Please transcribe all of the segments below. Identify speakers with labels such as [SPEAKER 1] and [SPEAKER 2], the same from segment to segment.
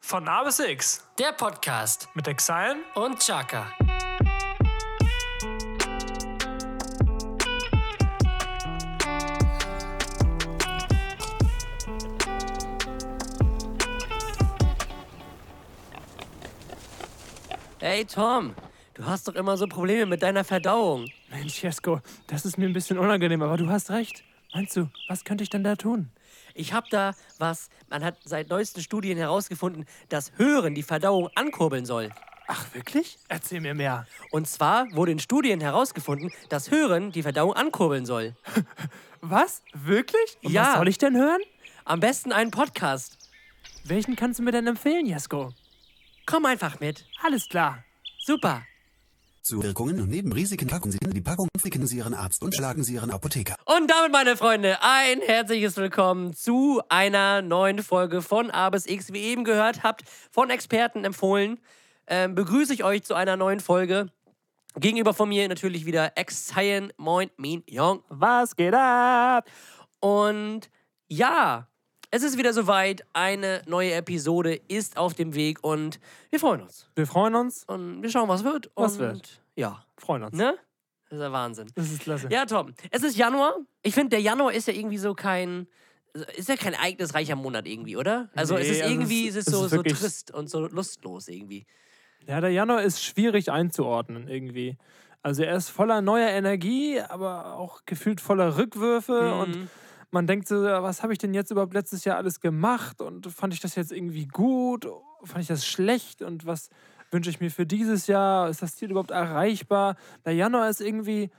[SPEAKER 1] Von A bis X
[SPEAKER 2] Der Podcast
[SPEAKER 1] mit Exilen
[SPEAKER 2] und Chaka. Hey Tom, du hast doch immer so Probleme mit deiner Verdauung.
[SPEAKER 1] Mensch, Jesko, das ist mir ein bisschen unangenehm, aber du hast recht. Meinst du, was könnte ich denn da tun?
[SPEAKER 2] Ich hab da was, man hat seit neuesten Studien herausgefunden, dass Hören die Verdauung ankurbeln soll.
[SPEAKER 1] Ach, wirklich? Erzähl mir mehr.
[SPEAKER 2] Und zwar wurde in Studien herausgefunden, dass Hören die Verdauung ankurbeln soll.
[SPEAKER 1] Was? Wirklich? Und
[SPEAKER 2] Ja.
[SPEAKER 1] was soll ich denn hören?
[SPEAKER 2] Am besten einen Podcast.
[SPEAKER 1] Welchen kannst du mir denn empfehlen, Jesko?
[SPEAKER 2] Komm einfach mit.
[SPEAKER 1] Alles klar.
[SPEAKER 2] Super.
[SPEAKER 3] Zu Wirkungen und Nebenrisiken packen Sie in die Packung, flicken Sie Ihren Arzt und schlagen Sie Ihren Apotheker.
[SPEAKER 2] Und damit, meine Freunde, ein herzliches Willkommen zu einer neuen Folge von A bis X. Wie ihr eben gehört habt, von Experten empfohlen, ähm, begrüße ich euch zu einer neuen Folge. Gegenüber von mir natürlich wieder Ex-Cyan, Moin, Min, Young.
[SPEAKER 1] Was geht ab?
[SPEAKER 2] Und ja, es ist wieder soweit. Eine neue Episode ist auf dem Weg und wir freuen uns.
[SPEAKER 1] Wir freuen uns.
[SPEAKER 2] Und wir schauen, was wird.
[SPEAKER 1] Was
[SPEAKER 2] und
[SPEAKER 1] wird.
[SPEAKER 2] Ja,
[SPEAKER 1] Freuen uns.
[SPEAKER 2] ne? Das ist ja Wahnsinn.
[SPEAKER 1] Das ist klasse.
[SPEAKER 2] Ja, Tom, es ist Januar. Ich finde, der Januar ist ja irgendwie so kein. Ist ja kein ereignisreicher Monat irgendwie, oder? Also es
[SPEAKER 1] Nee,
[SPEAKER 2] ist
[SPEAKER 1] also
[SPEAKER 2] irgendwie
[SPEAKER 1] es-
[SPEAKER 2] es ist
[SPEAKER 1] es
[SPEAKER 2] so,
[SPEAKER 1] ist
[SPEAKER 2] so
[SPEAKER 1] wirklich-
[SPEAKER 2] trist und so lustlos irgendwie.
[SPEAKER 1] Ja, der Januar ist schwierig einzuordnen irgendwie. Also er ist voller neuer Energie, aber auch gefühlt voller Rückwürfe
[SPEAKER 2] Mhm.
[SPEAKER 1] und man denkt so, ja, was habe ich denn jetzt überhaupt letztes Jahr alles gemacht und fand ich das jetzt irgendwie gut, fand ich das schlecht und was wünsche ich mir für dieses Jahr, ist das Ziel überhaupt erreichbar? Der Januar ist irgendwie,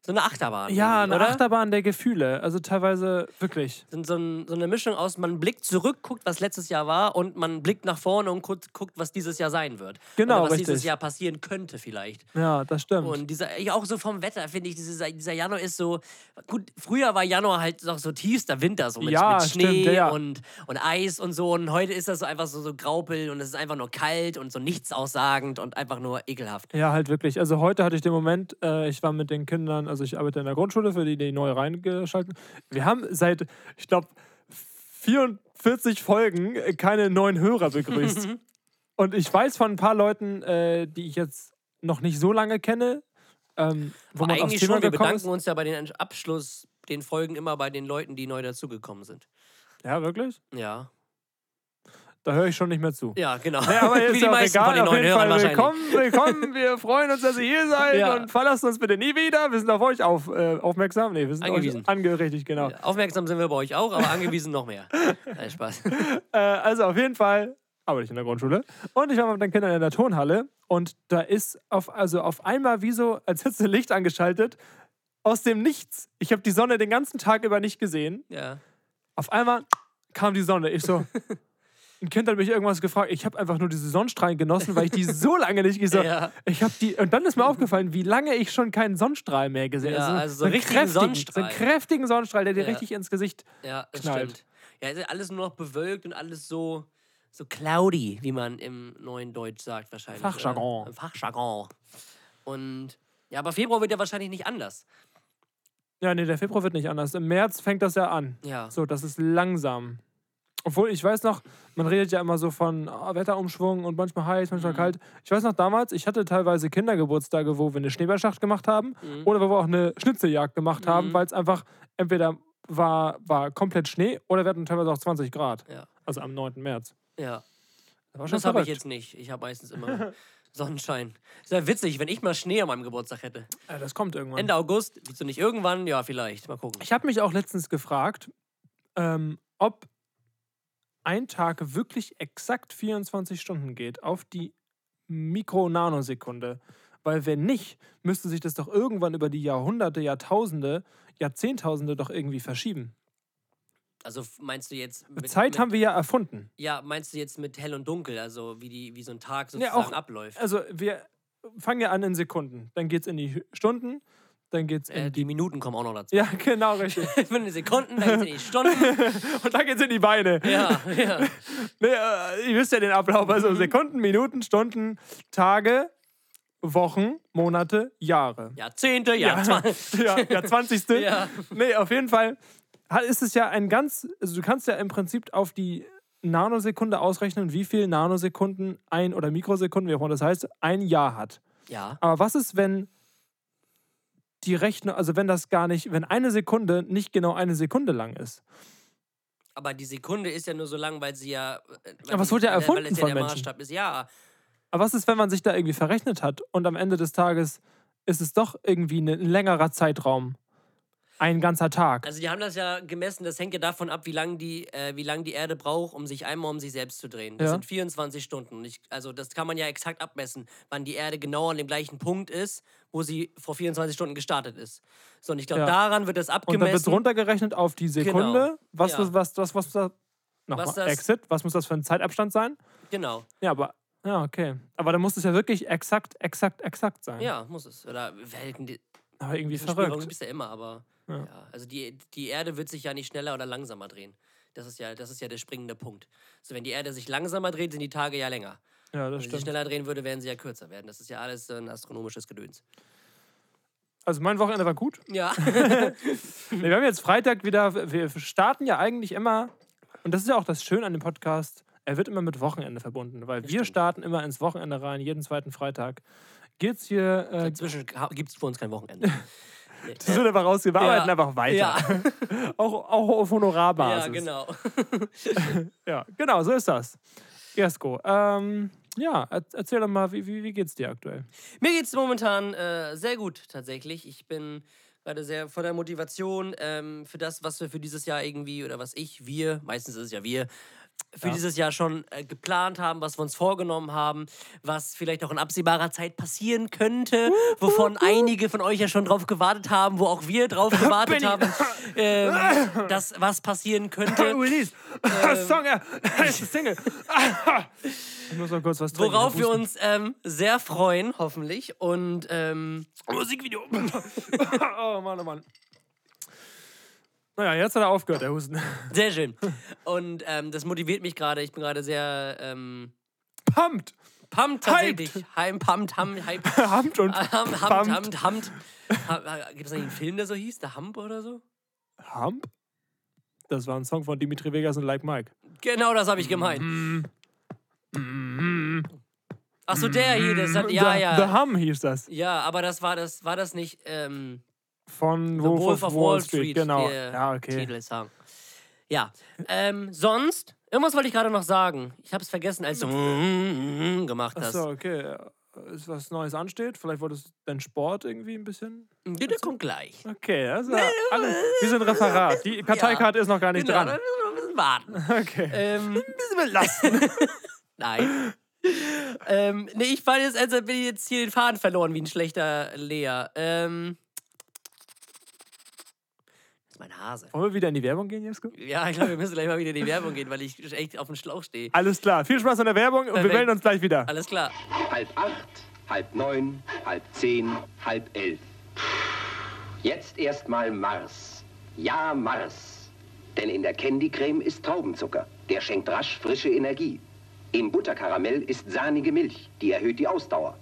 [SPEAKER 2] So eine Achterbahn.
[SPEAKER 1] ja,
[SPEAKER 2] irgendwie,
[SPEAKER 1] eine
[SPEAKER 2] oder?
[SPEAKER 1] Achterbahn der Gefühle, also teilweise wirklich.
[SPEAKER 2] Sind so, ein, so eine Mischung aus, man blickt zurück, guckt, was letztes Jahr war und man blickt nach vorne und guckt, guckt was dieses Jahr sein wird.
[SPEAKER 1] Genau,
[SPEAKER 2] Oder was dieses
[SPEAKER 1] richtig.
[SPEAKER 2] Jahr passieren könnte vielleicht.
[SPEAKER 1] Ja, das stimmt.
[SPEAKER 2] Und dieser, ich auch so vom Wetter finde ich, dieser, dieser Januar ist so, gut, früher war Januar halt noch so tiefster Winter, so mit,
[SPEAKER 1] Ja,
[SPEAKER 2] mit Schnee
[SPEAKER 1] stimmt, ja, ja.
[SPEAKER 2] Und, und Eis und so. Und heute ist das so einfach so, so graupel und es ist einfach nur kalt und so nichts aussagend und einfach nur ekelhaft.
[SPEAKER 1] Ja, halt wirklich. Also heute hatte ich den Moment, äh, ich war mit den Kindern, also ich arbeite in der Grundschule, für die, die neu reingeschalten. Wir haben seit, ich glaube, 44 Folgen äh, keine neuen Hörer begrüßt. Und ich weiß von ein paar Leuten, äh, die ich jetzt noch nicht so lange kenne, ähm, wo
[SPEAKER 2] Aber
[SPEAKER 1] man aufs
[SPEAKER 2] eigentlich
[SPEAKER 1] Thema
[SPEAKER 2] schon, wir
[SPEAKER 1] gekommen
[SPEAKER 2] bedanken
[SPEAKER 1] ist.
[SPEAKER 2] uns ja bei den Abschluss, den Folgen immer bei den Leuten, die neu dazugekommen sind.
[SPEAKER 1] Ja, wirklich?
[SPEAKER 2] Ja.
[SPEAKER 1] Da höre ich schon nicht mehr zu.
[SPEAKER 2] Ja, genau.
[SPEAKER 1] Ja, aber ist
[SPEAKER 2] Wie die
[SPEAKER 1] ja auch
[SPEAKER 2] meisten
[SPEAKER 1] egal,
[SPEAKER 2] von den
[SPEAKER 1] auf
[SPEAKER 2] neuen
[SPEAKER 1] jeden
[SPEAKER 2] Hörern
[SPEAKER 1] Fall
[SPEAKER 2] wahrscheinlich.
[SPEAKER 1] willkommen, willkommen, wir freuen uns, dass ihr hier seid
[SPEAKER 2] Ja.
[SPEAKER 1] und verlasst uns bitte nie wieder, wir sind auf euch auf, äh, aufmerksam, nee, wir sind
[SPEAKER 2] Angewiesen.
[SPEAKER 1] euch ange richtig, genau.
[SPEAKER 2] Aufmerksam sind wir bei euch auch, aber angewiesen noch mehr. Nein, Spaß.
[SPEAKER 1] Äh, also auf jeden Fall arbeite ich in der Grundschule und ich war mit den Kindern in der Tonhalle und da ist auf, also auf einmal wie so, als hättest du Licht angeschaltet, aus dem Nichts. Ich habe die Sonne den ganzen Tag über nicht gesehen.
[SPEAKER 2] Ja.
[SPEAKER 1] Auf einmal kam die Sonne. Ich so, ein Kind hat mich irgendwas gefragt. Ich habe einfach nur diese Sonnenstrahlen genossen, weil ich die so lange nicht gesehen habe.
[SPEAKER 2] Ja.
[SPEAKER 1] Ich habe die und dann ist mir aufgefallen, wie lange ich schon keinen Sonnenstrahl mehr gesehen
[SPEAKER 2] Ja,
[SPEAKER 1] habe.
[SPEAKER 2] also so
[SPEAKER 1] einen
[SPEAKER 2] richtigen
[SPEAKER 1] So einen
[SPEAKER 2] Sonnenstrahl.
[SPEAKER 1] kräftigen Sonnenstrahl, der dir
[SPEAKER 2] Ja.
[SPEAKER 1] richtig ins Gesicht.
[SPEAKER 2] Ja, das
[SPEAKER 1] knallt.
[SPEAKER 2] stimmt. Ja, ist ja alles nur noch bewölkt und alles so, so cloudy, wie man im neuen Deutsch sagt wahrscheinlich. oder?
[SPEAKER 1] Fachjargon.
[SPEAKER 2] Im Fachjargon. Und ja, aber Februar wird ja wahrscheinlich nicht anders.
[SPEAKER 1] Ja, nee, der Februar wird nicht anders. Im März fängt das ja an.
[SPEAKER 2] Ja.
[SPEAKER 1] So, das ist langsam. Obwohl, ich weiß noch, man redet ja immer so von ah, Wetterumschwung und manchmal heiß, manchmal
[SPEAKER 2] Mhm.
[SPEAKER 1] kalt. Ich weiß noch damals, ich hatte teilweise Kindergeburtstage, wo wir eine Schneeballschacht gemacht haben
[SPEAKER 2] Mhm.
[SPEAKER 1] oder wo wir auch eine Schnitzeljagd gemacht haben, weil es einfach entweder war, war komplett Schnee oder wir hatten teilweise auch 20 Grad.
[SPEAKER 2] Ja.
[SPEAKER 1] Also am 9. März.
[SPEAKER 2] Ja.
[SPEAKER 1] Das war schon
[SPEAKER 2] Das habe ich
[SPEAKER 1] verrückt.
[SPEAKER 2] jetzt nicht. Ich habe meistens immer Sonnenschein. Ist ja witzig, wenn ich mal Schnee an meinem Geburtstag hätte.
[SPEAKER 1] Ja, Äh, das kommt irgendwann.
[SPEAKER 2] Ende August, willst du nicht irgendwann? Ja, vielleicht. Mal gucken.
[SPEAKER 1] Ich habe mich auch letztens gefragt, ähm, ob ein Tag wirklich exakt 24 Stunden geht auf die Mikro-Nanosekunde. Weil wenn nicht, müsste sich das doch irgendwann über die Jahrhunderte, Jahrtausende, Jahrzehntausende doch irgendwie verschieben.
[SPEAKER 2] Also f- meinst du jetzt. Mit,
[SPEAKER 1] Zeit
[SPEAKER 2] mit,
[SPEAKER 1] haben wir ja erfunden.
[SPEAKER 2] Ja, meinst du jetzt mit hell und dunkel, also wie, die, wie so ein Tag
[SPEAKER 1] Ja,
[SPEAKER 2] sozusagen
[SPEAKER 1] auch-
[SPEAKER 2] abläuft?
[SPEAKER 1] Also wir fangen ja an in Sekunden, dann geht's in die Stunden, dann geht's in
[SPEAKER 2] Äh,
[SPEAKER 1] die...
[SPEAKER 2] die Minuten kommen auch noch dazu.
[SPEAKER 1] Ja, genau, richtig.
[SPEAKER 2] Von den Sekunden, dann sind die Stunden.
[SPEAKER 1] Und dann geht's in die Beine.
[SPEAKER 2] Ja, ja.
[SPEAKER 1] Nee, äh, ihr wisst ja den Ablauf. Also Sekunden, Minuten, Stunden, Tage, Wochen, Monate, Jahre.
[SPEAKER 2] Jahrzehnte, Jahr
[SPEAKER 1] ja, ja 20.
[SPEAKER 2] Ja.
[SPEAKER 1] Nee, auf jeden Fall hat- ist es ja ein ganz, also du kannst ja im Prinzip auf die Nanosekunde ausrechnen, wie viel Nanosekunden ein oder Mikrosekunden, wie auch immer das heißt, ein Jahr hat.
[SPEAKER 2] Ja.
[SPEAKER 1] Aber was ist, wenn die Rechnung, also wenn das gar nicht, wenn eine Sekunde nicht genau eine Sekunde lang ist?
[SPEAKER 2] Aber die Sekunde ist ja nur so lang, weil sie ja. äh, Weil
[SPEAKER 1] Aber es
[SPEAKER 2] die-
[SPEAKER 1] wurde ja
[SPEAKER 2] weil-
[SPEAKER 1] erfunden
[SPEAKER 2] weil es ja
[SPEAKER 1] von
[SPEAKER 2] der
[SPEAKER 1] Menschen.
[SPEAKER 2] Maßstab ist. Ja.
[SPEAKER 1] Aber was ist, wenn man sich da irgendwie verrechnet hat und am Ende des Tages ist es doch irgendwie ne- ein längerer Zeitraum? Ein ganzer Tag.
[SPEAKER 2] Also die haben das ja gemessen, das hängt ja davon ab, wie lange die, äh, wie lang die Erde braucht, um sich einmal um sich selbst zu drehen. Das
[SPEAKER 1] Ja.
[SPEAKER 2] sind 24 Stunden. Und ich, also das kann man ja exakt abmessen, wann die Erde genau an dem gleichen Punkt ist, wo sie vor 24 Stunden gestartet ist. So, und ich glaube,
[SPEAKER 1] Ja.
[SPEAKER 2] daran wird das
[SPEAKER 1] Und
[SPEAKER 2] abgemessen.
[SPEAKER 1] dann wird runtergerechnet auf die Sekunde. Was,
[SPEAKER 2] Genau, Ja.
[SPEAKER 1] was, was, was, was, da, nochmal,
[SPEAKER 2] Was das-
[SPEAKER 1] Exit, was muss das für ein Zeitabstand sein?
[SPEAKER 2] Genau.
[SPEAKER 1] Ja, aber. Ja, okay. Aber dann muss es ja wirklich exakt, exakt, exakt sein.
[SPEAKER 2] Ja, muss es. Oder Welten, die
[SPEAKER 1] Aber irgendwie
[SPEAKER 2] Spielraum
[SPEAKER 1] verrückt.
[SPEAKER 2] gibt es ja immer, aber ja.
[SPEAKER 1] Ja.
[SPEAKER 2] Also die, die Erde wird sich ja nicht schneller oder langsamer drehen. Das ist ja, das ist ja der springende Punkt. So, wenn die Erde sich langsamer dreht, sind die Tage ja länger.
[SPEAKER 1] Ja, das
[SPEAKER 2] Wenn sie sich
[SPEAKER 1] stimmt.
[SPEAKER 2] schneller drehen würde, wären sie ja kürzer werden. Das ist ja alles so ein astronomisches Gedöns.
[SPEAKER 1] Also mein Wochenende war gut.
[SPEAKER 2] Ja.
[SPEAKER 1] Nee, Wir haben jetzt Freitag wieder, wir starten ja eigentlich immer, und das ist ja auch das Schöne an dem Podcast, er wird immer mit Wochenende verbunden, weil wir
[SPEAKER 2] stimmt.
[SPEAKER 1] starten immer ins Wochenende rein, jeden zweiten Freitag. Geht's hier, äh,
[SPEAKER 2] Dazwischen gibt es für uns kein Wochenende.
[SPEAKER 1] das wird einfach raus, wir arbeiten
[SPEAKER 2] Ja.
[SPEAKER 1] einfach weiter.
[SPEAKER 2] ja.
[SPEAKER 1] Auch, auch auf
[SPEAKER 2] ja,
[SPEAKER 1] Honorarbasis.
[SPEAKER 2] genau.
[SPEAKER 1] Ja, genau, so ist das. Jesko, ähm, ja, er- erzähl doch mal, wie, wie, wie geht's dir aktuell?
[SPEAKER 2] Mir geht's momentan äh, sehr gut tatsächlich. Ich bin gerade sehr voller Motivation ähm, für das, was wir für dieses Jahr irgendwie oder was ich, wir, meistens ist es ja wir, für
[SPEAKER 1] Ja.
[SPEAKER 2] dieses Jahr schon äh, geplant haben, was wir uns vorgenommen haben, was vielleicht auch in absehbarer Zeit passieren könnte, wovon einige von euch ja schon drauf gewartet haben, wo auch wir drauf gewartet haben, ähm, dass was passieren könnte.
[SPEAKER 1] Release! Song, ja, ist das Single. ich muss noch kurz was trinken.
[SPEAKER 2] Worauf wir
[SPEAKER 1] husten.
[SPEAKER 2] uns ähm, sehr freuen, hoffentlich. Und ähm, Musikvideo.
[SPEAKER 1] Oh Mann, oh Mann. Naja, jetzt hat er aufgehört, der Husten.
[SPEAKER 2] Sehr schön. Und ähm, das motiviert mich gerade. Ich bin gerade sehr ähm,
[SPEAKER 1] Pumped!
[SPEAKER 2] pumped tatsächlich. Heim, pumped, ham, hyped.
[SPEAKER 1] Pumped und
[SPEAKER 2] Ham,
[SPEAKER 1] Pumped.
[SPEAKER 2] hammt, hammt, hammt. Gibt es nicht einen Film, der so hieß? Der Hump oder so?
[SPEAKER 1] Hump? Das war ein Song von Dimitri Vegas und Like Mike.
[SPEAKER 2] Genau das habe ich gemeint. Achso, der hier, das hat. Ja,
[SPEAKER 1] Mm-hmm. the, The
[SPEAKER 2] ja.
[SPEAKER 1] Hum hieß das.
[SPEAKER 2] Ja, aber das war das, war das nicht ähm,
[SPEAKER 1] Von
[SPEAKER 2] The
[SPEAKER 1] Wolf,
[SPEAKER 2] Wolf of Wall Street,
[SPEAKER 1] Genau.
[SPEAKER 2] der
[SPEAKER 1] Ja, okay.
[SPEAKER 2] Titelsong. Ja. Ähm, sonst, irgendwas wollte ich gerade noch sagen. Ich habe es vergessen, als du gemacht hast.
[SPEAKER 1] Achso, okay. Ist was Neues ansteht? Vielleicht wolltest du deinen Sport irgendwie ein bisschen.
[SPEAKER 2] Ja, der kommt gleich.
[SPEAKER 1] Okay, also alles. Wir sind Referat. Die Karteikarte ist noch gar nicht
[SPEAKER 2] Genau,
[SPEAKER 1] dran.
[SPEAKER 2] da müssen wir warten.
[SPEAKER 1] Okay.
[SPEAKER 2] Ähm, Nein. ähm, nee, ich war jetzt, also bin ich jetzt hier den Faden verloren wie ein schlechter Lea. Ähm, das ist mein Hase.
[SPEAKER 1] Wollen wir wieder in die Werbung gehen, Jesko?
[SPEAKER 2] Oh. Ja, ich glaube, wir müssen gleich mal wieder in die Werbung gehen, weil ich echt auf dem Schlauch stehe.
[SPEAKER 1] Alles klar. Viel Spaß in der Werbung und wir
[SPEAKER 2] Perfekt.
[SPEAKER 1] melden uns gleich wieder.
[SPEAKER 2] Alles klar.
[SPEAKER 4] Halb acht, halb neun, halb zehn, halb elf. Jetzt erstmal Mars. Ja, Mars. Denn in der Candycreme ist Traubenzucker. Der schenkt rasch frische Energie. Im Butterkaramell ist sahnige Milch. Die erhöht die Ausdauer.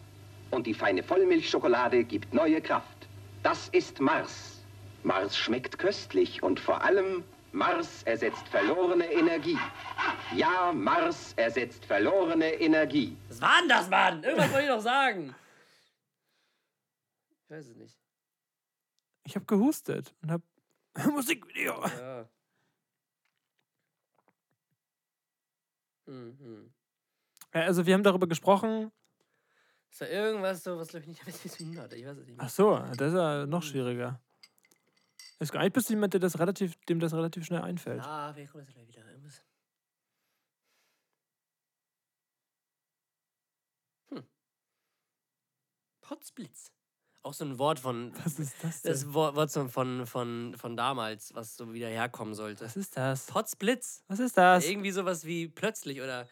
[SPEAKER 4] Und die feine Vollmilchschokolade gibt neue Kraft. Das ist Mars. Mars schmeckt köstlich und vor allem Mars ersetzt verlorene Energie. Ja, Mars ersetzt verlorene Energie.
[SPEAKER 2] Was war denn das, Mann? Irgendwas wollte ich noch sagen. Ich weiß es nicht.
[SPEAKER 1] Ich habe gehustet und habe Musikvideo.
[SPEAKER 2] Ja. Mhm.
[SPEAKER 1] Ja, Also wir haben darüber gesprochen.
[SPEAKER 2] Ist da irgendwas so, was glaube ich nicht damit zu tun hat? Ich weiß es nicht.
[SPEAKER 1] Ach so, das ist ja noch schwieriger. Ist gar- Eigentlich bist du jemand, der das relativ, dem das relativ schnell einfällt.
[SPEAKER 2] Ah, vielleicht kommt das gleich wieder. Irgendwas. Hm. Potzblitz. Auch so ein Wort von.
[SPEAKER 1] Was ist das denn?
[SPEAKER 2] Das Wort, Wort so von, von, von damals, was so wieder herkommen sollte.
[SPEAKER 1] Was ist das?
[SPEAKER 2] Potzblitz.
[SPEAKER 1] Was ist das?
[SPEAKER 2] Irgendwie sowas wie plötzlich oder.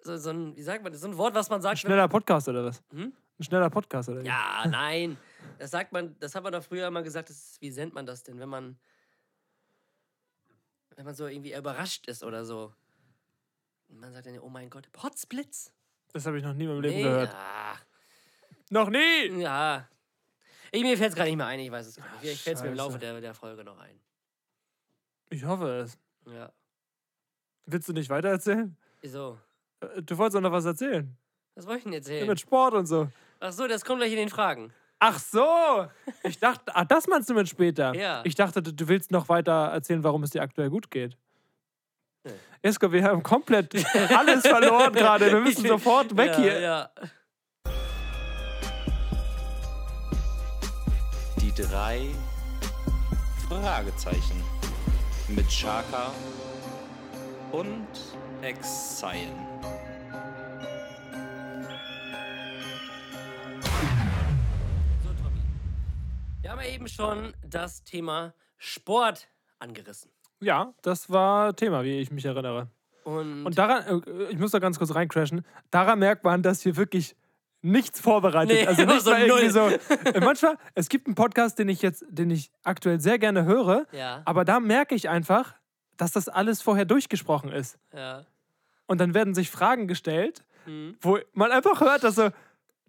[SPEAKER 2] So, so ein, wie sagt man das? So ein Wort, was man sagt. wenn-
[SPEAKER 1] Schneller Podcast oder was?
[SPEAKER 2] Hm?
[SPEAKER 1] Ein schneller Podcast oder wie?
[SPEAKER 2] Ja, nein. Das sagt man, das hat man doch früher mal gesagt, das ist, wie nennt man das denn, wenn man wenn man so irgendwie überrascht ist oder so. Man sagt dann, ja, oh mein Gott, Potzblitz.
[SPEAKER 1] Das habe ich noch nie in meinem Leben
[SPEAKER 2] Nee, Hm.
[SPEAKER 1] gehört.
[SPEAKER 2] ah,
[SPEAKER 1] Noch nie!
[SPEAKER 2] ja. Ich, mir fällt es gerade nicht mehr ein, ich weiß es gar nicht. Vielleicht fällt es mir im
[SPEAKER 1] Scheiße.
[SPEAKER 2] Laufe der, der Folge noch ein.
[SPEAKER 1] Ich hoffe es.
[SPEAKER 2] Ja.
[SPEAKER 1] Willst du nicht weitererzählen?
[SPEAKER 2] Wieso?
[SPEAKER 1] Äh, Du wolltest doch noch was erzählen.
[SPEAKER 2] Was wollte ich denn
[SPEAKER 1] Ja,
[SPEAKER 2] erzählen?
[SPEAKER 1] Mit Sport und so.
[SPEAKER 2] Ach so, das kommt gleich in den Fragen.
[SPEAKER 1] Ach so! Ich dachte, ach, das meinst du mit später.
[SPEAKER 2] Ja.
[SPEAKER 1] Ich dachte, du- du willst noch weiter erzählen, warum es dir aktuell gut geht.
[SPEAKER 2] Nee.
[SPEAKER 1] Esko, wir haben komplett alles verloren gerade. Wir müssen sofort weg
[SPEAKER 2] ja,
[SPEAKER 1] hier.
[SPEAKER 2] Ja.
[SPEAKER 5] Die drei Fragezeichen mit Shaka und Exile.
[SPEAKER 2] So, Tommy. Wir haben ja eben schon das Thema Sport angerissen.
[SPEAKER 1] Ja, das war Thema, wie ich mich erinnere.
[SPEAKER 2] Und,
[SPEAKER 1] Und daran, äh, ich muss da ganz kurz reincrashen, daran merkt man, dass hier wirklich nichts vorbereitet.
[SPEAKER 2] Nee,
[SPEAKER 1] also nicht
[SPEAKER 2] so
[SPEAKER 1] mal irgendwie
[SPEAKER 2] null.
[SPEAKER 1] so. äh, Manchmal, es gibt einen Podcast, den ich jetzt, den ich aktuell sehr gerne höre,
[SPEAKER 2] Ja.
[SPEAKER 1] aber da merke ich einfach, dass das alles vorher durchgesprochen ist.
[SPEAKER 2] ja.
[SPEAKER 1] Und dann werden sich Fragen gestellt,
[SPEAKER 2] Mhm.
[SPEAKER 1] wo man einfach hört, dass so,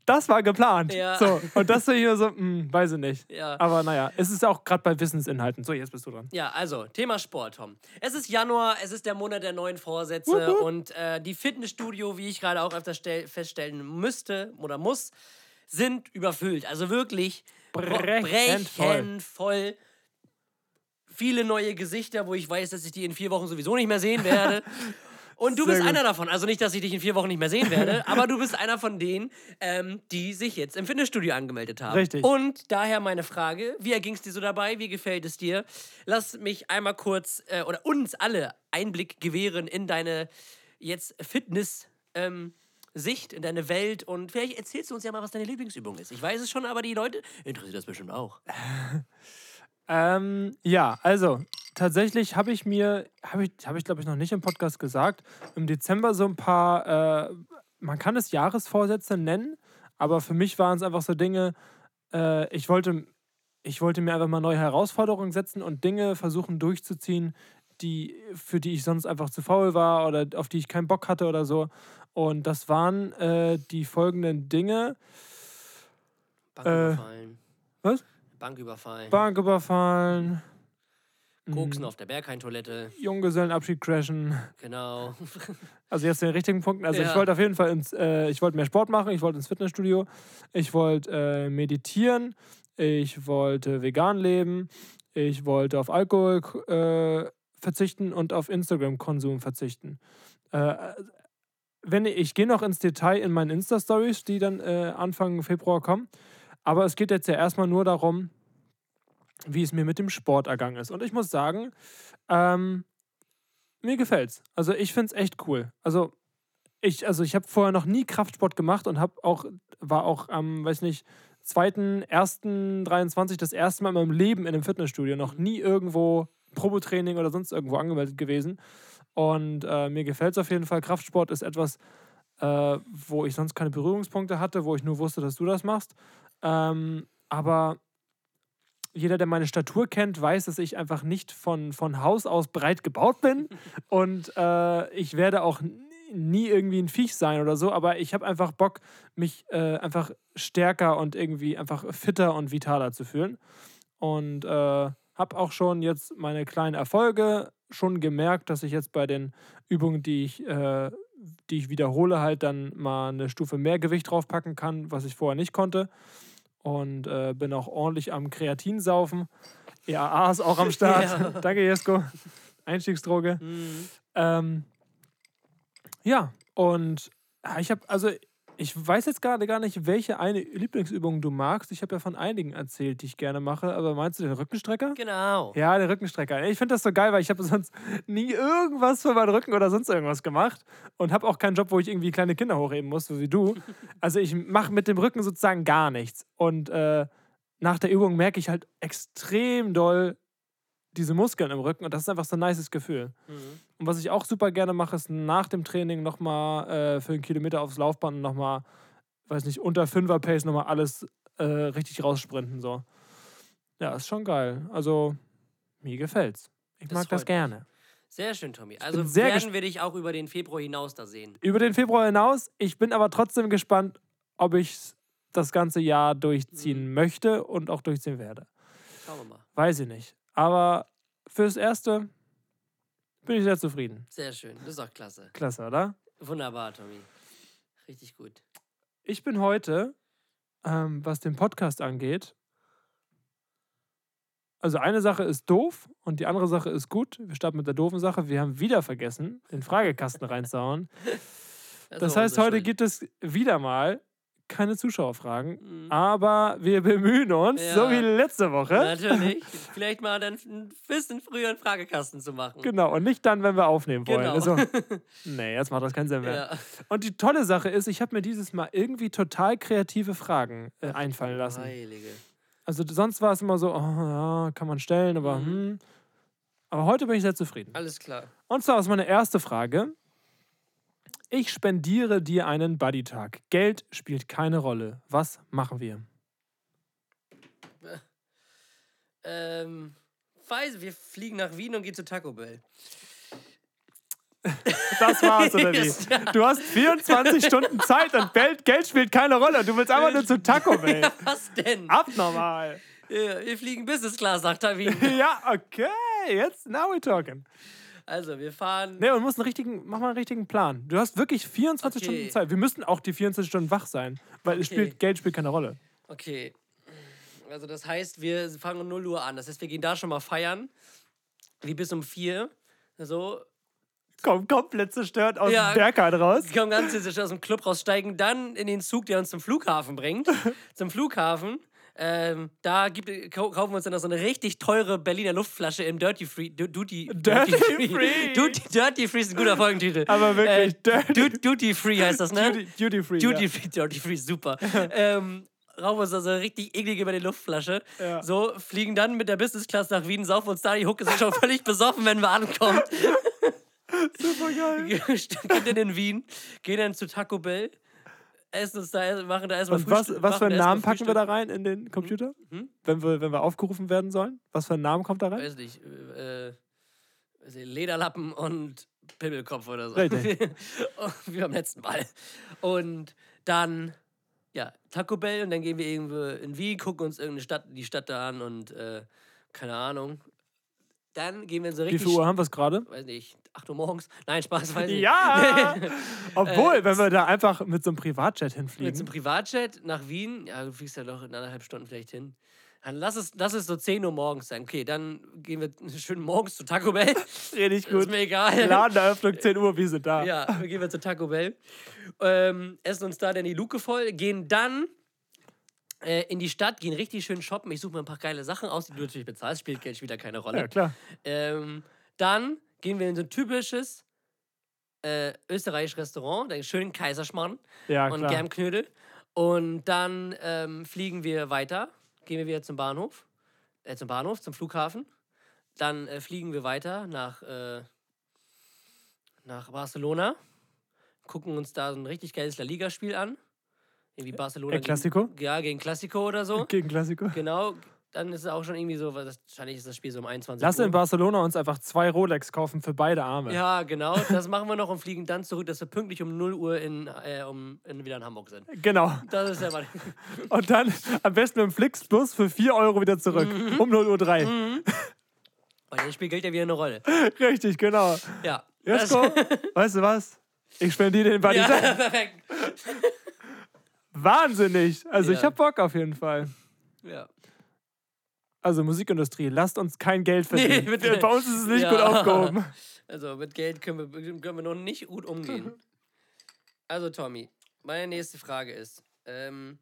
[SPEAKER 1] das war geplant.
[SPEAKER 2] Ja.
[SPEAKER 1] So, und das hier so, hm, weiß ich nicht.
[SPEAKER 2] Ja.
[SPEAKER 1] Aber naja, es ist auch gerade bei Wissensinhalten. So, jetzt bist du dran.
[SPEAKER 2] Ja, also Thema Sport, Tom. Es ist Januar, es ist der Monat der neuen Vorsätze und äh, die Fitnessstudio, wie ich gerade auch öfter stell- feststellen müsste oder muss, sind überfüllt. Also wirklich
[SPEAKER 1] Brechend
[SPEAKER 2] voll. voll. Viele neue Gesichter, wo ich weiß, dass ich die in vier Wochen sowieso nicht mehr sehen werde. Und du
[SPEAKER 1] Sehr
[SPEAKER 2] bist
[SPEAKER 1] gut.
[SPEAKER 2] einer davon. Also nicht, dass ich dich in vier Wochen nicht mehr sehen werde, aber du bist einer von denen, ähm, die sich jetzt im Fitnessstudio angemeldet haben.
[SPEAKER 1] Richtig.
[SPEAKER 2] Und daher meine Frage: Wie erging es dir so dabei? Wie gefällt es dir? Lass mich einmal kurz äh, oder uns alle Einblick gewähren in deine jetzt Fitness-Sicht, in deine Welt. Und vielleicht erzählst du uns ja mal, was deine Lieblingsübung ist. Ich weiß es schon, aber die Leute interessiert das bestimmt auch.
[SPEAKER 1] Ähm, ja, also tatsächlich habe ich mir, habe ich, hab ich glaube ich noch nicht im Podcast gesagt, im Dezember so ein paar, äh, man kann es Jahresvorsätze nennen, aber für mich waren es einfach so Dinge, äh, ich, wollte, ich wollte mir einfach mal neue Herausforderungen setzen und Dinge versuchen durchzuziehen, die, für die ich sonst einfach zu faul war oder auf die ich keinen Bock hatte oder so. Und das waren äh, die folgenden Dinge.
[SPEAKER 2] Bank
[SPEAKER 1] Äh,
[SPEAKER 2] überfallen.
[SPEAKER 1] was?
[SPEAKER 2] Bank überfallen.
[SPEAKER 1] Bank überfallen, Mm,
[SPEAKER 2] Koksen auf der Berghain-Toilette.
[SPEAKER 1] Junggesellenabschied crashen.
[SPEAKER 2] Genau.
[SPEAKER 1] Also jetzt den richtigen Punkten. Also
[SPEAKER 2] Ja.
[SPEAKER 1] ich wollte auf jeden Fall ins, äh, ich wollte mehr Sport machen, ich wollte ins Fitnessstudio, ich wollte äh, meditieren, ich wollte vegan leben, ich wollte auf Alkohol äh, verzichten und auf Instagram-Konsum verzichten. Äh, wenn ich, ich gehe noch ins Detail in meinen Insta-Stories, die dann äh, Anfang Februar kommen. Aber es geht jetzt ja erstmal nur darum, wie es mir mit dem Sport ergangen ist. Und ich muss sagen, ähm, mir gefällt's. Also ich find's echt cool. Also ich, also ich habe vorher noch nie Kraftsport gemacht und habe auch, war auch am, weiß nicht, 2.1.23 das erste Mal in meinem Leben in einem Fitnessstudio. Noch nie irgendwo Probetraining oder sonst irgendwo angemeldet gewesen. Und äh, mir gefällt's auf jeden Fall. Kraftsport ist etwas, äh, wo ich sonst keine Berührungspunkte hatte, wo ich nur wusste, dass du das machst. Ähm, aber jeder, der meine Statur kennt, weiß, dass ich einfach nicht von, von Haus aus breit gebaut bin. Und äh, ich werde auch n- nie irgendwie ein Viech sein oder so, aber ich habe einfach Bock, mich äh, einfach stärker und irgendwie einfach fitter und vitaler zu fühlen. Und äh, habe auch schon jetzt meine kleinen Erfolge schon gemerkt, dass ich jetzt bei den Übungen, die ich, äh, die ich wiederhole, halt dann mal eine Stufe mehr Gewicht draufpacken kann, was ich vorher nicht konnte. Und äh, bin auch ordentlich am Kreatin saufen. EAA ist auch am Start.
[SPEAKER 2] Ja.
[SPEAKER 1] Danke, Jesko. Einstiegsdroge. Ähm, ja, und ah, ich habe, also ich weiß jetzt gerade gar nicht, welche eine Lieblingsübung du magst. Ich habe ja von einigen erzählt, die ich gerne mache, aber meinst du den Rückenstrecker?
[SPEAKER 2] Genau.
[SPEAKER 1] Ja, den Rückenstrecker. Ich finde das so geil, weil ich habe sonst nie irgendwas für meinen Rücken oder sonst irgendwas gemacht und habe auch keinen Job, wo ich irgendwie kleine Kinder hochheben muss, so wie du. Also ich mache mit dem Rücken sozusagen gar nichts. Und äh, nach der Übung merke ich halt extrem doll diese Muskeln im Rücken und das ist einfach so ein nices Gefühl.
[SPEAKER 2] Mhm.
[SPEAKER 1] Und was ich auch super gerne mache, ist nach dem Training nochmal äh, für einen Kilometer aufs Laufband und nochmal, weiß nicht, unter 5er Pace nochmal alles äh, richtig raussprinten. So. Ja, ist schon geil. Also, mir gefällt's. Ich
[SPEAKER 2] Das
[SPEAKER 1] mag das
[SPEAKER 2] freut
[SPEAKER 1] gerne.
[SPEAKER 2] Sehr schön, Tommy. Also
[SPEAKER 1] bin sehr
[SPEAKER 2] werden
[SPEAKER 1] gesp-
[SPEAKER 2] wir dich auch über den Februar hinaus da sehen.
[SPEAKER 1] Über den Februar hinaus, ich bin aber trotzdem gespannt, ob ich das ganze Jahr durchziehen
[SPEAKER 2] Mhm.
[SPEAKER 1] möchte und auch durchziehen werde.
[SPEAKER 2] Schauen wir mal.
[SPEAKER 1] Weiß ich nicht. Aber fürs Erste Bin ich sehr zufrieden.
[SPEAKER 2] Sehr schön. Das ist auch klasse.
[SPEAKER 1] Klasse, oder?
[SPEAKER 2] Wunderbar, Tommy. Richtig gut.
[SPEAKER 1] Ich bin heute, ähm, was den Podcast angeht, also eine Sache ist doof und die andere Sache ist gut. Wir starten mit der doofen Sache. Wir haben wieder vergessen, den Fragekasten reinzuhauen.
[SPEAKER 2] Das,
[SPEAKER 1] Das
[SPEAKER 2] war
[SPEAKER 1] heißt,
[SPEAKER 2] unsere
[SPEAKER 1] heute
[SPEAKER 2] Schuld.
[SPEAKER 1] gibt es wieder mal keine Zuschauerfragen,
[SPEAKER 2] Mhm.
[SPEAKER 1] aber wir bemühen uns,
[SPEAKER 2] Ja.
[SPEAKER 1] so wie letzte Woche.
[SPEAKER 2] Natürlich. Vielleicht mal dann ein bisschen früher einen Fragekasten zu machen.
[SPEAKER 1] Genau, und nicht dann, wenn wir aufnehmen wollen.
[SPEAKER 2] Genau.
[SPEAKER 1] Also, nee, jetzt macht das keinen Sinn mehr.
[SPEAKER 2] Ja.
[SPEAKER 1] Und die tolle Sache ist, ich habe mir dieses Mal irgendwie total kreative Fragen äh, einfallen lassen.
[SPEAKER 2] Heilige.
[SPEAKER 1] Also sonst war es immer so, oh, ja, kann man stellen, aber hm. Aber heute bin ich sehr zufrieden.
[SPEAKER 2] Alles klar.
[SPEAKER 1] Und zwar ist meine erste Frage. Ich spendiere dir einen Buddy-Tag. Geld spielt keine Rolle. Was machen wir?
[SPEAKER 2] Ähm, weiß, wir fliegen nach Wien und gehen zu Taco Bell.
[SPEAKER 1] Das war's, oder wie? Du hast 24 Stunden Zeit und Geld, Geld spielt keine Rolle. Du willst einfach nur zu Taco Bell.
[SPEAKER 2] Was
[SPEAKER 1] Ah.
[SPEAKER 2] denn?
[SPEAKER 1] Abnormal.
[SPEAKER 2] Ja, wir fliegen Business Class nach Wien.
[SPEAKER 1] Ja, okay. Jetzt, now we're talking.
[SPEAKER 2] Also, wir fahren.
[SPEAKER 1] Nee, und musst einen richtigen, mach mal einen richtigen Plan. Du hast wirklich 24
[SPEAKER 2] Okay.
[SPEAKER 1] Stunden Zeit. Wir müssen auch die 24 Stunden wach sein, weil es
[SPEAKER 2] Okay.
[SPEAKER 1] spielt, Geld spielt keine Rolle.
[SPEAKER 2] Okay. Also das heißt, wir fangen um 0 Uhr an. Das heißt, wir gehen da schon mal feiern. Wie bis um 4. So.
[SPEAKER 1] Komm, komplett zerstört aus
[SPEAKER 2] Ja.
[SPEAKER 1] dem Berghain raus.
[SPEAKER 2] Wir kommen ganz klassisch aus dem Club raussteigen, dann in den Zug, der uns zum Flughafen bringt. zum Flughafen. Ähm, da gibt, kau- kaufen wir uns dann noch so eine richtig teure Berliner Luftflasche im Dirty Free. Du, Duty,
[SPEAKER 1] Dirty Free.
[SPEAKER 2] Duty, Dirty Free ist ein guter Folgentitel.
[SPEAKER 1] Aber wirklich,
[SPEAKER 2] Äh,
[SPEAKER 1] Dirty-
[SPEAKER 2] Duty, Duty Free heißt das, ne?
[SPEAKER 1] Duty, Duty Free.
[SPEAKER 2] Duty
[SPEAKER 1] ja.
[SPEAKER 2] Free, Duty Free, super. ähm, rauchen uns also richtig eklig über die Luftflasche.
[SPEAKER 1] Ja.
[SPEAKER 2] So, fliegen dann mit der Business Class nach Wien, saufen uns da die Hucke, sind schon völlig besoffen, wenn wir ankommen.
[SPEAKER 1] Super geil.
[SPEAKER 2] Gehen dann in Wien, gehen dann zu Taco Bell, essen uns da, machen da erstmal
[SPEAKER 1] Und was,
[SPEAKER 2] Frühstück-
[SPEAKER 1] was für
[SPEAKER 2] machen
[SPEAKER 1] einen
[SPEAKER 2] da
[SPEAKER 1] Namen
[SPEAKER 2] erstmal Mhm.
[SPEAKER 1] packen wir da rein in den Computer? Wenn, wir, wenn wir aufgerufen werden sollen? Was für ein Name kommt da rein?
[SPEAKER 2] Weiß nicht, äh, weiß nicht, Lederlappen und Pimmelkopf oder so.
[SPEAKER 1] Richtig.
[SPEAKER 2] Wie beim letzten Mal. Und dann, ja, Taco Bell und dann gehen wir irgendwo in Wien, gucken uns irgendeine Stadt, die Stadt da an und äh, keine Ahnung. Dann gehen wir in so
[SPEAKER 1] Wie
[SPEAKER 2] richtig.
[SPEAKER 1] viel Uhr haben wir es gerade?
[SPEAKER 2] Weiß nicht, 8 Uhr morgens? Nein, Spaß, weiß nicht.
[SPEAKER 1] Ja! Obwohl,
[SPEAKER 2] Äh,
[SPEAKER 1] wenn wir da einfach mit so einem Privatjet
[SPEAKER 2] Mit so einem
[SPEAKER 1] hinfliegen.
[SPEAKER 2] Privatjet nach Wien, ja, du fliegst ja doch in anderthalb Stunden vielleicht hin. Dann lass es, lass es so 10 Uhr morgens sein. Okay, dann gehen wir schön morgens zu Taco Bell.
[SPEAKER 1] Richtig
[SPEAKER 2] Ist
[SPEAKER 1] gut.
[SPEAKER 2] mir egal.
[SPEAKER 1] Ladeneröffnung 10 Uhr, wir sind da.
[SPEAKER 2] Ja, dann gehen wir zu Taco Bell. Ähm, essen uns da dann die Luke voll, gehen dann äh, in die Stadt, gehen richtig schön shoppen. Ich suche mir ein paar geile Sachen aus, die du natürlich bezahlst. Spielt Geld wieder keine Rolle.
[SPEAKER 1] Ja, klar.
[SPEAKER 2] Ähm, dann gehen wir in so ein typisches äh, österreichisches Restaurant, den schönen Kaiserschmarrn
[SPEAKER 1] Ja,
[SPEAKER 2] und
[SPEAKER 1] klar.
[SPEAKER 2] Germknödel. Und dann ähm, fliegen wir weiter, gehen wir wieder zum Bahnhof, äh, zum Bahnhof, zum Flughafen. Dann äh, fliegen wir weiter nach, äh, nach Barcelona, gucken uns da so ein richtig geiles La Liga-Spiel an. Irgendwie Barcelona.
[SPEAKER 1] El Clasico?
[SPEAKER 2] Gegen, ja, gegen Classico oder so.
[SPEAKER 1] Gegen Klassiker.
[SPEAKER 2] Genau. Dann ist es auch schon irgendwie so, weil das, wahrscheinlich ist das Spiel so um 21
[SPEAKER 1] Lass
[SPEAKER 2] Uhr.
[SPEAKER 1] in Barcelona uns einfach zwei Rolex kaufen für beide Arme.
[SPEAKER 2] Ja, genau. Das machen wir noch und fliegen dann zurück, dass wir pünktlich um 0 Uhr in, äh, um, in, wieder in Hamburg sind.
[SPEAKER 1] Genau.
[SPEAKER 2] Das ist ja mal.
[SPEAKER 1] Und dann am besten mit dem Flixbus für 4 Euro wieder zurück.
[SPEAKER 2] Mhm.
[SPEAKER 1] Um 0.03 Uhr.
[SPEAKER 2] Weil das Spiel gilt ja wieder eine Rolle.
[SPEAKER 1] Richtig, genau.
[SPEAKER 2] Ja.
[SPEAKER 1] Jetzt
[SPEAKER 2] Das-
[SPEAKER 1] komm, weißt du was? Ich spendiere dir den Buddy.
[SPEAKER 2] ja, perfekt.
[SPEAKER 1] Wahnsinnig. Also ich
[SPEAKER 2] Ja.
[SPEAKER 1] hab Bock auf jeden Fall.
[SPEAKER 2] Ja.
[SPEAKER 1] Also Musikindustrie, lasst uns kein Geld
[SPEAKER 2] Nee,
[SPEAKER 1] verdienen.
[SPEAKER 2] bitte.
[SPEAKER 1] Bei uns ist es nicht
[SPEAKER 2] Ja.
[SPEAKER 1] gut aufgehoben.
[SPEAKER 2] Also mit Geld können wir, bestimmt können wir noch nicht gut umgehen. Also Tommy, meine nächste Frage ist, ähm,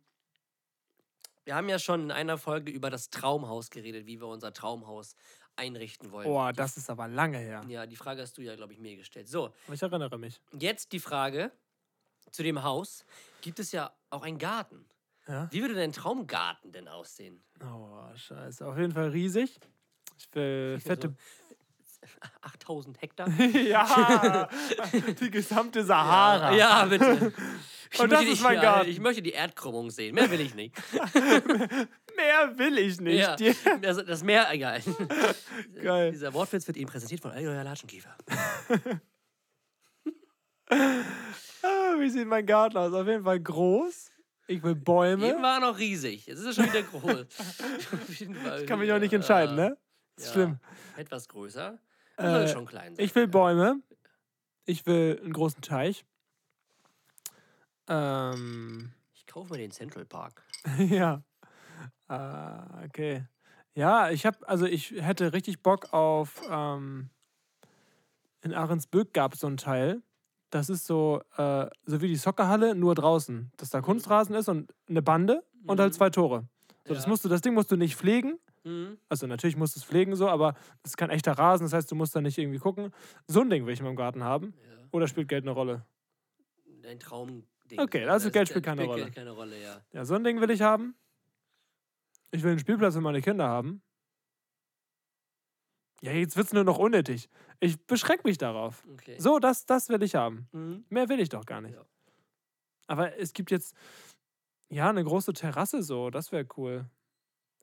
[SPEAKER 2] wir haben ja schon in einer Folge über das Traumhaus geredet, wie wir unser Traumhaus einrichten wollen.
[SPEAKER 1] Boah, das ist aber lange her.
[SPEAKER 2] Ja, die Frage hast du ja, glaube ich, mir gestellt. So,
[SPEAKER 1] Aber ich erinnere mich.
[SPEAKER 2] Jetzt die Frage zu dem Haus. Gibt es ja auch einen Garten.
[SPEAKER 1] Ja.
[SPEAKER 2] Wie würde dein Traumgarten denn aussehen?
[SPEAKER 1] Oh, scheiße. Auf jeden Fall riesig. Ich will
[SPEAKER 2] also.
[SPEAKER 1] fette.
[SPEAKER 2] 8000 Hektar?
[SPEAKER 1] ja! Die gesamte Sahara.
[SPEAKER 2] Ja, bitte. Ich
[SPEAKER 1] Und das
[SPEAKER 2] möchte
[SPEAKER 1] ist
[SPEAKER 2] die-
[SPEAKER 1] mein
[SPEAKER 2] ja,
[SPEAKER 1] Garten.
[SPEAKER 2] Ich möchte die Erdkrümmung sehen. Mehr will ich nicht.
[SPEAKER 1] Mehr will ich nicht.
[SPEAKER 2] Ja,
[SPEAKER 1] Die-
[SPEAKER 2] das, das Meer, egal.
[SPEAKER 1] Geil.
[SPEAKER 2] Dieser Wortwitz wird Ihnen präsentiert von Aloya Latschenkäfer.
[SPEAKER 1] Ah, wie sieht mein Garten aus? Auf jeden Fall groß. Ich will
[SPEAKER 2] Eben
[SPEAKER 1] Bäume.
[SPEAKER 2] war er noch riesig. Jetzt ist er schon wieder groß. Auf jeden Fall. äh,
[SPEAKER 1] Ich kann mich auch nicht entscheiden, ne? Ist schlimm.
[SPEAKER 2] Etwas größer. soll
[SPEAKER 1] Äh,
[SPEAKER 2] schon klein sein. ne?
[SPEAKER 1] Ich will Bäume. Ich will einen großen Teich. Ähm,
[SPEAKER 2] ich kaufe mir den Central Park.
[SPEAKER 1] ja. Ah, okay. Ja, ich habe, also ich hätte richtig Bock auf. Ähm, in Ahrensböck gab es so ein Teil. Das ist so, äh, so wie die Soccerhalle, nur draußen. Dass
[SPEAKER 2] Mhm.
[SPEAKER 1] da Kunstrasen ist und eine Bande und halt zwei Tore. So, das,
[SPEAKER 2] Ja.
[SPEAKER 1] musst du, das Ding musst du nicht pflegen.
[SPEAKER 2] Mhm.
[SPEAKER 1] Also natürlich musst du es pflegen so, aber es ist kein echter Rasen, das heißt, du musst da nicht irgendwie gucken. So ein Ding will ich in meinem Garten haben.
[SPEAKER 2] Ja.
[SPEAKER 1] Oder spielt Geld eine Rolle?
[SPEAKER 2] Dein Traum.
[SPEAKER 1] Okay, also Geld spielt keine Rolle.
[SPEAKER 2] Geld keine Rolle, ja.
[SPEAKER 1] Ja, so ein Ding will ich haben. Ich will einen Spielplatz für meine Kinder haben. Ja, jetzt wird's nur noch unnötig. Ich beschränke mich darauf.
[SPEAKER 2] Okay.
[SPEAKER 1] So, das, das will ich haben.
[SPEAKER 2] Mhm.
[SPEAKER 1] Mehr will ich doch gar nicht.
[SPEAKER 2] Ja.
[SPEAKER 1] Aber es gibt jetzt, ja, eine große Terrasse so, das wäre cool.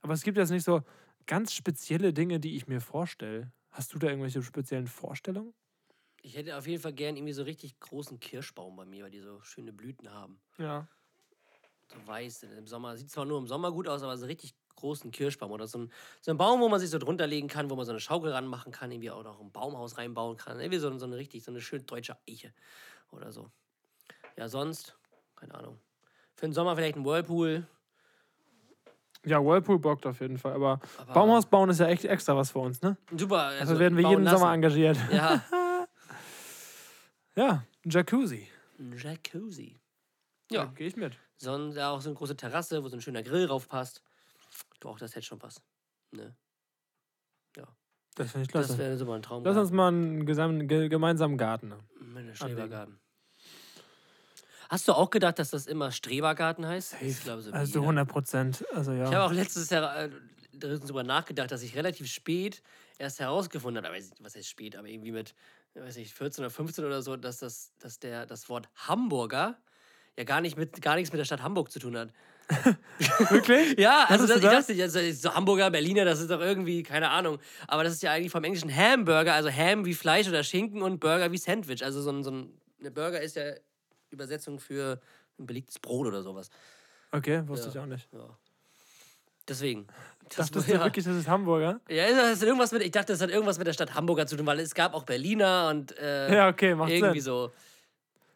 [SPEAKER 1] Aber es gibt jetzt nicht so ganz spezielle Dinge, die ich mir vorstelle. Hast du da irgendwelche speziellen Vorstellungen?
[SPEAKER 2] Ich hätte auf jeden Fall gern irgendwie so richtig großen Kirschbaum bei mir, weil die so schöne Blüten haben.
[SPEAKER 1] Ja.
[SPEAKER 2] So weiß, im Sommer. Sieht zwar nur im Sommer gut aus, aber so richtig großen Kirschbaum oder so ein, so ein Baum, wo man sich so drunter legen kann, wo man so eine Schaukel ranmachen kann, irgendwie auch noch ein Baumhaus reinbauen kann. Irgendwie so, so eine richtig, so eine schön deutsche Eiche oder so. Ja, sonst, keine Ahnung. Für den Sommer vielleicht ein Whirlpool.
[SPEAKER 1] Ja, Whirlpool bockt auf jeden Fall. Aber,
[SPEAKER 2] Aber
[SPEAKER 1] Baumhaus bauen ist ja echt extra was für uns, ne?
[SPEAKER 2] Super.
[SPEAKER 1] Also, werden wir
[SPEAKER 2] bauen
[SPEAKER 1] jeden Sommer
[SPEAKER 2] lassen.
[SPEAKER 1] engagiert.
[SPEAKER 2] Ja,
[SPEAKER 1] Ja, ein Jacuzzi.
[SPEAKER 2] ein Jacuzzi. Ja,
[SPEAKER 1] Gehe ich mit.
[SPEAKER 2] sonst auch so eine große Terrasse, wo so ein schöner Grill raufpasst. Doch, das hätte schon was. Ne?
[SPEAKER 1] Das finde ich
[SPEAKER 2] Das
[SPEAKER 1] klasse.
[SPEAKER 2] wäre so mal ein Traum.
[SPEAKER 1] Lass uns mal einen gesam- ge gemeinsamen Garten. haben.
[SPEAKER 2] Meine Strebergarten. Hast du auch gedacht, dass das immer Strebergarten heißt? Ich glaube so. wie
[SPEAKER 1] also
[SPEAKER 2] jeder.
[SPEAKER 1] 100 Prozent. Also ja.
[SPEAKER 2] Ich habe auch letztes Jahr äh, darüber nachgedacht, dass ich relativ spät erst herausgefunden habe, aber was heißt spät, aber irgendwie mit, weiß nicht, 14 oder 15 oder so, dass das, dass der, das Wort Hamburger ja gar, nicht mit, gar nichts mit der Stadt Hamburg zu tun hat.
[SPEAKER 1] Wirklich?
[SPEAKER 2] Ja, also das,
[SPEAKER 1] Wusstest
[SPEAKER 2] ich
[SPEAKER 1] du
[SPEAKER 2] dachte, also so Hamburger, Berliner, das ist doch irgendwie, keine Ahnung. Aber das ist ja eigentlich vom englischen Hamburger, also Ham wie Fleisch oder Schinken und Burger wie Sandwich. Also so ein, so ein eine Burger ist ja Übersetzung für ein belegtes Brot oder sowas.
[SPEAKER 1] Okay, wusste
[SPEAKER 2] Ja.
[SPEAKER 1] ich auch nicht.
[SPEAKER 2] Ja. Deswegen. Das,
[SPEAKER 1] Dachtest du
[SPEAKER 2] ja.
[SPEAKER 1] wirklich, das ist Hamburger?
[SPEAKER 2] Ja, das hat irgendwas mit, ich dachte, das hat irgendwas mit der Stadt Hamburger zu tun, weil es gab auch Berliner und äh,
[SPEAKER 1] Ja, okay, macht
[SPEAKER 2] irgendwie
[SPEAKER 1] Sinn.
[SPEAKER 2] so.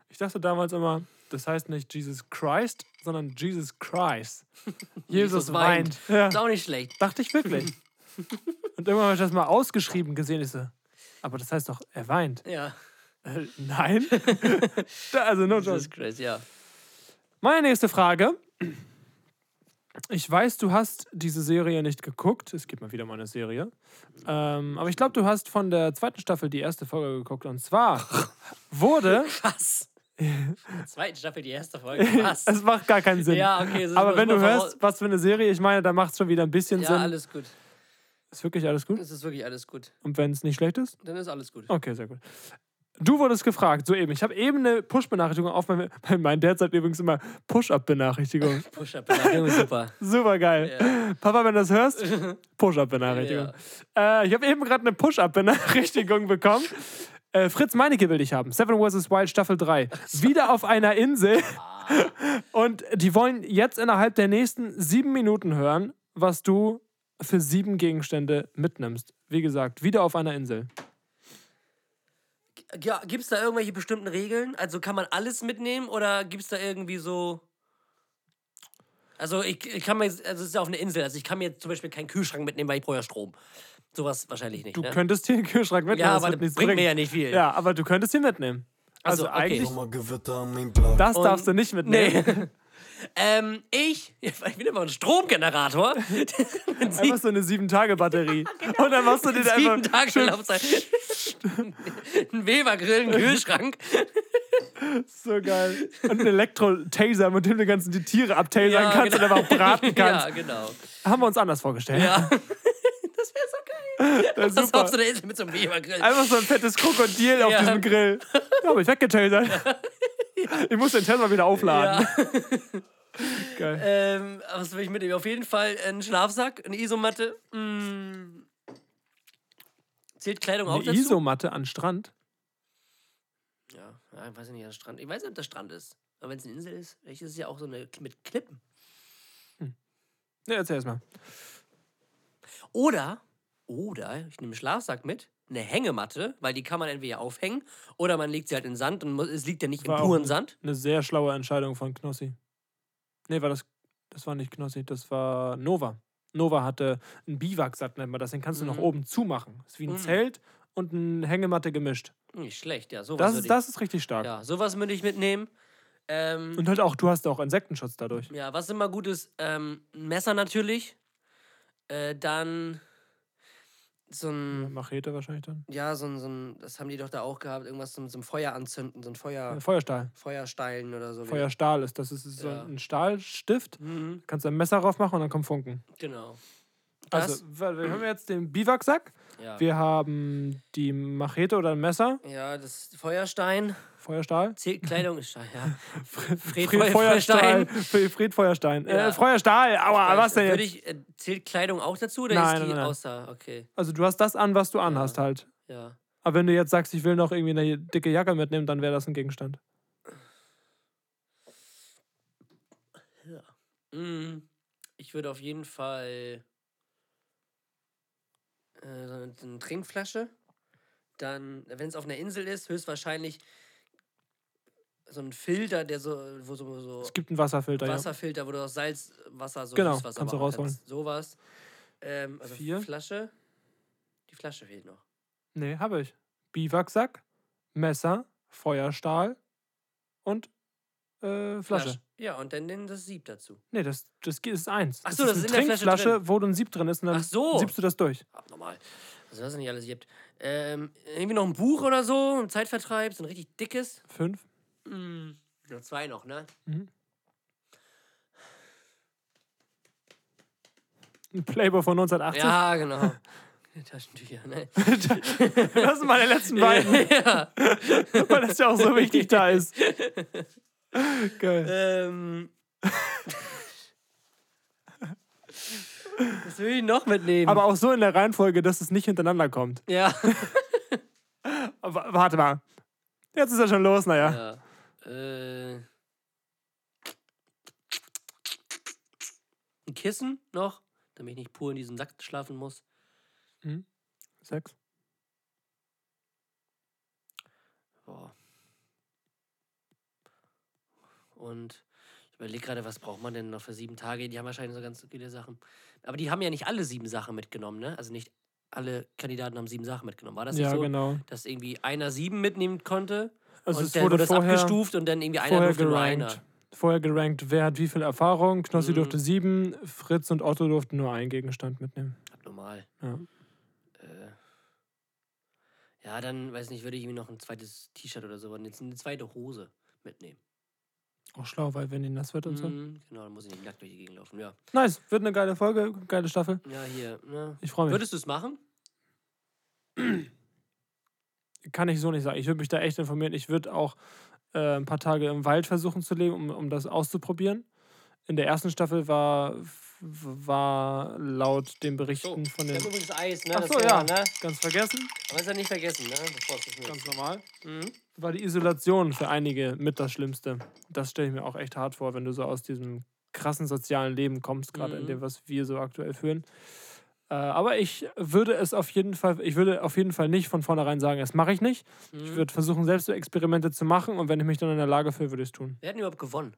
[SPEAKER 1] Ich dachte damals immer, das heißt nicht Jesus Christ, sondern Jesus Christ. Jesus weint.
[SPEAKER 2] Ist
[SPEAKER 1] Ja.
[SPEAKER 2] auch nicht schlecht.
[SPEAKER 1] Dachte ich wirklich. Und irgendwann habe ich das mal ausgeschrieben gesehen. Ich so, aber das heißt doch, er weint.
[SPEAKER 2] Ja,
[SPEAKER 1] Äh, nein. Da- also, no joke.
[SPEAKER 2] Jesus Christ, ja.
[SPEAKER 1] Meine nächste Frage. Ich weiß, du hast diese Serie nicht geguckt. Es gibt mal wieder mal eine Serie. Ähm, aber ich glaube, du hast von der zweiten Staffel die erste Folge geguckt. Und zwar wurde.
[SPEAKER 2] Was? Zweite Staffel, die erste Folge. Was?
[SPEAKER 1] Es macht gar keinen Sinn.
[SPEAKER 2] Ja, okay, es ist
[SPEAKER 1] aber
[SPEAKER 2] mal-
[SPEAKER 1] wenn
[SPEAKER 2] mal
[SPEAKER 1] du
[SPEAKER 2] voraus-
[SPEAKER 1] hörst, was für eine Serie ich meine, dann macht es schon wieder ein bisschen
[SPEAKER 2] Ja,
[SPEAKER 1] Sinn.
[SPEAKER 2] alles gut.
[SPEAKER 1] Ist wirklich alles gut?
[SPEAKER 2] Es ist wirklich alles gut.
[SPEAKER 1] Und wenn es nicht schlecht ist?
[SPEAKER 2] Dann ist alles gut.
[SPEAKER 1] Okay, sehr gut. Du wurdest gefragt, soeben. Ich habe eben eine Push-Benachrichtigung auf meinem. Mein Dad sagt übrigens immer Push-Up-Benachrichtigung.
[SPEAKER 2] Push-Up-Benachrichtigung, super.
[SPEAKER 1] Super geil. Papa, wenn du das hörst, Push-Up-Benachrichtigung. Äh, ich habe eben gerade eine Push-Up-Benachrichtigung bekommen. Äh, Fritz Meinecke will dich haben. Seven vs. Wild Staffel 3. Wieder auf einer Insel.
[SPEAKER 2] Ah.
[SPEAKER 1] Und die wollen jetzt innerhalb der nächsten sieben Minuten hören, was du für sieben Gegenstände mitnimmst. Wie gesagt, wieder auf einer Insel.
[SPEAKER 2] Ja, gibt es da irgendwelche bestimmten Regeln? Also kann man alles mitnehmen oder gibt es da irgendwie so. Also ich, ich kann mir jetzt, also es ist ja auf einer Insel, also ich kann mir jetzt zum Beispiel keinen Kühlschrank mitnehmen, weil ich brauche ja Strom. Sowas wahrscheinlich nicht.
[SPEAKER 1] Du
[SPEAKER 2] ne?
[SPEAKER 1] könntest hier einen Kühlschrank mitnehmen.
[SPEAKER 2] ja,
[SPEAKER 1] das
[SPEAKER 2] aber
[SPEAKER 1] wird
[SPEAKER 2] das
[SPEAKER 1] nichts
[SPEAKER 2] bringt mir
[SPEAKER 1] bringen.
[SPEAKER 2] ja nicht viel.
[SPEAKER 1] Ja, aber du könntest ihn mitnehmen. Also,
[SPEAKER 2] Also, okay.
[SPEAKER 1] eigentlich,
[SPEAKER 3] Sommergewitter um den Block.
[SPEAKER 1] das
[SPEAKER 2] Und-
[SPEAKER 1] darfst du nicht mitnehmen.
[SPEAKER 2] Nee. ähm, ich, ich bin immer ein Stromgenerator. Mit sieben-
[SPEAKER 1] Einfach so eine 7-Tage-Batterie. Und dann machst du den
[SPEAKER 2] genau. sieben
[SPEAKER 1] einfach
[SPEAKER 2] Tage Laufzeit. ein Webergrill, ein Kühlschrank.
[SPEAKER 1] so geil. Und einen Elektro-Taser, mit dem du ganzen die Tiere abtasern
[SPEAKER 2] Ja,
[SPEAKER 1] kannst
[SPEAKER 2] genau.
[SPEAKER 1] und einfach braten kannst.
[SPEAKER 2] Ja, genau.
[SPEAKER 1] Haben wir uns anders vorgestellt.
[SPEAKER 2] Ja. das wäre so geil.
[SPEAKER 1] Das
[SPEAKER 2] Das
[SPEAKER 1] ist
[SPEAKER 2] ist
[SPEAKER 1] super.
[SPEAKER 2] auf
[SPEAKER 1] Also
[SPEAKER 2] so einer Insel mit so einem Webergrill.
[SPEAKER 1] Einfach so ein fettes Krokodil auf
[SPEAKER 2] Ja.
[SPEAKER 1] diesem Grill. Ja, hab ich weggetasert. Ich muss den Taser wieder aufladen. Geil.
[SPEAKER 2] Ähm, was will ich mitnehmen? Auf jeden Fall einen Schlafsack, eine Isomatte. Mm. Zählt Kleidung auch
[SPEAKER 1] Eine
[SPEAKER 2] dazu?
[SPEAKER 1] Isomatte an Strand.
[SPEAKER 2] ja, ja, ich weiß ja nicht, ob das Strand. Ich weiß nicht, ob das Strand ist. Aber wenn es eine Insel ist, vielleicht ist es ja auch so eine mit Klippen.
[SPEAKER 1] Ja, erzähl erst mal.
[SPEAKER 2] Oder, oder, ich nehme einen Schlafsack mit eine Hängematte, weil die kann man entweder aufhängen oder man legt sie halt in Sand und mu- es liegt ja nicht im
[SPEAKER 1] War auch
[SPEAKER 2] puren
[SPEAKER 1] ein-
[SPEAKER 2] Sand.
[SPEAKER 1] Eine sehr schlaue Entscheidung von Knossi. Nee, war das. Das war nicht Knossi, das war Nova. Nova hatte einen Biwaksatt, nennt man das. Den kannst du nach
[SPEAKER 2] Mhm.
[SPEAKER 1] oben zumachen. Ist wie ein
[SPEAKER 2] Mhm.
[SPEAKER 1] Zelt und eine Hängematte gemischt.
[SPEAKER 2] Nicht schlecht, ja. Sowas
[SPEAKER 1] Das,
[SPEAKER 2] würde
[SPEAKER 1] ist, das ist richtig stark.
[SPEAKER 2] ich, ja, sowas würde ich mitnehmen. Ähm,
[SPEAKER 1] Und halt auch, du hast auch Insektenschutz dadurch.
[SPEAKER 2] Ja, was immer gut ist, ähm, ein Messer natürlich. Äh, dann so ein,
[SPEAKER 1] Machete wahrscheinlich dann.
[SPEAKER 2] ja, so ein, so ein, das haben die doch da auch gehabt, irgendwas zum, zum Feuer anzünden, so ein Feuer,
[SPEAKER 1] Äh, Feuerstahl.
[SPEAKER 2] Feuersteilen oder so. wie-
[SPEAKER 1] Feuerstahl ist das. ist so
[SPEAKER 2] Ja.
[SPEAKER 1] ein Stahlstift.
[SPEAKER 2] Mhm,
[SPEAKER 1] Kannst du ein Messer drauf machen und dann kommen Funken.
[SPEAKER 2] genau. Das,
[SPEAKER 1] Also, wa- wir haben jetzt den Biwaksack.
[SPEAKER 2] ja.
[SPEAKER 1] Wir haben die Machete oder ein Messer.
[SPEAKER 2] ja, das Feuerstein,
[SPEAKER 1] Feuerstahl.
[SPEAKER 2] Zäh- Kleidung ist ja. Fred
[SPEAKER 1] Fred Feuerstein. Fe- Fred Feuerstein.
[SPEAKER 2] Ja.
[SPEAKER 1] Äh, Feuerstahl. Aua, was denn
[SPEAKER 2] Würde
[SPEAKER 1] jetzt?
[SPEAKER 2] ich, äh, zählt Kleidung auch dazu oder
[SPEAKER 1] Nein,
[SPEAKER 2] ist die
[SPEAKER 1] nein, nein.
[SPEAKER 2] außer? Okay,
[SPEAKER 1] Also du hast das an, was du anhast
[SPEAKER 2] Ja.
[SPEAKER 1] halt.
[SPEAKER 2] ja.
[SPEAKER 1] Aber wenn du jetzt sagst, ich will noch irgendwie eine dicke Jacke mitnehmen, dann wäre das ein Gegenstand.
[SPEAKER 2] Mm, Ich würde auf jeden Fall äh, so eine, so eine Trinkflasche. Dann, wenn es auf einer Insel ist, höchstwahrscheinlich so ein Filter, der so, wo so, so
[SPEAKER 1] Es gibt einen Wasserfilter,
[SPEAKER 2] Wasserfilter, wo du auch Salzwasser, so
[SPEAKER 1] Genau,
[SPEAKER 2] Süßwasser
[SPEAKER 1] kannst du
[SPEAKER 2] machen
[SPEAKER 1] rausholen.
[SPEAKER 2] Sowas. Ähm, also
[SPEAKER 1] Vier.
[SPEAKER 2] Flasche. Die Flasche fehlt noch.
[SPEAKER 1] ja. Nee, habe ich. Biwaksack, Messer, Feuerstahl und äh, Flasche.
[SPEAKER 2] Flasch- Ja, und dann den, das Sieb dazu.
[SPEAKER 1] Nee, das, das ge- ist eins.
[SPEAKER 2] Ach
[SPEAKER 1] Das
[SPEAKER 2] so, das
[SPEAKER 1] eine
[SPEAKER 2] ist in der Flasche
[SPEAKER 1] Trinkflasche,
[SPEAKER 2] drin.
[SPEAKER 1] wo du ein Sieb drin ist und dann
[SPEAKER 2] Ach so.
[SPEAKER 1] siebst du das durch.
[SPEAKER 2] Abnormal. Also, das ist nicht alles gibt. Ähm, irgendwie noch ein Buch oder so, ein Zeitvertreib, so ein richtig dickes.
[SPEAKER 1] Fünf.
[SPEAKER 2] Mm, nur zwei noch, ne?
[SPEAKER 1] Ein Playboy von 1980.
[SPEAKER 2] Ja, genau. Taschentücher, ne?
[SPEAKER 1] Das sind meine letzten beiden,
[SPEAKER 2] ja.
[SPEAKER 1] weil das ja auch so wichtig da ist. Geil.
[SPEAKER 2] Ähm. Was will ich noch mitnehmen?
[SPEAKER 1] Aber auch so in der Reihenfolge, dass es nicht hintereinander kommt.
[SPEAKER 2] ja.
[SPEAKER 1] W- Warte mal. Jetzt ist er schon los, naja.
[SPEAKER 2] ja. Äh. Ein Kissen noch, damit ich nicht pur in diesen Sack schlafen muss.
[SPEAKER 1] Sechs.
[SPEAKER 2] Boah. Und ich überlege gerade, was braucht man denn noch für sieben Tage? Die haben wahrscheinlich so ganz viele Sachen. Aber die haben ja nicht alle sieben Sachen mitgenommen, ne? Also nicht alle Kandidaten haben sieben Sachen mitgenommen. War das
[SPEAKER 1] ja,
[SPEAKER 2] nicht so,
[SPEAKER 1] genau.
[SPEAKER 2] dass irgendwie einer sieben mitnehmen konnte?
[SPEAKER 1] Also
[SPEAKER 2] und
[SPEAKER 1] es
[SPEAKER 2] dann
[SPEAKER 1] wurde
[SPEAKER 2] das
[SPEAKER 1] vorher,
[SPEAKER 2] abgestuft und dann irgendwie einer
[SPEAKER 1] vorher
[SPEAKER 2] durfte nur
[SPEAKER 1] gerankt.
[SPEAKER 2] einer.
[SPEAKER 1] Vorher gerankt, wer hat wie viel Erfahrung. Knossi
[SPEAKER 2] Mhm.
[SPEAKER 1] durfte sieben, Fritz und Otto durften nur einen Gegenstand mitnehmen.
[SPEAKER 2] Abnormal.
[SPEAKER 1] Ja.
[SPEAKER 2] Äh, ja, dann, weiß nicht, würde ich mir noch ein zweites T-Shirt oder so, und jetzt eine zweite Hose mitnehmen.
[SPEAKER 1] Auch schlau, weil wenn ihnen nass wird und so.
[SPEAKER 2] Mhm, genau, dann muss ich nicht nackt durch die Gegend laufen. Ja,
[SPEAKER 1] Nice, wird eine geile Folge, geile Staffel.
[SPEAKER 2] ja hier. Ne?
[SPEAKER 1] Ich freue mich.
[SPEAKER 2] Würdest du es machen?
[SPEAKER 1] Kann ich so nicht sagen. Ich würde mich da echt informieren. Ich würde auch äh, ein paar Tage im Wald versuchen zu leben, um, um das auszuprobieren. In der ersten Staffel war, war laut den Berichten von
[SPEAKER 2] Ich
[SPEAKER 1] den.
[SPEAKER 2] hab übrigens Eis, ne?
[SPEAKER 1] Ach
[SPEAKER 2] das
[SPEAKER 1] so,
[SPEAKER 2] Thema,
[SPEAKER 1] ja.
[SPEAKER 2] Ne?
[SPEAKER 1] Ganz vergessen,
[SPEAKER 2] Aber ist ja nicht vergessen, ne? Bevor es das
[SPEAKER 1] ganz normal.
[SPEAKER 2] mhm.
[SPEAKER 1] War die Isolation für einige mit das Schlimmste. Das stelle ich mir auch echt hart vor, wenn du so aus diesem krassen sozialen Leben kommst, gerade in
[SPEAKER 2] Mhm.
[SPEAKER 1] dem, was wir so aktuell führen. Äh, aber ich würde es auf jeden Fall, ich würde auf jeden Fall nicht von vornherein sagen, das mache ich nicht.
[SPEAKER 2] Hm? Mhm.
[SPEAKER 1] Ich würde versuchen, selbst so Experimente zu machen und wenn ich mich dann in der Lage fühle, würde ich es tun.
[SPEAKER 2] Wer hat denn überhaupt gewonnen?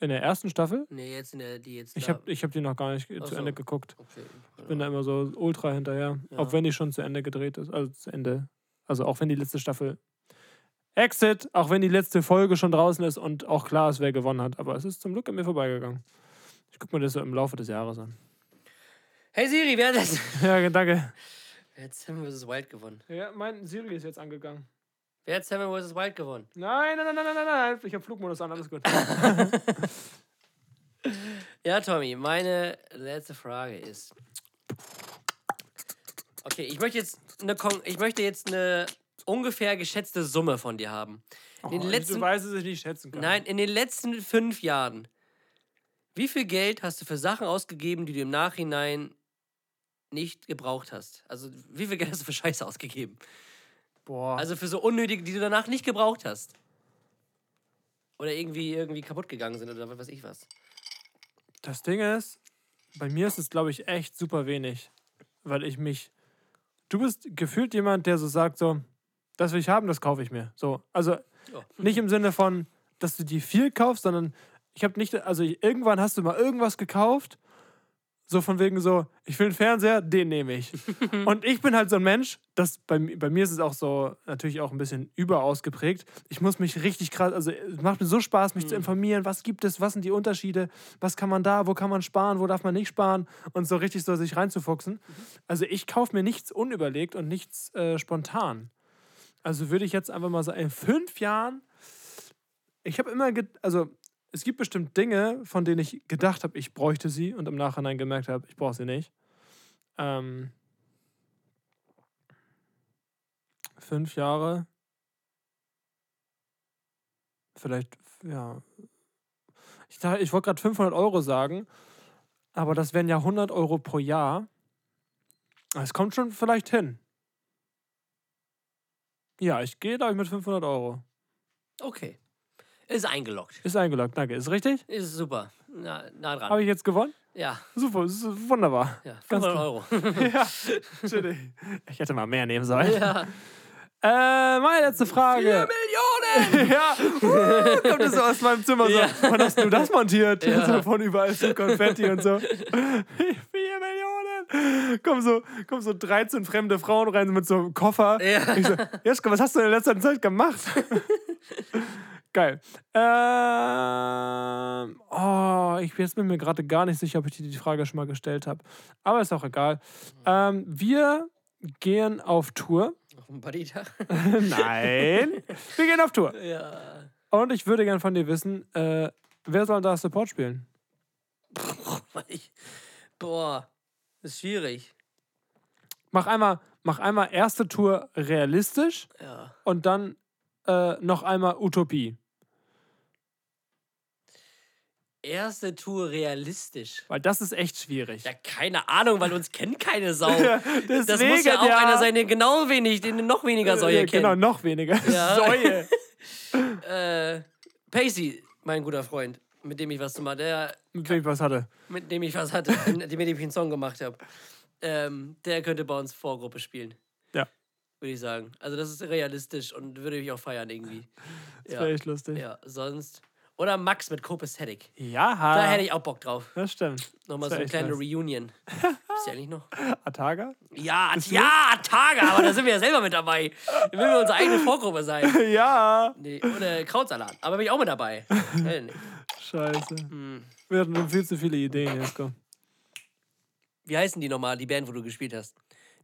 [SPEAKER 1] In der ersten Staffel,
[SPEAKER 2] Ne, jetzt in der, die jetzt.
[SPEAKER 1] ich
[SPEAKER 2] da-
[SPEAKER 1] habe ich hab die noch gar nicht
[SPEAKER 2] Ach
[SPEAKER 1] zu
[SPEAKER 2] so.
[SPEAKER 1] Ende geguckt.
[SPEAKER 2] Okay.
[SPEAKER 1] Ich bin da immer so ultra hinterher,
[SPEAKER 2] Ja.
[SPEAKER 1] auch wenn die schon zu Ende gedreht ist, also zu Ende. Also auch wenn die letzte Staffel Exit, auch wenn die letzte Folge schon draußen ist und auch klar ist, wer gewonnen hat. Aber es ist zum Glück an mir vorbeigegangen. Ich gucke mir das so im Laufe des Jahres an.
[SPEAKER 2] Hey Siri, wer hat das?
[SPEAKER 1] Ja, danke.
[SPEAKER 2] Wer hat Seven vs. Wild gewonnen?
[SPEAKER 1] Ja, mein Siri ist jetzt angegangen.
[SPEAKER 2] Wer hat Seven vs. Wild gewonnen?
[SPEAKER 1] Nein, nein, nein, nein, nein, nein. Ich habe Flugmodus an, alles gut.
[SPEAKER 2] Ja, Tommy, meine letzte Frage ist. Okay, ich möchte jetzt eine, Kon ich möchte jetzt eine ungefähr geschätzte Summe von dir haben.
[SPEAKER 1] Oh,
[SPEAKER 2] In den letzten,
[SPEAKER 1] Du weißt, dass ich nicht schätzen kann.
[SPEAKER 2] nein, in den letzten fünf Jahren. Wie viel Geld hast du für Sachen ausgegeben, die du im Nachhinein nicht gebraucht hast? Also, wie viel Geld hast du für Scheiße ausgegeben?
[SPEAKER 1] Boah.
[SPEAKER 2] Also für so unnötige, die du danach nicht gebraucht hast. Oder irgendwie, irgendwie kaputt gegangen sind oder was weiß ich was.
[SPEAKER 1] Das Ding ist, bei mir ist es, glaube ich, echt super wenig, weil ich mich du bist gefühlt jemand, der so sagt, so, das will ich haben, das kaufe ich mir. So, also nicht im Sinne von, dass du dir viel kaufst, sondern ich habe nicht, also ich, irgendwann hast du mal irgendwas gekauft, so von wegen so, ich will einen Fernseher, den nehme ich. Und ich bin halt so ein Mensch, das bei, mi- bei mir ist es auch so, natürlich auch ein bisschen überausgeprägt. Ich muss mich richtig krass, also es macht mir so Spaß, mich zu informieren, was gibt es, was sind die Unterschiede, was kann man da, wo kann man sparen, wo darf man nicht sparen und so richtig so sich reinzufuchsen. Also ich kaufe mir nichts unüberlegt und nichts äh, spontan. Also würde ich jetzt einfach mal sagen, in fünf Jahren, ich habe immer, ge- also es gibt bestimmt Dinge, von denen ich gedacht habe, ich bräuchte sie und im Nachhinein gemerkt habe, ich brauche sie nicht. Ähm, fünf Jahre. Vielleicht, ja. Ich, dachte- ich wollte gerade 500 Euro sagen, aber das wären ja 100 Euro pro Jahr. Es kommt schon vielleicht hin. Ja, ich gehe, glaube ich, mit 500 Euro.
[SPEAKER 2] Okay. Ist eingeloggt.
[SPEAKER 1] Ist eingeloggt, danke. Ist richtig?
[SPEAKER 2] Ist super. Na, nah dran.
[SPEAKER 1] Habe ich jetzt gewonnen?
[SPEAKER 2] Ja,
[SPEAKER 1] Super, das ist wunderbar.
[SPEAKER 2] ja. 500
[SPEAKER 1] Ganz klar.
[SPEAKER 2] Euro.
[SPEAKER 1] ja, natürlich. Ich hätte mal mehr nehmen sollen.
[SPEAKER 2] ja.
[SPEAKER 1] Äh, meine letzte Frage.
[SPEAKER 2] Millionen!
[SPEAKER 1] Ja, uh, kommt das so aus meinem Zimmer
[SPEAKER 2] Ja.
[SPEAKER 1] so. Wann hast du das montiert?
[SPEAKER 2] Ja.
[SPEAKER 1] So von überall so Konfetti und so. Vier Millionen! Kommen so, kommen so 13 fremde Frauen rein mit so einem Koffer.
[SPEAKER 2] Ja.
[SPEAKER 1] Ich so, Jeschko, was hast du in der letzten Zeit gemacht? Geil. Ähm, oh, ich jetzt bin mir gerade gar nicht sicher, ob ich dir die Frage schon mal gestellt habe. Aber ist auch egal. Ähm, wir gehen auf Tour.
[SPEAKER 2] Auf dem Bodytag.
[SPEAKER 1] Nein. Wir gehen auf Tour.
[SPEAKER 2] Ja.
[SPEAKER 1] Und ich würde gern von dir wissen, äh, wer soll da Support spielen?
[SPEAKER 2] Mann, ich- Boah, ist schwierig.
[SPEAKER 1] Mach einmal, mach einmal erste Tour realistisch
[SPEAKER 2] Ja.
[SPEAKER 1] und dann äh, noch einmal Utopie.
[SPEAKER 2] Erste Tour realistisch.
[SPEAKER 1] Weil das ist echt schwierig.
[SPEAKER 2] Ja, keine Ahnung, weil uns kennt keine Sau.
[SPEAKER 1] Deswegen,
[SPEAKER 2] Das muss ja auch einer sein, der genau wenig, den noch weniger Säue
[SPEAKER 1] ja, Genau,
[SPEAKER 2] kennt.
[SPEAKER 1] noch weniger.
[SPEAKER 2] Ja.
[SPEAKER 1] Säue.
[SPEAKER 2] Äh, Pacey, mein guter Freund, mit dem ich was zu machen, der,
[SPEAKER 1] Mit dem ich was hatte.
[SPEAKER 2] mit dem ich was hatte, mit dem ich einen Song gemacht habe, ähm, der könnte bei uns Vorgruppe spielen.
[SPEAKER 1] Ja.
[SPEAKER 2] Würde ich sagen. Also das ist realistisch und würde mich auch feiern irgendwie.
[SPEAKER 1] Das
[SPEAKER 2] ja.
[SPEAKER 1] wäre echt lustig. Ja,
[SPEAKER 2] ja, sonst. Oder Max mit Copacetic. Da hätte
[SPEAKER 1] ja
[SPEAKER 2] ich auch Bock drauf.
[SPEAKER 1] das stimmt.
[SPEAKER 2] Nochmal
[SPEAKER 1] Das
[SPEAKER 2] so
[SPEAKER 1] wär
[SPEAKER 2] eine
[SPEAKER 1] echt
[SPEAKER 2] kleine
[SPEAKER 1] nice.
[SPEAKER 2] Reunion. Ist ja nicht noch.
[SPEAKER 1] Ataga?
[SPEAKER 2] Ja, ja, Tage, aber da sind wir ja selber mit dabei. Da will wir unsere eigene Vorgruppe sein.
[SPEAKER 1] Ja,
[SPEAKER 2] Nee, ohne Krautsalat. Aber bin ich auch mit dabei. Äh, nee.
[SPEAKER 1] scheiße.
[SPEAKER 2] Hm.
[SPEAKER 1] Wir hatten schon viel zu viele Ideen, Jesko.
[SPEAKER 2] Wie heißen die nochmal, die Band, wo du gespielt hast?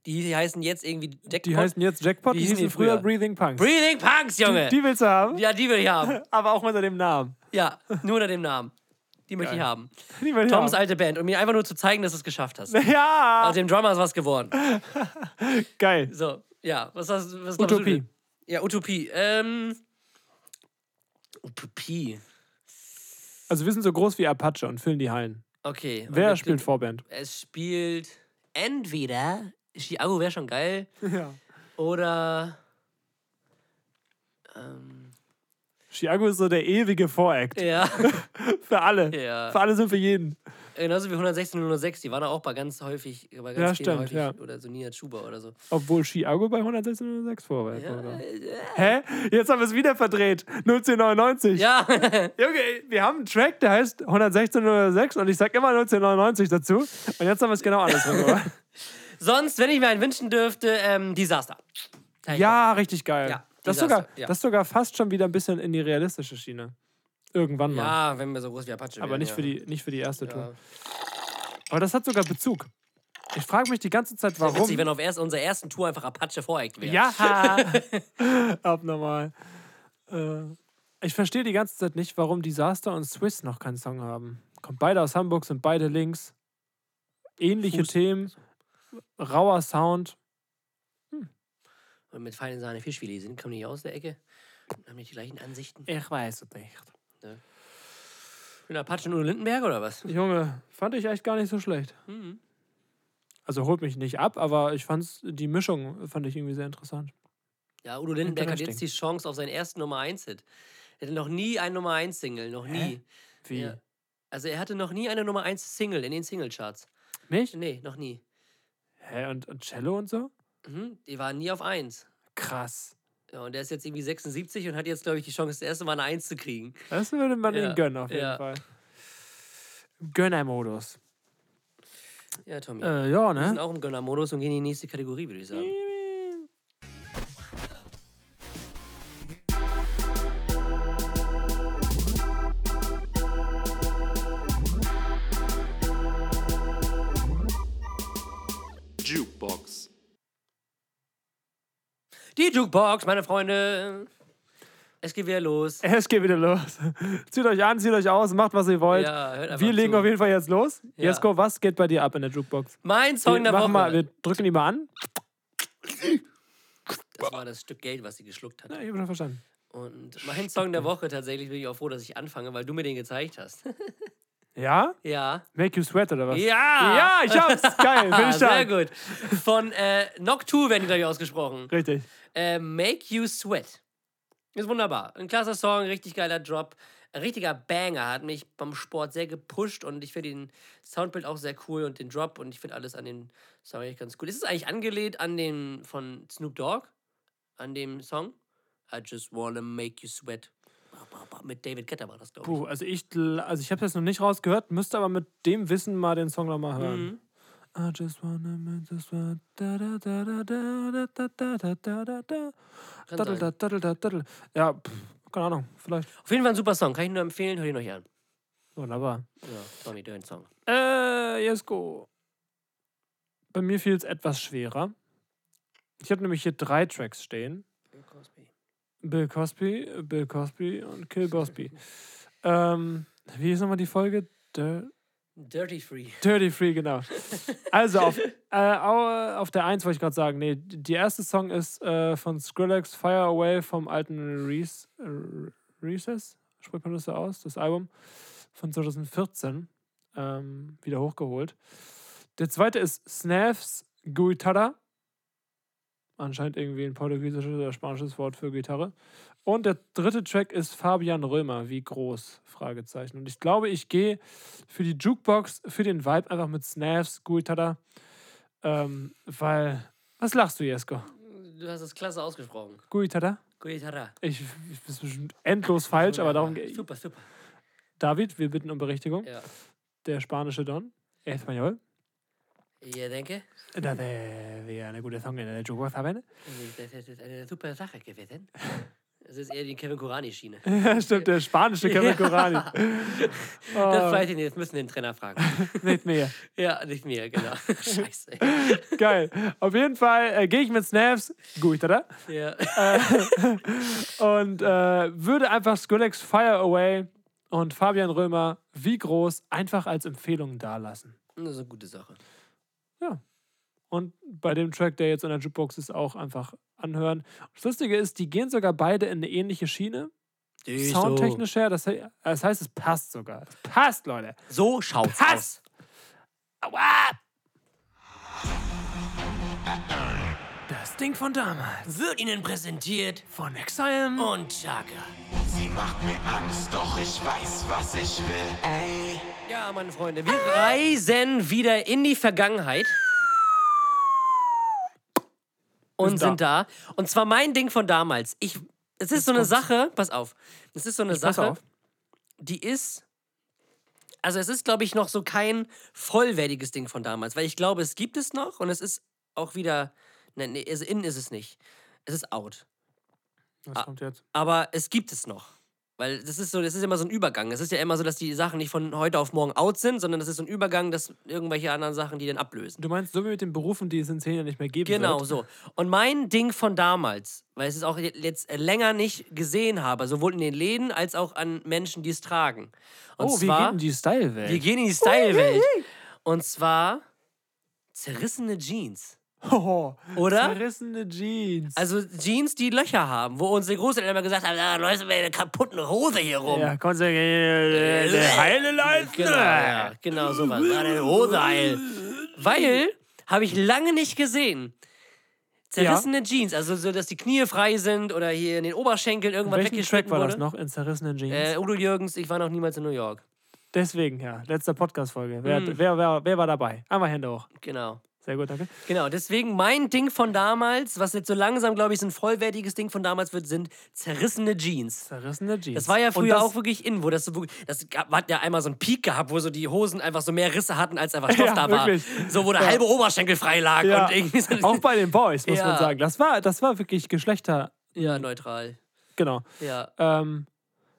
[SPEAKER 2] Die heißen jetzt irgendwie Deckpot.
[SPEAKER 1] Die heißen jetzt Jackpot,
[SPEAKER 2] Wie
[SPEAKER 1] die
[SPEAKER 2] hießen
[SPEAKER 1] hießen
[SPEAKER 2] die
[SPEAKER 1] früher
[SPEAKER 2] früher?
[SPEAKER 1] Breathing Punks.
[SPEAKER 2] Breathing Punks, Junge!
[SPEAKER 1] Die willst du haben,
[SPEAKER 2] ja, die will ich haben.
[SPEAKER 1] aber auch unter dem Namen.
[SPEAKER 2] Ja, nur unter dem Namen. Die möchte ich haben.
[SPEAKER 1] Die will ich
[SPEAKER 2] Toms Also-
[SPEAKER 1] haben.
[SPEAKER 2] alte Band, um mir einfach nur zu zeigen, dass du es geschafft hast.
[SPEAKER 1] Ja!
[SPEAKER 2] Aus dem Drummer ist was geworden.
[SPEAKER 1] Geil.
[SPEAKER 2] So, ja, was hast was glaubst du?
[SPEAKER 1] Utopie.
[SPEAKER 2] Ja, Utopie. Ähm, Utopie.
[SPEAKER 1] Also wir sind so groß wie Apache und füllen die Hallen.
[SPEAKER 2] Okay. und
[SPEAKER 1] Wer
[SPEAKER 2] mit-
[SPEAKER 1] spielt Vorband?
[SPEAKER 2] Es spielt entweder Chiago wäre schon geil
[SPEAKER 1] Ja.
[SPEAKER 2] oder ähm,
[SPEAKER 1] Chiago ist so der ewige Voract.
[SPEAKER 2] ja,
[SPEAKER 1] Für alle.
[SPEAKER 2] Ja.
[SPEAKER 1] Für alle sind für jeden.
[SPEAKER 2] genauso wie 116 und 106, die waren auch bei ganz häufig, bei ganz
[SPEAKER 1] Ja,
[SPEAKER 2] vielen
[SPEAKER 1] stimmt,
[SPEAKER 2] häufig
[SPEAKER 1] ja.
[SPEAKER 2] oder so Nina Schuber oder so.
[SPEAKER 1] Obwohl Chiago bei 116,06 Vorwahl war. Hä? Jetzt haben wir es wieder verdreht. 1999.
[SPEAKER 2] äh, Ja,
[SPEAKER 1] Junge, wir haben einen Track, der heißt 116,06 und ich sag immer 1999 dazu. Und jetzt haben wir es genau andersrum gemacht.
[SPEAKER 2] sonst, wenn ich mir einen wünschen dürfte, ähm, Desaster. Da ich
[SPEAKER 1] Ja, richtig geil.
[SPEAKER 2] Ja,
[SPEAKER 1] das, ist
[SPEAKER 2] Desaster,
[SPEAKER 1] sogar,
[SPEAKER 2] ja.
[SPEAKER 1] das ist sogar fast schon wieder ein bisschen in die realistische Schiene. Irgendwann
[SPEAKER 2] Bock.
[SPEAKER 1] mal.
[SPEAKER 2] Ja, wenn wir so groß wie Apache
[SPEAKER 1] Aber
[SPEAKER 2] wären,
[SPEAKER 1] nicht,
[SPEAKER 2] ja.
[SPEAKER 1] für die, nicht für die erste Tour.
[SPEAKER 2] Ja.
[SPEAKER 1] Aber das hat sogar Bezug. Ich frage mich die ganze Zeit,
[SPEAKER 2] Warum?
[SPEAKER 1] warum.
[SPEAKER 2] Witzig, wenn auf erst, unserer ersten Tour einfach Apache voreckt wäre.
[SPEAKER 1] ja, abnormal. Äh, ich verstehe die ganze Zeit nicht, warum Disaster und Swiss noch keinen Song haben. Kommt beide aus Hamburg, sind beide links. Ähnliche
[SPEAKER 2] Fuß.
[SPEAKER 1] Themen, rauer Sound.
[SPEAKER 2] Und mit feinen Sahne Fischfilet sind, kommen die aus der Ecke und haben nicht die gleichen Ansichten.
[SPEAKER 1] Ich weiß es nicht.
[SPEAKER 2] Mit Apache nur Lindenberg oder was?
[SPEAKER 1] Junge, fand ich echt gar nicht so schlecht.
[SPEAKER 2] Mhm.
[SPEAKER 1] Also holt mich nicht ab, aber ich fand's, die Mischung fand ich irgendwie sehr interessant.
[SPEAKER 2] Ja, Udo Lindenberg hat jetzt die
[SPEAKER 1] Interesting.
[SPEAKER 2] Chance auf seinen ersten Nummer 1-Hit. Er hatte noch nie einen Nummer 1-Single, noch nie.
[SPEAKER 1] Wie?
[SPEAKER 2] Ja. Also er hatte noch nie eine Nummer 1-Single in den Singlecharts.
[SPEAKER 1] Mich?
[SPEAKER 2] Nee, noch nie.
[SPEAKER 1] Hä, und, und Cello und so?
[SPEAKER 2] Mhm, die waren nie auf 1.
[SPEAKER 1] Krass.
[SPEAKER 2] Ja, und der ist jetzt irgendwie 76 und hat jetzt, glaube ich, die Chance, das erste Mal eine 1 zu kriegen.
[SPEAKER 1] Das würde man
[SPEAKER 2] Ja,
[SPEAKER 1] ihm gönnen, auf jeden
[SPEAKER 2] ja.
[SPEAKER 1] Fall. Gönnermodus.
[SPEAKER 2] Ja, Tommy.
[SPEAKER 1] Äh, ja,
[SPEAKER 2] Wir sind
[SPEAKER 1] ne?
[SPEAKER 2] auch im Gönnermodus und gehen in die nächste Kategorie, würde ich sagen.
[SPEAKER 5] Jukebox.
[SPEAKER 2] Die Jukebox, meine Freunde. Es geht wieder los.
[SPEAKER 1] Es geht wieder los. zieht euch an, zieht euch aus, macht, was ihr wollt.
[SPEAKER 2] Ja, hört einfach
[SPEAKER 1] wir legen
[SPEAKER 2] zu.
[SPEAKER 1] auf jeden Fall jetzt los.
[SPEAKER 2] Ja.
[SPEAKER 1] Jesko, was geht bei dir ab in der Jukebox?
[SPEAKER 2] Mein
[SPEAKER 1] Wir,
[SPEAKER 2] Song der Woche.
[SPEAKER 1] machen mal, wir drücken die mal an.
[SPEAKER 2] das war das Stück Geld, was sie geschluckt hat.
[SPEAKER 1] Ja, ich habe schon verstanden.
[SPEAKER 2] Und mein Song der Woche tatsächlich bin ich auch froh, dass ich anfange, weil du mir den gezeigt hast.
[SPEAKER 1] Ja?
[SPEAKER 2] ja.
[SPEAKER 1] Make you sweat oder was?
[SPEAKER 2] Ja!
[SPEAKER 1] Ja, ich hab's. Geil, bin ich
[SPEAKER 2] Ah, Sehr
[SPEAKER 1] stark.
[SPEAKER 2] gut. Von äh, Noctu werden die, glaube ich, ausgesprochen.
[SPEAKER 1] Richtig.
[SPEAKER 2] Äh, Make You Sweat. Ist wunderbar. Ein klasse Song, richtig geiler Drop. Ein richtiger Banger. Hat mich beim Sport sehr gepusht und ich finde den Soundbild auch sehr cool und den Drop und ich finde alles an den Song eigentlich ganz cool. Ist es eigentlich angelehnt an den von Snoop Dogg? An dem Song? I just wanna make you sweat. Ba, ba, ba. Mit David Guetta war das, glaube ich.
[SPEAKER 1] Puh, also ich, gl- also ich habe das noch nicht rausgehört, müsste aber mit dem Wissen mal den Song nochmal hören.
[SPEAKER 2] Mhm.
[SPEAKER 1] I just wanna make this world da da da da da da da da da da da
[SPEAKER 2] Kann
[SPEAKER 1] Daddel,
[SPEAKER 2] sein.
[SPEAKER 1] daddel, daddel, daddel. Ja, pff, keine Ahnung, vielleicht.
[SPEAKER 2] Auf jeden Fall ein super Song. Kann ich nur empfehlen. Hört ihn euch an.
[SPEAKER 1] Wunderbar.
[SPEAKER 2] Ja, Tommy, dein Song.
[SPEAKER 1] Äh, Jesko. Bei mir fiel es etwas schwerer. Ich habe nämlich hier drei Tracks stehen. Bill Cosby, äh, Bill Cosby und Kill Bosby. ähm, wie ist nochmal die Folge? Dir-
[SPEAKER 2] Dirty Free.
[SPEAKER 1] Dirty Free, genau. Also auf, äh, au- auf der 1 wollte ich gerade sagen, nee, die erste Song ist äh, von Skrillex, Fire Away vom alten Reese, äh, Reese's, spricht man das so aus, das Album von 2014, ähm, wieder hochgeholt. Der zweite ist Snaps Guitarra, anscheinend irgendwie ein portugiesisches oder spanisches Wort für Gitarre. Und der dritte Track ist Fabian Römer, wie groß? Fragezeichen. Und ich glaube, ich gehe für die Jukebox, für den Vibe einfach mit Snaps, Guitada. Ähm, weil. Was lachst du, Jesko?
[SPEAKER 2] Du hast es klasse ausgesprochen.
[SPEAKER 1] Guitada?
[SPEAKER 2] Guitarra.
[SPEAKER 1] Ich, ich bin bestimmt endlos falsch, aber darum geht
[SPEAKER 2] Super, super.
[SPEAKER 1] David, wir bitten um Berichtigung.
[SPEAKER 2] Ja.
[SPEAKER 1] Der spanische Don. Español.
[SPEAKER 2] Ich denke,
[SPEAKER 1] Da wir eine gute Song in der Jukebox haben. ne?
[SPEAKER 2] das ist eine super Sache gewesen. Es ist eher die Kevin Kurani-Schiene.
[SPEAKER 1] Ja, stimmt, der spanische Kevin Corani.
[SPEAKER 2] Das
[SPEAKER 1] Oh,
[SPEAKER 2] weiß ich nicht, jetzt müssen wir den Trainer fragen.
[SPEAKER 1] nicht mehr.
[SPEAKER 2] ja, nicht mir, genau. Scheiße.
[SPEAKER 1] Geil. Auf jeden Fall äh, gehe ich mit Snaps. Guitada.
[SPEAKER 2] Ja.
[SPEAKER 1] Und äh, würde einfach Skrillex Fire Away und Fabian Römer, wie groß, einfach als Empfehlung dalassen.
[SPEAKER 2] Das ist eine gute Sache.
[SPEAKER 1] Und bei dem Track, der jetzt in der Jukebox ist, auch einfach anhören. Das Lustige ist, die gehen sogar beide in eine ähnliche Schiene. Äh, Soundtechnisch her. Das, he- äh, das heißt, es passt sogar. Es passt, Leute.
[SPEAKER 2] So schaut's
[SPEAKER 1] Passt. Das Ding von damals.
[SPEAKER 2] aus. Wird Ihnen präsentiert von Exile und Chaka.
[SPEAKER 6] Sie macht mir Angst, doch ich weiß, was ich will. Ey.
[SPEAKER 2] Ja, meine Freunde, wir reisen wieder in die Vergangenheit. Und
[SPEAKER 1] Sind da.
[SPEAKER 2] sind da. Und zwar mein Ding von damals. Ich, es ist so eine Sache, pass auf. Es ist so eine
[SPEAKER 1] pass
[SPEAKER 2] Sache,
[SPEAKER 1] auf.
[SPEAKER 2] die ist. Also, es ist, glaube ich, noch so kein vollwertiges Ding von damals, weil ich glaube, es gibt es noch und es ist auch wieder. Nein, nee, also innen ist es nicht. Es ist out.
[SPEAKER 1] Was
[SPEAKER 2] Ah.
[SPEAKER 1] kommt jetzt?
[SPEAKER 2] Aber es gibt es noch. Weil das ist so, das ist immer so ein Übergang. Es ist ja immer so, dass die Sachen nicht von heute auf morgen out sind, sondern das ist so ein Übergang, dass irgendwelche anderen Sachen die dann ablösen.
[SPEAKER 1] Du meinst, so wie mit den Berufen, die es in zehn Jahren nicht mehr geben
[SPEAKER 2] Genau
[SPEAKER 1] wird?
[SPEAKER 2] so. Und mein Ding von damals, weil ich es auch jetzt länger nicht gesehen habe, sowohl in den Läden als auch an Menschen, die es tragen. Und
[SPEAKER 1] Oh, wir
[SPEAKER 2] zwar,
[SPEAKER 1] gehen in die Style-Welt.
[SPEAKER 2] wir gehen in die Style-Welt. Und zwar zerrissene Jeans.
[SPEAKER 1] Oh,
[SPEAKER 2] Oder?
[SPEAKER 1] Zerrissene Jeans.
[SPEAKER 2] Also Jeans, die Löcher haben, wo unsere Großeltern immer gesagt haben, da läuft mir eine kaputte Hose hier rum.
[SPEAKER 1] ja, kannst du äh, äh, äh, heile Leute.
[SPEAKER 2] Genau, ja, genau sowas. Ah, deine Hose heil. Weil, habe ich lange nicht gesehen. Zerrissene Jeans, also so, dass die Knie frei sind oder hier in den Oberschenkeln irgendwann
[SPEAKER 1] Welchen Track
[SPEAKER 2] weggeschnitten
[SPEAKER 1] war
[SPEAKER 2] wurde.
[SPEAKER 1] das noch in zerrissenen Jeans?
[SPEAKER 2] Äh, Udo Jürgens, ich war noch niemals in New York. Hm.
[SPEAKER 1] Deswegen, ja. Letzte Podcast-Folge. Wer, wer, wer, wer war dabei? Einmal Hände hoch.
[SPEAKER 2] Genau.
[SPEAKER 1] Sehr gut, danke.
[SPEAKER 2] Genau, deswegen mein Ding von damals, was jetzt so langsam, glaube ich, so ein vollwertiges Ding von damals wird, sind zerrissene Jeans.
[SPEAKER 1] Zerrissene Jeans.
[SPEAKER 2] Das war ja
[SPEAKER 1] Und
[SPEAKER 2] früher
[SPEAKER 1] das-
[SPEAKER 2] auch wirklich in, wo das so wirklich, das gab, hat ja einmal so einen Peak gehabt, wo so die Hosen einfach so mehr Risse hatten, als einfach Stoff
[SPEAKER 1] Ja,
[SPEAKER 2] da war.
[SPEAKER 1] wirklich.
[SPEAKER 2] So, wo der halbe Oberschenkel frei lag
[SPEAKER 1] ja,
[SPEAKER 2] und irgendwie so.
[SPEAKER 1] auch bei den Boys, muss
[SPEAKER 2] Ja.
[SPEAKER 1] man sagen. Das war, das war wirklich Geschlechter.
[SPEAKER 2] ja, neutral.
[SPEAKER 1] Genau.
[SPEAKER 2] Ja.
[SPEAKER 1] Ähm,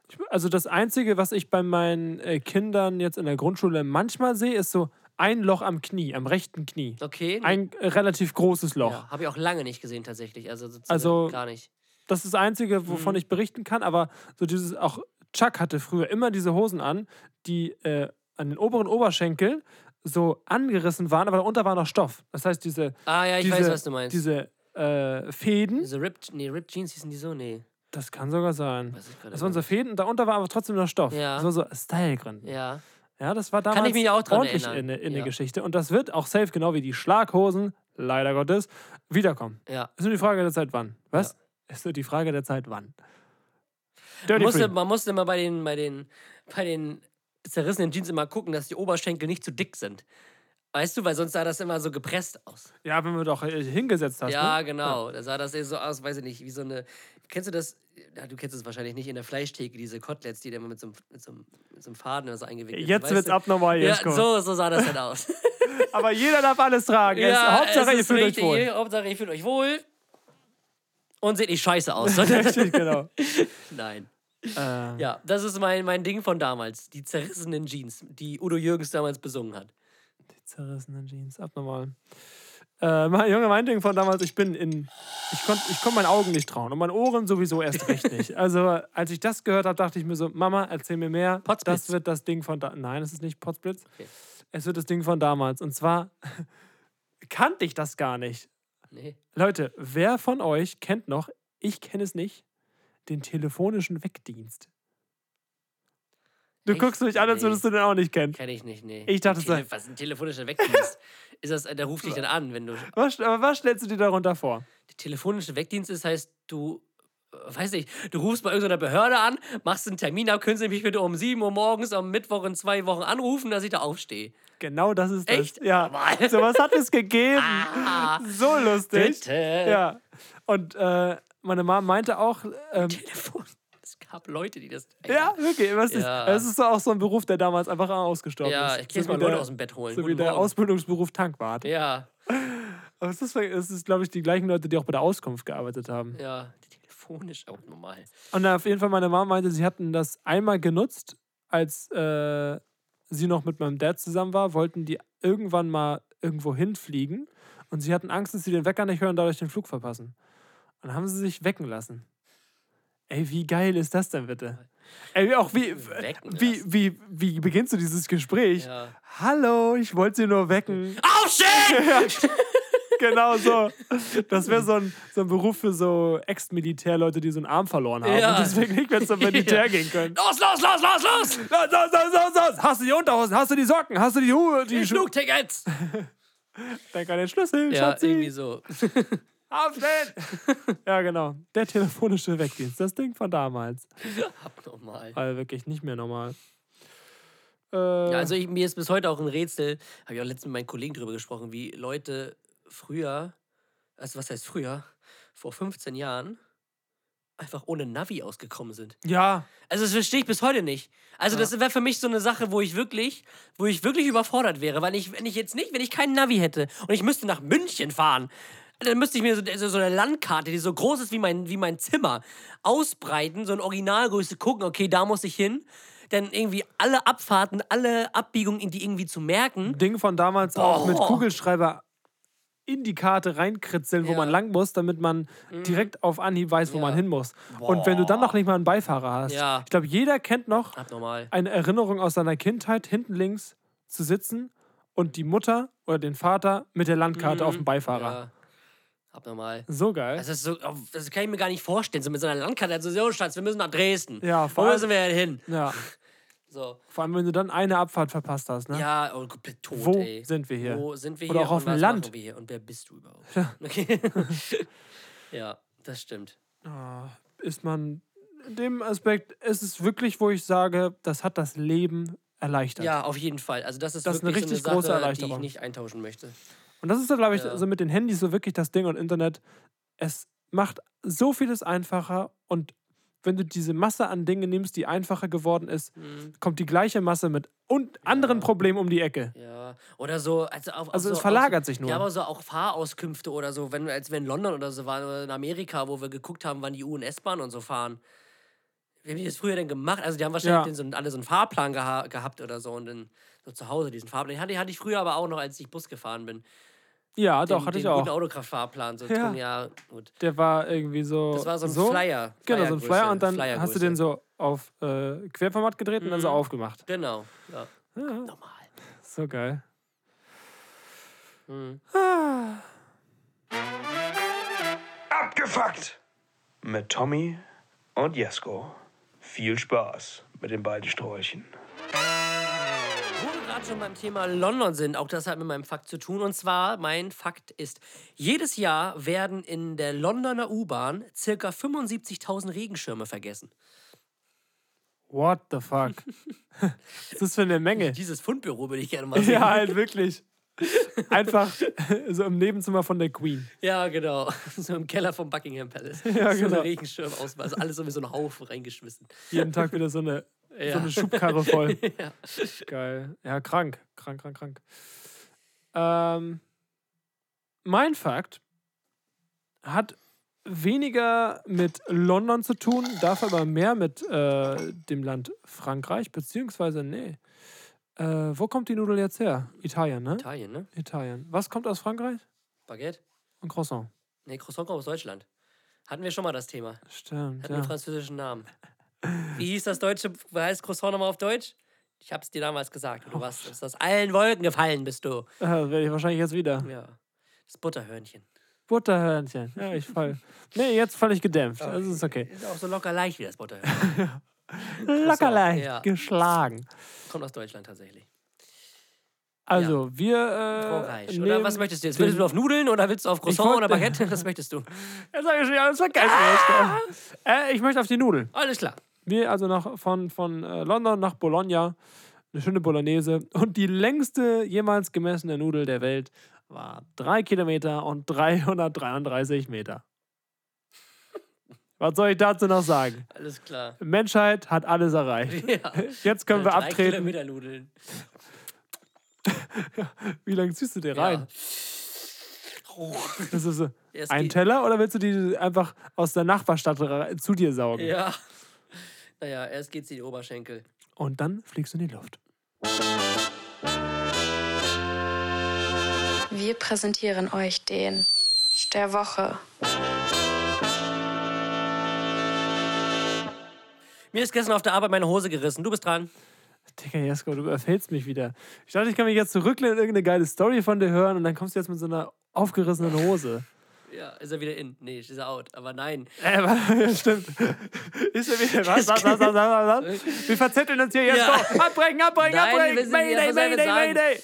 [SPEAKER 1] ich- also das Einzige, was ich bei meinen äh, Kindern jetzt in der Grundschule manchmal sehe, ist so ein Loch am Knie, am rechten Knie.
[SPEAKER 2] Okay.
[SPEAKER 1] Ein äh, relativ großes Loch.
[SPEAKER 2] ja, habe ich auch lange nicht gesehen, tatsächlich. Also, sozusagen
[SPEAKER 1] Also-
[SPEAKER 2] gar nicht.
[SPEAKER 1] Das ist das Einzige, wovon
[SPEAKER 2] Mhm.
[SPEAKER 1] ich berichten kann, aber so dieses, auch Chuck hatte früher immer diese Hosen an, die äh, an den oberen Oberschenkel so angerissen waren, aber darunter war noch Stoff. Das heißt, diese,
[SPEAKER 2] Ah, ja, ich
[SPEAKER 1] diese,
[SPEAKER 2] weiß, was du meinst. Diese,
[SPEAKER 1] diese äh, Fäden,
[SPEAKER 2] Ripped, nee, Ripped Jeans hießen die so? Nee.
[SPEAKER 1] das kann sogar sein.
[SPEAKER 2] Weiß ich gerade
[SPEAKER 1] Das waren
[SPEAKER 2] gar
[SPEAKER 1] so Fäden, darunter war aber trotzdem noch Stoff.
[SPEAKER 2] Ja.
[SPEAKER 1] Das war so Stylegründen.
[SPEAKER 2] Ja.
[SPEAKER 1] Ja, das war
[SPEAKER 2] ich
[SPEAKER 1] damals
[SPEAKER 2] mich auch dran
[SPEAKER 1] ordentlich
[SPEAKER 2] erinnern.
[SPEAKER 1] in, der- in
[SPEAKER 2] Ja.
[SPEAKER 1] der Geschichte. Und das wird auch safe, genau wie die Schlaghosen, leider Gottes, wiederkommen.
[SPEAKER 2] Ja.
[SPEAKER 1] Ist nur die Frage der Zeit, wann. Was? Ist nur die Frage der Zeit, wann. Dirty
[SPEAKER 2] Man musste,
[SPEAKER 1] Free.
[SPEAKER 2] man musste immer bei den, bei, den, bei den zerrissenen Jeans immer gucken, dass die Oberschenkel nicht zu dick sind. Weißt du, weil sonst sah das immer so gepresst aus.
[SPEAKER 1] Ja, wenn du doch äh, hingesetzt hast.
[SPEAKER 2] ja,
[SPEAKER 1] ne?
[SPEAKER 2] genau. Da sah das eher so aus, weiß ich nicht, wie so eine. Kennst du das? Na, du kennst es wahrscheinlich nicht in der Fleischtheke, diese Koteletts, die da immer mit so einem, mit so einem, mit so einem Faden oder so eingewickelt sind.
[SPEAKER 1] Jetzt
[SPEAKER 2] weißt
[SPEAKER 1] wird's
[SPEAKER 2] du?
[SPEAKER 1] abnormal,
[SPEAKER 2] Ja,
[SPEAKER 1] Jesko.
[SPEAKER 2] so, so sah das dann aus.
[SPEAKER 1] Aber jeder darf alles tragen. Es-
[SPEAKER 2] Ja,
[SPEAKER 1] Hauptsache,
[SPEAKER 2] es
[SPEAKER 1] ihr
[SPEAKER 2] ist
[SPEAKER 1] fühlt euch
[SPEAKER 2] richtig.
[SPEAKER 1] wohl.
[SPEAKER 2] Ihr- Hauptsache, ihr fühlt euch wohl. Und seht nicht scheiße aus. sondern-
[SPEAKER 1] Richtig, genau.
[SPEAKER 2] Nein.
[SPEAKER 1] Äh,
[SPEAKER 2] Ja, das ist mein, mein Ding von damals. Die zerrissenen Jeans, die Udo Jürgens damals besungen hat.
[SPEAKER 1] Zerrissene Jeans, abnormal. Äh, mein Junge, mein Ding von damals, ich bin in. Ich konnte ich konnt meinen Augen nicht trauen und meinen Ohren sowieso erst recht nicht. Also, als ich das gehört habe, dachte ich mir so: Mama, erzähl mir mehr.
[SPEAKER 2] Potzblitz.
[SPEAKER 1] Das wird das Ding von. Da Nein, es ist nicht Potzblitz. Es wird das Ding von damals. Und zwar kannte ich das gar nicht.
[SPEAKER 2] Nee.
[SPEAKER 1] Leute, wer von euch kennt noch, ich kenne es nicht, den telefonischen Weckdienst? Du
[SPEAKER 2] Echt?
[SPEAKER 1] guckst mich an, als
[SPEAKER 2] Nee.
[SPEAKER 1] würdest du den auch nicht kennen.
[SPEAKER 2] Kenn ich nicht, nee.
[SPEAKER 1] Ich dachte,
[SPEAKER 2] Ein Tele-
[SPEAKER 1] es
[SPEAKER 2] Was ein telefonischer Wegdienst? ist das, äh, der ruft dich dann an, wenn du.
[SPEAKER 1] Was, aber was stellst du dir darunter vor?
[SPEAKER 2] Der telefonische Wegdienst ist, heißt, du. äh, Weiß nicht, du rufst bei irgendeiner Behörde an, machst einen Termin ab, können sie mich bitte um 7 Uhr morgens am Mittwoch in zwei Wochen anrufen, dass ich da aufstehe.
[SPEAKER 1] Genau das ist das.
[SPEAKER 2] Echt?
[SPEAKER 1] Ja.
[SPEAKER 2] Mann.
[SPEAKER 1] Sowas hat es gegeben. so lustig.
[SPEAKER 2] Bitte.
[SPEAKER 1] Ja. Und äh, meine Mama meinte auch, ähm,
[SPEAKER 2] Telefon. Es gab Leute, die das.
[SPEAKER 1] ja, wirklich, was ist,
[SPEAKER 2] Ja.
[SPEAKER 1] es ist so auch so ein Beruf, der damals einfach ausgestorben
[SPEAKER 2] Ja,
[SPEAKER 1] ist.
[SPEAKER 2] ich geh jetzt
[SPEAKER 1] So
[SPEAKER 2] mal
[SPEAKER 1] wie
[SPEAKER 2] Leute
[SPEAKER 1] der-
[SPEAKER 2] aus dem Bett holen.
[SPEAKER 1] So wie
[SPEAKER 2] Guten
[SPEAKER 1] der
[SPEAKER 2] Morgen.
[SPEAKER 1] Ausbildungsberuf Tankwart.
[SPEAKER 2] Ja,
[SPEAKER 1] Aber es ist, es ist glaube ich, die gleichen Leute, die auch bei der Auskunft gearbeitet haben.
[SPEAKER 2] ja. Telefonisch auch normal.
[SPEAKER 1] Und auf jeden Fall, meine Mama meinte, sie hatten das einmal genutzt, als äh, sie noch mit meinem Dad zusammen war, wollten die irgendwann mal irgendwo hinfliegen. Und sie hatten Angst, dass sie den Wecker nicht hören und dadurch den Flug verpassen. Und dann haben sie sich wecken lassen. Ey, wie geil ist das denn bitte? Ey, auch wie,
[SPEAKER 2] Wecken
[SPEAKER 1] wie,
[SPEAKER 2] lassen.
[SPEAKER 1] wie, wie beginnst du dieses Gespräch?
[SPEAKER 2] Ja.
[SPEAKER 1] Hallo, ich wollte sie nur wecken.
[SPEAKER 2] Aufstehen!
[SPEAKER 1] Genau so. Das wäre so ein, so ein Beruf für so Ex-Militärleute, die so einen Arm verloren haben
[SPEAKER 2] Ja.
[SPEAKER 1] und deswegen nicht mehr zum Militär gehen können.
[SPEAKER 2] Los, los, los, los, los!
[SPEAKER 1] Los, los, los, los, los! Hast du die Unterhosen? Hast du die Socken? Hast du die Schuhe? Die Schuhe?
[SPEAKER 2] Flugtickets!
[SPEAKER 1] Denk an den Schlüssel,
[SPEAKER 2] Ja, irgendwie
[SPEAKER 1] Schatzi.
[SPEAKER 2] so.
[SPEAKER 1] Aufstehen! ja, genau. Der telefonische Wegdienst. Das Ding von damals.
[SPEAKER 2] Abnormal.
[SPEAKER 1] Weil wirklich nicht mehr normal. Äh,
[SPEAKER 2] Ja, also ich, mir ist bis heute auch ein Rätsel, habe ich auch letztens mit meinen Kollegen drüber gesprochen, wie Leute früher, also was heißt früher, vor 15 Jahren einfach ohne Navi ausgekommen sind.
[SPEAKER 1] ja,
[SPEAKER 2] Also das verstehe ich bis heute nicht. Also das wäre für mich so eine Sache, wo ich wirklich, wo ich wirklich überfordert wäre, weil ich, wenn ich jetzt nicht, wenn ich keinen Navi hätte und ich müsste nach München fahren, dann müsste ich mir so, so, so eine Landkarte, die so groß ist wie mein, wie mein Zimmer, ausbreiten, so in Originalgröße gucken, okay, da muss ich hin. Dann irgendwie alle Abfahrten, alle Abbiegungen, die irgendwie zu merken.
[SPEAKER 1] Ding von damals auch mit
[SPEAKER 2] Boah.
[SPEAKER 1] Kugelschreiber in die Karte reinkritzeln, wo
[SPEAKER 2] Ja. Mhm.
[SPEAKER 1] man lang muss, damit man direkt auf Anhieb weiß, wo
[SPEAKER 2] Ja.
[SPEAKER 1] man hin muss. Und wenn du dann noch nicht mal einen Beifahrer hast.
[SPEAKER 2] Ja.
[SPEAKER 1] Ich glaube, jeder kennt noch
[SPEAKER 2] Abnormal.
[SPEAKER 1] eine Erinnerung aus seiner Kindheit, hinten links zu sitzen und die Mutter oder den Vater mit der Landkarte auf dem Beifahrer.
[SPEAKER 2] Mhm. Ja. Also Abnormal.
[SPEAKER 1] So geil.
[SPEAKER 2] Das ist so, das kann ich mir gar nicht vorstellen. So mit so einer Landkarte, also so, Schatz, wir müssen nach Dresden.
[SPEAKER 1] Ja,
[SPEAKER 2] Wo
[SPEAKER 1] vor allem-
[SPEAKER 2] müssen wir denn hin?
[SPEAKER 1] ja,
[SPEAKER 2] So.
[SPEAKER 1] vor allem, wenn du dann eine Abfahrt verpasst hast. Ne?
[SPEAKER 2] Ja, oh, komplett tot,
[SPEAKER 1] Wo
[SPEAKER 2] ey.
[SPEAKER 1] sind wir hier?
[SPEAKER 2] Wo sind wir
[SPEAKER 1] Oder
[SPEAKER 2] hier?
[SPEAKER 1] auch auf
[SPEAKER 2] und
[SPEAKER 1] dem
[SPEAKER 2] was
[SPEAKER 1] Land?
[SPEAKER 2] machen Wir hier? Und wer bist du überhaupt? Ja. Okay. ja, das stimmt.
[SPEAKER 1] Ist man in dem Aspekt, ist es wirklich, wo ich sage, das hat das Leben erleichtert.
[SPEAKER 2] Ja, auf jeden Fall. Also das ist
[SPEAKER 1] Das ist eine
[SPEAKER 2] wirklich
[SPEAKER 1] richtig
[SPEAKER 2] so eine
[SPEAKER 1] große
[SPEAKER 2] Sache, die ich
[SPEAKER 1] Erleichterung.
[SPEAKER 2] nicht eintauschen möchte.
[SPEAKER 1] Und das ist, glaube ich,
[SPEAKER 2] Ja.
[SPEAKER 1] so mit den Handys so wirklich das Ding und Internet. Es macht so vieles einfacher und wenn du diese Masse an Dingen nimmst, die einfacher geworden ist,
[SPEAKER 2] Mhm.
[SPEAKER 1] kommt die gleiche Masse mit und anderen Problemen um die Ecke.
[SPEAKER 2] Ja, oder so. Also, auf, auf
[SPEAKER 1] Also
[SPEAKER 2] so,
[SPEAKER 1] es verlagert
[SPEAKER 2] auf,
[SPEAKER 1] sich nur.
[SPEAKER 2] Ja, aber so auch Fahrauskünfte oder so, wenn, als wir in London oder so waren oder in Amerika, wo wir geguckt haben, wann die U- und S-Bahn und so fahren. Wie haben die das früher denn gemacht? Also die haben wahrscheinlich
[SPEAKER 1] Ja.
[SPEAKER 2] den so, einen- alle so einen Fahrplan geha gehabt oder so und dann so zu Hause diesen Fahrplan. Den hatte, hatte ich früher aber auch noch, als ich Bus gefahren bin.
[SPEAKER 1] Ja,
[SPEAKER 2] Den,
[SPEAKER 1] doch, hatte
[SPEAKER 2] den
[SPEAKER 1] ich auch.
[SPEAKER 2] guten Autokraftfahrplan. So
[SPEAKER 1] Ja.
[SPEAKER 2] ja. ja, gut.
[SPEAKER 1] Der war irgendwie so.
[SPEAKER 2] Das war so ein Flyer.
[SPEAKER 1] Genau, so ein Flyer und dann
[SPEAKER 2] Flyergröße.
[SPEAKER 1] hast du den so auf äh, Querformat gedreht und dann so aufgemacht.
[SPEAKER 2] Genau. Ja.
[SPEAKER 1] Ja,
[SPEAKER 2] Normal.
[SPEAKER 1] so geil.
[SPEAKER 7] Abgefuckt! Mit Tommy und Jesko. Viel Spaß mit den beiden Sträuchen.
[SPEAKER 2] Wo wir gerade schon beim Thema London sind, auch das hat mit meinem Fakt zu tun. Und zwar, mein Fakt ist, jedes Jahr werden in der Londoner U-Bahn circa 75.000 Regenschirme vergessen.
[SPEAKER 1] What the fuck? Was ist das für eine Menge?
[SPEAKER 2] Dieses Fundbüro würde ich gerne mal sehen.
[SPEAKER 1] Ja, halt wirklich. Einfach so im Nebenzimmer von der Queen.
[SPEAKER 2] Ja, genau. So im Keller vom Buckingham Palace.
[SPEAKER 1] Ja,
[SPEAKER 2] So
[SPEAKER 1] genau.
[SPEAKER 2] ein Regenschirm aus, also alles so wie so ein Haufen reingeschmissen.
[SPEAKER 1] Jeden Tag wieder so eine, so
[SPEAKER 2] Ja.
[SPEAKER 1] eine Schubkarre voll.
[SPEAKER 2] Ja.
[SPEAKER 1] Geil. Ja, krank. Krank, krank, krank. Ähm, mein Fakt hat weniger mit London zu tun, dafür aber mehr mit äh, dem Land Frankreich, beziehungsweise, nee. Äh, wo kommt die Nudel jetzt her? Italien, ne?
[SPEAKER 2] Italien, ne?
[SPEAKER 1] Italien. Was kommt aus Frankreich?
[SPEAKER 2] Baguette?
[SPEAKER 1] Ein Croissant.
[SPEAKER 2] Ne, Croissant kommt aus Deutschland. Hatten wir schon mal das Thema.
[SPEAKER 1] Stimmt,
[SPEAKER 2] Hat
[SPEAKER 1] ja.
[SPEAKER 2] einen französischen Namen. Wie hieß das deutsche, wie heißt Croissant nochmal auf Deutsch? Ich hab's dir damals gesagt. Du warst ist aus allen Wolken gefallen, bist du.
[SPEAKER 1] Äh, Werde ich wahrscheinlich jetzt wieder.
[SPEAKER 2] Ja. Das Butterhörnchen.
[SPEAKER 1] Butterhörnchen. Ja, ich fall. Nee, jetzt falle ich gedämpft. Also ist okay.
[SPEAKER 2] Ist auch so locker leicht wie das Butterhörnchen.
[SPEAKER 1] Locker leicht
[SPEAKER 2] ja.
[SPEAKER 1] geschlagen.
[SPEAKER 2] Kommt aus Deutschland tatsächlich.
[SPEAKER 1] Also, wir.
[SPEAKER 2] Frankreich.
[SPEAKER 1] Äh,
[SPEAKER 2] Oder
[SPEAKER 1] nehmen
[SPEAKER 2] was möchtest du jetzt?
[SPEAKER 1] den-
[SPEAKER 2] Willst du auf Nudeln oder willst du auf Croissant
[SPEAKER 1] wollte-
[SPEAKER 2] oder Baguette? Das möchtest du.
[SPEAKER 1] Jetzt habe ich schon wieder alles vergessen.
[SPEAKER 2] Ah!
[SPEAKER 1] Äh, ich möchte auf die Nudeln.
[SPEAKER 2] Alles klar.
[SPEAKER 1] Wir also nach, von, von äh, London nach Bologna. Eine schöne Bolognese. Und die längste jemals gemessene Nudel der Welt war 3 Kilometer und 333 Meter. Was soll ich dazu noch sagen?
[SPEAKER 2] Alles klar.
[SPEAKER 1] Menschheit hat alles erreicht.
[SPEAKER 2] Ja. Äh,
[SPEAKER 1] Jetzt können wir
[SPEAKER 2] Drei
[SPEAKER 1] abtreten.
[SPEAKER 2] Kilometer Nudeln.
[SPEAKER 1] Wie lange ziehst du dir rein? Das ist so
[SPEAKER 2] Ja, es
[SPEAKER 1] ein
[SPEAKER 2] geht.
[SPEAKER 1] Teller oder willst du die einfach aus der Nachbarstadt ra- zu dir saugen?
[SPEAKER 2] Ja. Naja, erst geht's in die Oberschenkel.
[SPEAKER 1] Und dann fliegst du in die Luft.
[SPEAKER 8] Wir präsentieren euch den der Woche.
[SPEAKER 2] Mir ist gestern auf der Arbeit meine Hose gerissen. Du bist dran.
[SPEAKER 1] Digga, Jesko, du überfällst mich wieder. Ich dachte, ich kann mich jetzt zurücklehnen und irgendeine geile Story von dir hören und dann kommst du jetzt mit so einer aufgerissenen Hose.
[SPEAKER 2] Ja, ist er wieder in? Nee, ist er out. Aber nein.
[SPEAKER 1] Äh, wa- ja, stimmt. Ist ja wieder. Was, was, was, was, was, was? Wir verzetteln uns hier jetzt.
[SPEAKER 2] Ja.
[SPEAKER 1] doch. Abbrechen, abbrechen,
[SPEAKER 2] Nein, wir
[SPEAKER 1] abbrechen.
[SPEAKER 2] wissen nicht,
[SPEAKER 1] Mayday,
[SPEAKER 2] was soll ich
[SPEAKER 1] Mayday,
[SPEAKER 2] sagen?
[SPEAKER 1] Mayday.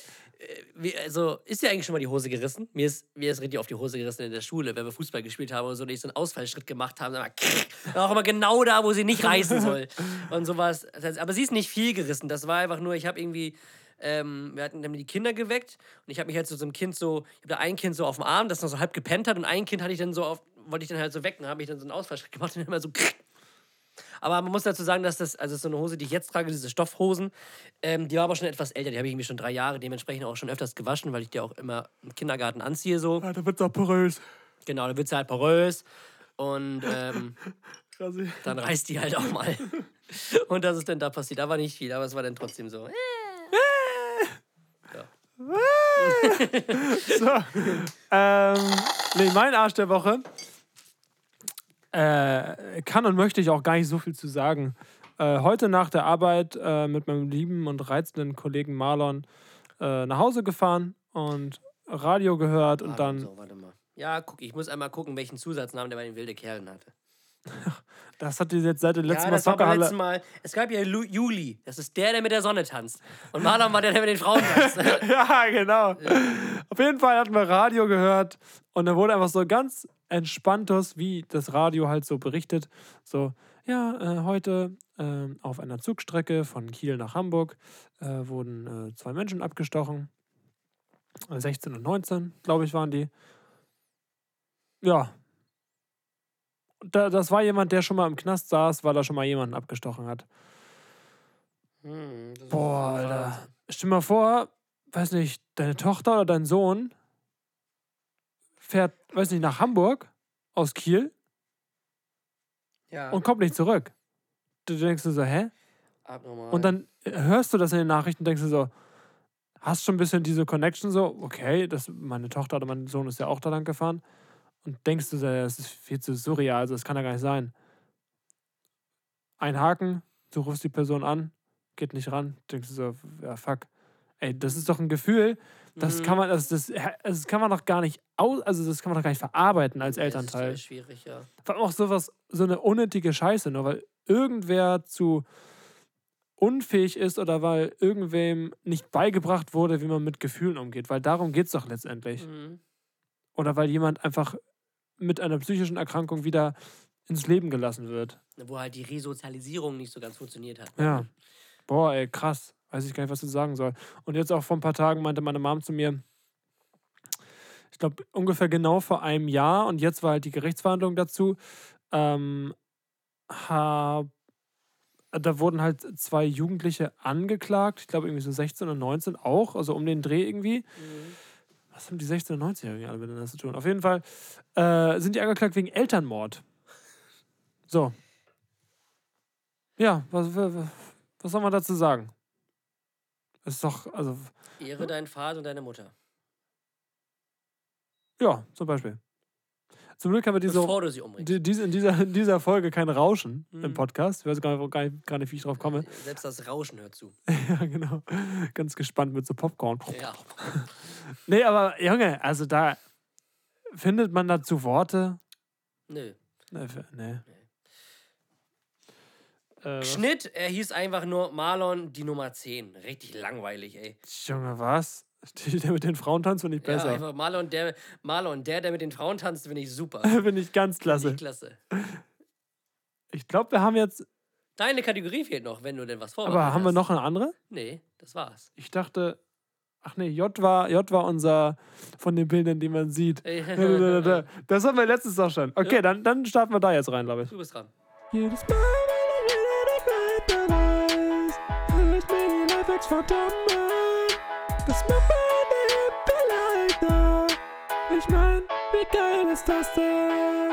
[SPEAKER 2] Wie, also, ist dir eigentlich schon mal die Hose gerissen? Mir ist, mir ist richtig auf die Hose gerissen in der Schule, wenn wir Fußball gespielt haben oder so und ich so einen Ausfallschritt gemacht habe. Dann war auch immer genau da, wo sie nicht reißen soll. Und sowas. Das heißt, aber sie ist nicht viel gerissen. Das war einfach nur, ich habe irgendwie. Ähm, wir hatten nämlich die Kinder geweckt und ich habe mich halt so zum Kind so, ich habe da ein Kind so auf dem Arm, das noch so halb gepennt hat und ein Kind hatte ich dann so auf, wollte ich dann halt so wecken, dann habe ich dann so einen Ausfallschritt gemacht und immer so Aber man muss dazu sagen, dass das, also so eine Hose, die ich jetzt trage, diese Stoffhosen, ähm, die war aber schon etwas älter. Die habe ich irgendwie schon drei Jahre, dementsprechend auch schon öfters gewaschen, weil ich die auch immer im Kindergarten anziehe. So.
[SPEAKER 1] Ah, da wird's auch porös.
[SPEAKER 2] Genau, dann wird sie halt porös und ähm,
[SPEAKER 1] Krass.
[SPEAKER 2] dann reißt die halt auch mal. Und das ist dann da passiert. Da war nicht viel, aber es war dann trotzdem so. äh,
[SPEAKER 1] Ähm, nee, mein Arsch der Woche. Äh, kann und möchte ich auch gar nicht so viel zu sagen. Äh, heute nach der Arbeit äh, mit meinem lieben und reizenden Kollegen Marlon äh, nach Hause gefahren und Radio gehört und dann
[SPEAKER 2] So, warte mal. Ja, guck, ich muss einmal gucken, welchen Zusatznamen der bei den wilde Kerlen hatte.
[SPEAKER 1] das hat die jetzt seit dem letzten
[SPEAKER 2] ja,
[SPEAKER 1] Mal
[SPEAKER 2] das war beim
[SPEAKER 1] Soccerhalle
[SPEAKER 2] letzten Mal. Es gab ja Lu Juli. Das ist der, der mit der Sonne tanzt. Und Marlon war der, der mit den Frauen tanzt.
[SPEAKER 1] ja, genau. Auf jeden Fall hatten wir Radio gehört und da wurde einfach so ganz entspanntes, wie das Radio halt so berichtet, so, ja, äh, heute ähm, auf einer äh, Zugstrecke von Kiel nach Hamburg äh, wurden äh, zwei Menschen abgestochen. 16 und 19, glaube ich, waren die. Ja. Da, das war jemand, der schon mal im Knast saß, weil er schon mal jemanden abgestochen hat.
[SPEAKER 2] Hm, das ist
[SPEAKER 1] Boah,
[SPEAKER 2] Wahnsinn.
[SPEAKER 1] Alter. Stell mal vor, weiß nicht, deine Tochter oder dein Sohn fährt, weiß nicht, nach Hamburg aus Kiel
[SPEAKER 2] Ja,
[SPEAKER 1] und kommt nicht zurück. Du denkst dir so, hä?
[SPEAKER 2] abnormal.
[SPEAKER 1] Und dann hörst du das in den Nachrichten und denkst dir so, hast schon ein bisschen diese Connection so, okay, das, meine Tochter oder mein Sohn ist ja auch da lang gefahren. Und denkst du, so, ja, das ist viel zu surreal, also das kann ja gar nicht sein. Ein Haken, du rufst die Person an, geht nicht ran, denkst du so, ja fuck. Ey, das ist doch ein Gefühl, das
[SPEAKER 2] Mhm.
[SPEAKER 1] kann man, das, das, das kann man doch gar nicht aus, also das kann man doch gar nicht verarbeiten als Elternteil.
[SPEAKER 2] Das ist sehr schwierig, ja.
[SPEAKER 1] Vor allem auch sowas, so eine unnötige Scheiße, nur weil irgendwer zu unfähig ist oder weil irgendwem nicht beigebracht wurde, wie man mit Gefühlen umgeht, weil darum geht es doch letztendlich.
[SPEAKER 2] Mhm.
[SPEAKER 1] Oder weil jemand einfach mit einer psychischen Erkrankung wieder ins Leben gelassen wird.
[SPEAKER 2] Wo halt die Resozialisierung nicht so ganz funktioniert hat.
[SPEAKER 1] Ja. Boah, ey, krass. Weiß ich gar nicht, was ich sagen soll. Und jetzt auch vor ein paar Tagen meinte meine Mom zu mir, ich glaube, ungefähr genau vor einem Jahr, und jetzt war halt die Gerichtsverhandlung dazu, ähm, hab, da wurden halt zwei Jugendliche angeklagt, ich glaube irgendwie so 16 und 19 auch, also um den Dreh irgendwie. Was haben die 16 und 19 irgendwie alle miteinander zu tun? Auf jeden Fall äh, sind die angeklagt wegen Elternmord. So. Ja, was, wa- wa- was soll man dazu sagen? Ist doch, also,
[SPEAKER 2] Ehre deinen Vater und deine Mutter.
[SPEAKER 1] ja, zum Beispiel. Zum Glück haben wir diese,
[SPEAKER 2] Bevor du sie umbringst.
[SPEAKER 1] die, diese, in, dieser, in dieser Folge kein Rauschen im
[SPEAKER 2] Mhm.
[SPEAKER 1] Podcast. Ich weiß gar nicht, gar nicht, gar nicht wie ich drauf komme.
[SPEAKER 2] Selbst das Rauschen hört zu.
[SPEAKER 1] ja, genau. Ganz gespannt mit so Popcorn.
[SPEAKER 2] Ja.
[SPEAKER 1] Nee, aber Junge, also da findet man dazu Worte.
[SPEAKER 2] Nö.
[SPEAKER 1] Nee. für- nee. Äh, was?
[SPEAKER 2] Schnitt, er hieß einfach nur Marlon, die Nummer 10. Richtig langweilig, ey.
[SPEAKER 1] Junge, was? Der mit den Frauen tanzt finde ich
[SPEAKER 2] Ja,
[SPEAKER 1] besser.
[SPEAKER 2] einfach Marlon, der, Marlon, der, der mit den Frauen tanzt, finde ich super.
[SPEAKER 1] finde ich ganz klasse.
[SPEAKER 2] Finde ich klasse.
[SPEAKER 1] Ich glaube, wir haben jetzt.
[SPEAKER 2] Deine Kategorie fehlt noch, wenn du denn was vorbereitet
[SPEAKER 1] Aber haben wir
[SPEAKER 2] hast.
[SPEAKER 1] noch eine andere?
[SPEAKER 2] Nee, das war's.
[SPEAKER 1] Ich dachte, ach nee, J war, J war unser von den Bildern, die man sieht. äh,
[SPEAKER 2] du
[SPEAKER 1] Das hatten wir letztens auch schon. Okay, dann, dann starten wir da jetzt rein, glaube ich.
[SPEAKER 2] bist dran.
[SPEAKER 1] Jedes Mal, wenn ich wieder dabei ist, höre ich mir die Lifehacks von Tom an. Das macht meine Hippe leichter. Ich mein, wie geil ist das denn?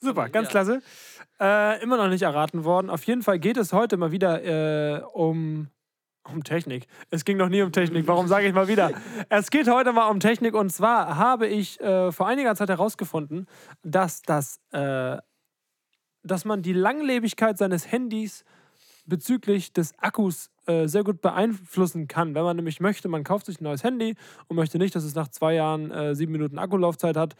[SPEAKER 1] Super, ganz
[SPEAKER 2] Ja.
[SPEAKER 1] klasse. Äh, immer noch nicht erraten worden. Auf jeden Fall geht es heute mal wieder äh, um, um Technik. Es ging noch nie um Technik. Warum sage ich mal wieder? Es geht heute mal um Technik. Und zwar habe ich äh, vor einiger Zeit herausgefunden, dass, das, äh, dass man die Langlebigkeit seines Handys bezüglich des Akkus äh, sehr gut beeinflussen kann. Wenn man nämlich möchte, man kauft sich ein neues Handy und möchte nicht, dass es nach zwei Jahren äh, sieben Minuten Akkulaufzeit hat, äh,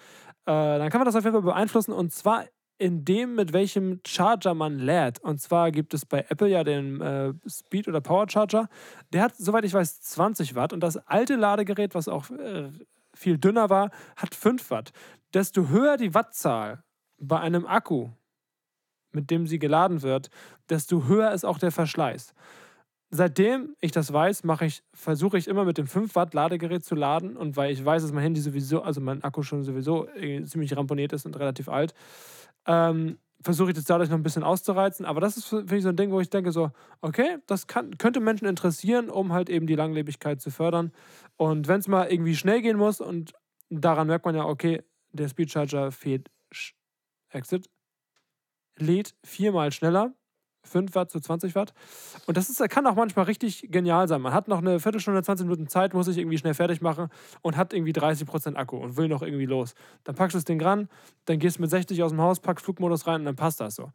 [SPEAKER 1] dann kann man das auf jeden Fall beeinflussen und zwar in dem, mit welchem Charger man lädt. Und zwar gibt es bei Apple ja den äh, Speed- oder Power-Charger. Der hat, soweit ich weiß, 20 Watt und das alte Ladegerät, was auch äh, viel dünner war, hat 5 Watt. Desto höher die Wattzahl bei einem Akku, mit dem sie geladen wird, desto höher ist auch der Verschleiß. Seitdem ich das weiß, mache ich, versuche ich immer mit dem 5 Watt Ladegerät zu laden und weil ich weiß, dass mein Handy sowieso, also mein Akku schon sowieso äh, ziemlich ramponiert ist und relativ alt, ähm, versuche ich das dadurch noch ein bisschen auszureizen. Aber das ist, finde ich, so ein Ding, wo ich denke so, okay, das kann, könnte Menschen interessieren, um halt eben die Langlebigkeit zu fördern. Und wenn es mal irgendwie schnell gehen muss und daran merkt man ja, okay, der Speedcharger fehlt sch- Exit, lädt viermal schneller. 5 Watt zu 20 Watt. Und das ist, kann auch manchmal richtig genial sein. Man hat noch eine Viertelstunde, 20 Minuten Zeit, muss sich irgendwie schnell fertig machen und hat irgendwie 30% Akku und will noch irgendwie los. Dann packst du das Ding ran, dann gehst du mit 60 aus dem Haus, packst Flugmodus rein und dann passt das so.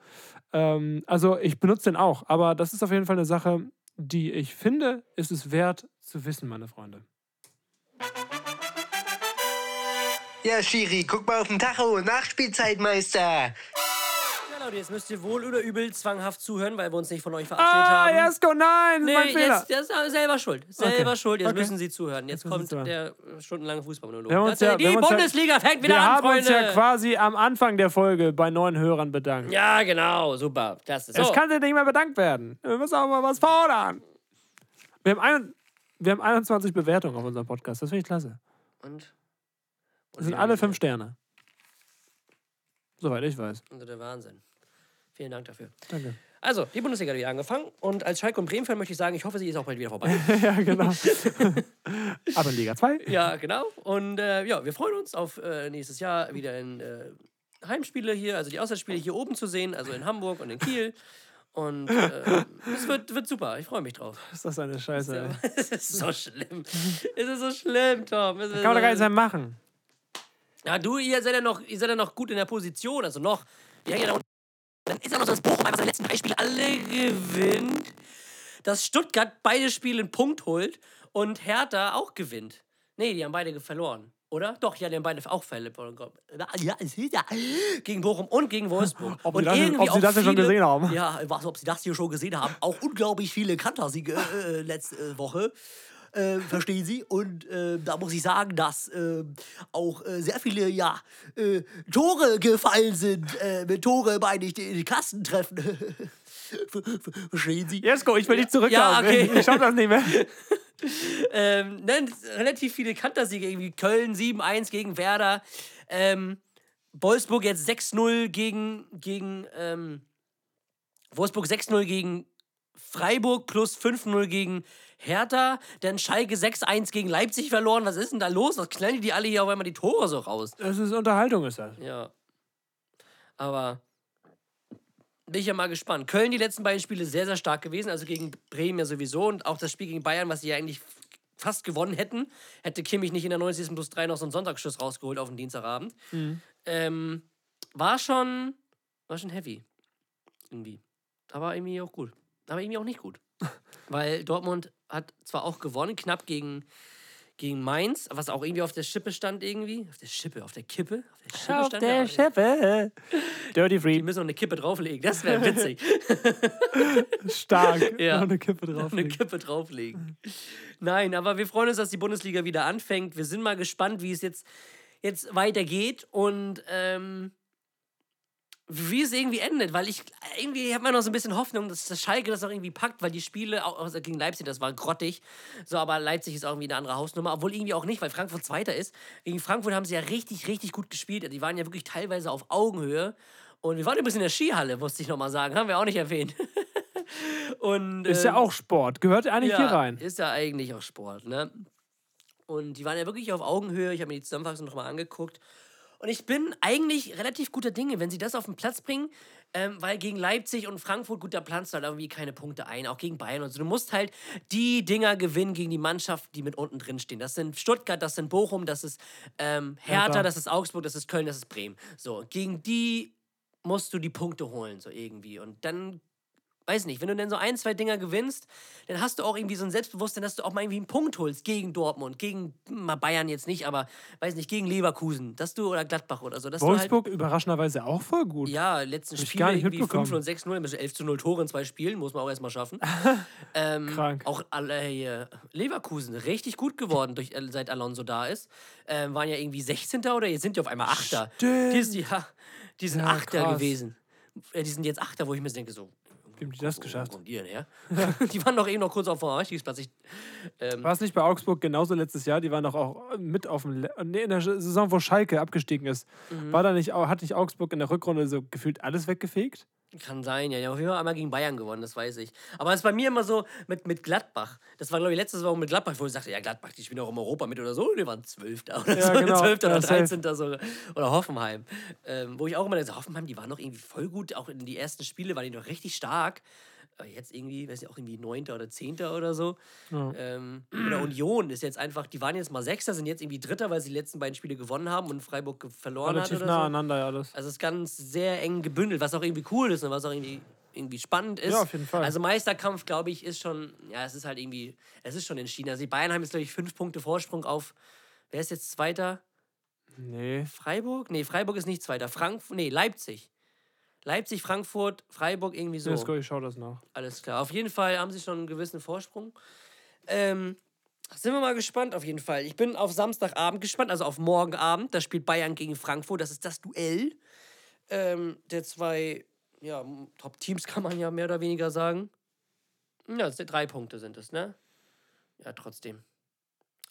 [SPEAKER 1] Ähm, also ich benutze den auch, aber das ist auf jeden Fall eine Sache, die ich finde, ist es wert zu wissen, meine Freunde.
[SPEAKER 9] Ja, Schiri, guck mal auf den Tacho. Nachspielzeitmeister.
[SPEAKER 2] Ja, Leute, jetzt müsst ihr wohl oder übel zwanghaft zuhören, weil wir uns nicht von euch verabschiedet
[SPEAKER 1] Ah,
[SPEAKER 2] haben.
[SPEAKER 1] Jesko, nein, das
[SPEAKER 2] Nee,
[SPEAKER 1] ist mein Fehler.
[SPEAKER 2] jetzt, das ist selber schuld. Selber
[SPEAKER 1] Okay.
[SPEAKER 2] schuld. Jetzt
[SPEAKER 1] Okay.
[SPEAKER 2] müssen sie zuhören. Jetzt
[SPEAKER 1] müssen
[SPEAKER 2] kommt
[SPEAKER 1] sie zuhören.
[SPEAKER 2] der äh, stundenlange Fußballmonolog.
[SPEAKER 1] Wir haben uns
[SPEAKER 2] Tatsächlich,
[SPEAKER 1] ja- wir
[SPEAKER 2] die
[SPEAKER 1] haben uns ja-
[SPEAKER 2] Bundesliga fängt wieder
[SPEAKER 1] Wir
[SPEAKER 2] an,
[SPEAKER 1] haben
[SPEAKER 2] Freunde.
[SPEAKER 1] uns ja quasi am Anfang der Folge bei neun Hörern bedankt.
[SPEAKER 2] ja, genau, super. Das ist so.
[SPEAKER 1] Es kann sich nicht mehr bedankt werden. Wir müssen auch mal was fordern. Wir haben, ein, wir haben 21 Bewertungen auf unserem Podcast. Das finde ich klasse.
[SPEAKER 2] Und?
[SPEAKER 1] Das sind alle fünf Sterne. Soweit ich weiß.
[SPEAKER 2] Also der Wahnsinn. Vielen Dank dafür.
[SPEAKER 1] Danke.
[SPEAKER 2] Also, die Bundesliga hat wieder angefangen. Und als Schalke- und Bremen-Fan möchte ich sagen, ich hoffe, sie ist auch bald wieder vorbei.
[SPEAKER 1] ja, genau. Aber in Liga 2.
[SPEAKER 2] ja, genau. Und äh, ja, wir freuen uns auf äh, nächstes Jahr wieder in äh, Heimspiele hier, also die Auswärtsspiele hier oben zu sehen, also in Hamburg und in Kiel. Und äh, es wird, wird super. Ich freue mich drauf.
[SPEAKER 1] Ist das eine Scheiße, ey.
[SPEAKER 2] es ist so schlimm. Es ist so schlimm, Tom. Es
[SPEAKER 1] Kann man
[SPEAKER 2] ist so
[SPEAKER 1] doch gar nichts mehr machen.
[SPEAKER 2] Ja, du, ihr seid ja noch, ihr seid ja noch gut in der Position, also noch. Wir hängen ja da unten. Dann ist ja noch so, dass Bochum einfach seine letzten drei Spiele alle gewinnt. Dass Stuttgart beide Spiele einen Punkt holt und Hertha auch gewinnt. Nee, die haben beide ge- verloren, oder? Doch, ja, die haben beide auch verloren. Ja, es ist ja. Gegen Bochum und gegen Wolfsburg.
[SPEAKER 1] Ob sie
[SPEAKER 2] und
[SPEAKER 1] das- ob sie
[SPEAKER 2] auch
[SPEAKER 1] das ja schon gesehen haben.
[SPEAKER 2] Ja, was, ob sie das hier schon gesehen haben. Auch unglaublich viele Kantersiege äh, letzte äh, Woche. Äh, verstehen Sie? Und äh, da muss ich sagen, dass äh, auch äh, sehr viele ja, äh, Tore gefallen sind. Äh, mit Tore meine ich die, die Kastentreffen. Ver- ver- verstehen Sie?
[SPEAKER 1] Jesko, ich will dich zurückhaben.
[SPEAKER 2] Ja, okay.
[SPEAKER 1] Ich schaff das nicht mehr.
[SPEAKER 2] ähm, ne, relativ viele Kantersiege. Irgendwie Köln 7-1 gegen Werder. Ähm, Wolfsburg jetzt 6-0 gegen, gegen ähm, Wolfsburg 6-0 gegen Freiburg plus 5-0 gegen Hertha. Dann Schalke 6-1 gegen Leipzig verloren. Was ist denn da los? Was knallen die alle hier auf einmal die Tore so raus?
[SPEAKER 1] Das ist Unterhaltung, ist das.
[SPEAKER 2] Ja. Aber bin ich ja mal gespannt. Köln die letzten beiden Spiele sehr, sehr stark gewesen. Also gegen Bremen ja sowieso und auch das Spiel gegen Bayern, was sie ja eigentlich fast gewonnen hätten, hätte Kimmich nicht in der 90. plus 3 noch so einen Sonntagsschuss rausgeholt auf den Dienstagabend. Ähm, war schon, war schon heavy. Irgendwie. Aber irgendwie auch gut. Aber irgendwie auch nicht gut. Weil Dortmund hat zwar auch gewonnen, knapp gegen, gegen Mainz, was auch irgendwie auf der Schippe stand irgendwie. Auf der Schippe, auf der Kippe. Auf der Schippe stand ja.
[SPEAKER 1] Chefe. Dirty
[SPEAKER 2] Die
[SPEAKER 1] Free.
[SPEAKER 2] müssen noch eine Kippe drauflegen. Das wäre witzig.
[SPEAKER 1] Stark.
[SPEAKER 2] Ja.
[SPEAKER 1] Noch eine Kippe drauf.
[SPEAKER 2] eine Kippe drauflegen. Nein, aber wir freuen uns, dass die Bundesliga wieder anfängt. Wir sind mal gespannt, wie es jetzt, jetzt weitergeht und ähm, wie es irgendwie endet. Weil ich irgendwie habe man noch so ein bisschen Hoffnung, dass das Schalke das noch irgendwie packt, weil die Spiele auch, außer gegen Leipzig, das war grottig. So, aber Leipzig ist auch irgendwie eine andere Hausnummer. Obwohl irgendwie auch nicht, weil Frankfurt Zweiter ist. Gegen Frankfurt haben sie ja richtig, richtig gut gespielt. Die waren ja wirklich teilweise auf Augenhöhe. Und wir waren übrigens in der Skihalle, musste ich nochmal sagen. Haben wir auch nicht erwähnt. Und,
[SPEAKER 1] Ist ja
[SPEAKER 2] ähm,
[SPEAKER 1] auch Sport. Gehört eigentlich hier rein.
[SPEAKER 2] ist ja eigentlich auch Sport, ne? Und die waren ja wirklich auf Augenhöhe. Ich habe mir die Zusammenfassung nochmal angeguckt. Und ich bin eigentlich relativ guter Dinge, wenn sie das auf den Platz bringen, ähm, weil gegen Leipzig und Frankfurt, gut, da planst du halt irgendwie keine Punkte ein, auch gegen Bayern und so. Du musst halt die Dinger gewinnen gegen die Mannschaften, die mit unten drin stehen. Das sind Stuttgart, das sind Bochum, das ist ähm, Hertha,
[SPEAKER 1] Hertha.
[SPEAKER 2] das ist Augsburg, das ist Köln, das ist Bremen. So, gegen die musst du die Punkte holen, so irgendwie. Und dann weiß nicht, wenn du dann so ein, zwei Dinger gewinnst, dann hast du auch irgendwie so ein Selbstbewusstsein, dass du auch mal irgendwie einen Punkt holst gegen Dortmund, gegen hm, mal Bayern jetzt nicht, aber weiß nicht, gegen Leverkusen, dass du oder Gladbach oder so, dass du
[SPEAKER 1] Wolfsburg überraschenderweise auch voll gut.
[SPEAKER 2] halt ja, letzten
[SPEAKER 1] Hab ich
[SPEAKER 2] Spiel
[SPEAKER 1] gar nicht
[SPEAKER 2] irgendwie 5
[SPEAKER 1] mitbekommen.
[SPEAKER 2] und 6 0, 11 zu 0 Tore in zwei Spielen, muss man auch erstmal schaffen. ähm,
[SPEAKER 1] Krank.
[SPEAKER 2] Auch alle hier, Leverkusen, richtig gut geworden, durch, seit Alonso da ist. Ähm, waren ja irgendwie 16. oder jetzt sind die auf einmal 8. Die, sind- ja, die sind
[SPEAKER 1] Ja,
[SPEAKER 2] 8.
[SPEAKER 1] krass.
[SPEAKER 2] gewesen. Äh, Die sind jetzt 8. wo ich mir so denke, so,
[SPEAKER 1] Wie haben die das geschafft?
[SPEAKER 2] wo kommen die denn her? die waren doch eben noch kurz auf dem Ausstiegsplatz. Ich, ähm,
[SPEAKER 1] War es nicht bei Augsburg genauso letztes Jahr? Die waren doch auch äh, mit auf dem. Le nee, in der Saison, wo Schalke abgestiegen ist.
[SPEAKER 2] Mhm.
[SPEAKER 1] War da nicht, au- hat nicht Augsburg in der Rückrunde so gefühlt alles weggefegt?
[SPEAKER 2] kann sein, ja. Die haben auf jeden Fall einmal gegen Bayern gewonnen, das weiß ich. Aber es ist bei mir immer so mit, mit Gladbach. Das war, glaube ich, letztes Mal mit Gladbach, wo ich sagte, ja, Gladbach, die spielen auch im Europa mit oder so. Und Die waren Zwölfter oder
[SPEAKER 1] Ja,
[SPEAKER 2] so.
[SPEAKER 1] genau.
[SPEAKER 2] Zwölfter
[SPEAKER 1] Ja,
[SPEAKER 2] oder
[SPEAKER 1] safe.
[SPEAKER 2] Dreizehnter so. Oder Hoffenheim. Ähm, wo ich auch immer denke, so, Hoffenheim, die waren doch irgendwie voll gut. Auch in die ersten Spiele waren die noch richtig stark. Aber jetzt irgendwie, weiß nicht, auch irgendwie Neunter oder Zehnter oder so. Ähm, oder Union ist jetzt einfach, die waren jetzt mal Sechster, sind jetzt irgendwie Dritter, weil sie die letzten beiden Spiele gewonnen haben und Freiburg ge- verloren hat
[SPEAKER 1] Relativ
[SPEAKER 2] oder
[SPEAKER 1] nah
[SPEAKER 2] so.
[SPEAKER 1] aneinander, ja, alles.
[SPEAKER 2] Also es ist ganz sehr eng gebündelt, was auch irgendwie cool ist und was auch irgendwie, irgendwie spannend ist.
[SPEAKER 1] Ja, auf jeden Fall.
[SPEAKER 2] Also Meisterkampf, glaube ich, ist schon, ja, es ist halt irgendwie, es ist schon entschieden. Also die Bayern haben jetzt, glaube ich, fünf Punkte Vorsprung auf, wer ist jetzt Zweiter?
[SPEAKER 1] Nee.
[SPEAKER 2] Freiburg? Nee, Freiburg ist nicht Zweiter. Frankfurt, nee, Leipzig. Leipzig, Frankfurt, Freiburg, irgendwie so.
[SPEAKER 1] Jesko, ich schau das nach.
[SPEAKER 2] Alles klar. Auf jeden Fall haben sie schon einen gewissen Vorsprung. Ähm, sind wir mal gespannt, auf jeden Fall. Ich bin auf Samstagabend gespannt, also auf morgenabend. Da spielt Bayern gegen Frankfurt. Das ist das Duell ähm, der zwei ja, m- Top-Teams, kann man ja mehr oder weniger sagen. Ja, es sind drei Punkte sind es, ne? Ja, trotzdem.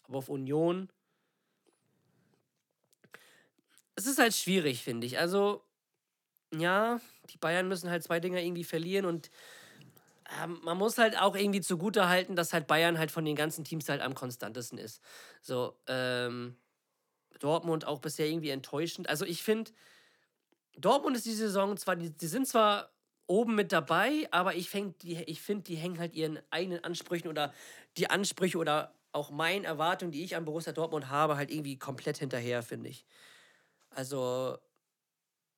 [SPEAKER 2] Aber auf Union. Es ist halt schwierig, finde ich. Also, ja, die Bayern müssen halt zwei Dinger irgendwie verlieren und ähm, man muss halt auch irgendwie zugute halten, dass halt Bayern halt von den ganzen Teams halt am konstantesten ist. So, ähm, Dortmund auch bisher irgendwie enttäuschend. Also, ich finde, Dortmund ist die Saison zwar, die, die sind zwar oben mit dabei, aber ich, fäng- die- ich finde, die hängen halt ihren eigenen Ansprüchen oder die Ansprüche oder auch meinen Erwartungen, die ich an Borussia Dortmund habe, halt irgendwie komplett hinterher, finde ich. Also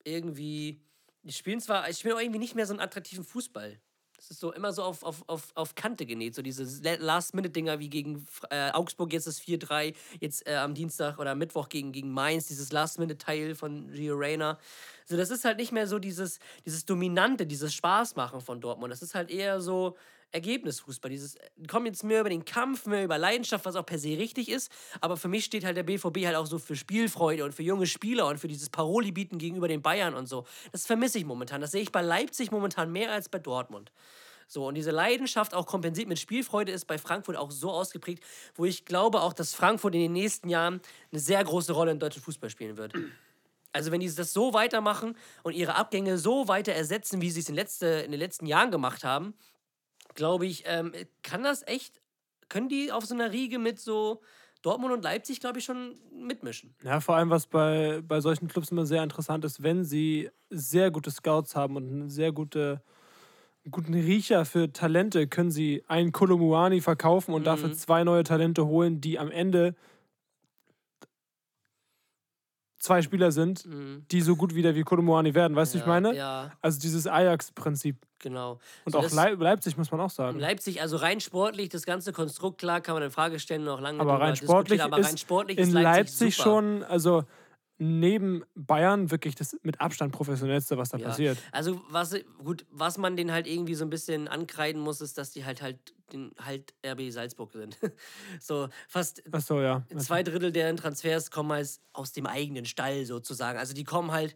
[SPEAKER 2] irgendwie, die spielen zwar, ich spiele auch irgendwie nicht mehr so einen attraktiven Fußball. Das ist so immer so auf, auf, auf, auf Kante genäht, so diese La- Last-Minute-Dinger wie gegen Fr- äh, Augsburg, jetzt ist 4-3, jetzt äh, am Dienstag oder Mittwoch gegen, gegen Mainz, dieses Last-Minute-Teil von Gio Reyna. So, das ist halt nicht mehr so dieses, dieses Dominante, dieses Spaßmachen von Dortmund. Das ist halt eher so Ergebnisfußball. Dieses, äh, komm jetzt mehr über den Kampf, mehr über Leidenschaft, was auch per se richtig ist. Aber für mich steht halt der BVB halt auch so für Spielfreude und für junge Spieler und für dieses Paroli-Bieten gegenüber den Bayern und so. Das vermisse ich momentan. Das sehe ich bei Leipzig momentan mehr als bei Dortmund. So, und diese Leidenschaft auch kompensiert mit Spielfreude ist bei Frankfurt auch so ausgeprägt, wo ich glaube auch, dass Frankfurt in den nächsten Jahren eine sehr große Rolle im deutschen Fußball spielen wird. Also wenn die das so weitermachen und ihre Abgänge so weiter ersetzen, wie sie es in, letzte, in den letzten Jahren gemacht haben, glaube ich, ähm, kann das echt, können die auf so einer Riege mit so Dortmund und Leipzig, glaube ich, schon mitmischen.
[SPEAKER 1] Ja, vor allem, was bei, bei solchen Clubs immer sehr interessant ist, wenn sie sehr gute Scouts haben und einen sehr gute, guten Riecher für Talente, können sie einen Kolomuani verkaufen und dafür
[SPEAKER 2] Mhm.
[SPEAKER 1] zwei neue Talente holen, die am Ende zwei Spieler sind, die so gut wieder wie Kolomuani werden. Weißt du, ich meine?
[SPEAKER 2] Mhm. Ja,
[SPEAKER 1] Also dieses Ajax-Prinzip.
[SPEAKER 2] genau.
[SPEAKER 1] Und
[SPEAKER 2] So,
[SPEAKER 1] auch
[SPEAKER 2] das-
[SPEAKER 1] Leip Leipzig muss man auch sagen.
[SPEAKER 2] Leipzig, also rein sportlich, das ganze Konstrukt, klar, kann man in Frage stellen, noch lange
[SPEAKER 1] aber
[SPEAKER 2] drüber
[SPEAKER 1] rein
[SPEAKER 2] diskutieren,
[SPEAKER 1] sportlich,
[SPEAKER 2] aber
[SPEAKER 1] ist
[SPEAKER 2] rein sportlich
[SPEAKER 1] in
[SPEAKER 2] ist
[SPEAKER 1] Leipzig,
[SPEAKER 2] super.
[SPEAKER 1] schon, also neben Bayern wirklich das mit Abstand professionellste, was da
[SPEAKER 2] Ja.
[SPEAKER 1] passiert.
[SPEAKER 2] Also was gut, was man den halt irgendwie so ein bisschen ankreiden muss, ist, dass die halt halt den halt RB Salzburg sind. so fast
[SPEAKER 1] Achso, ja.
[SPEAKER 2] zwei Drittel deren Transfers kommen halt aus dem eigenen Stall sozusagen. Also die kommen halt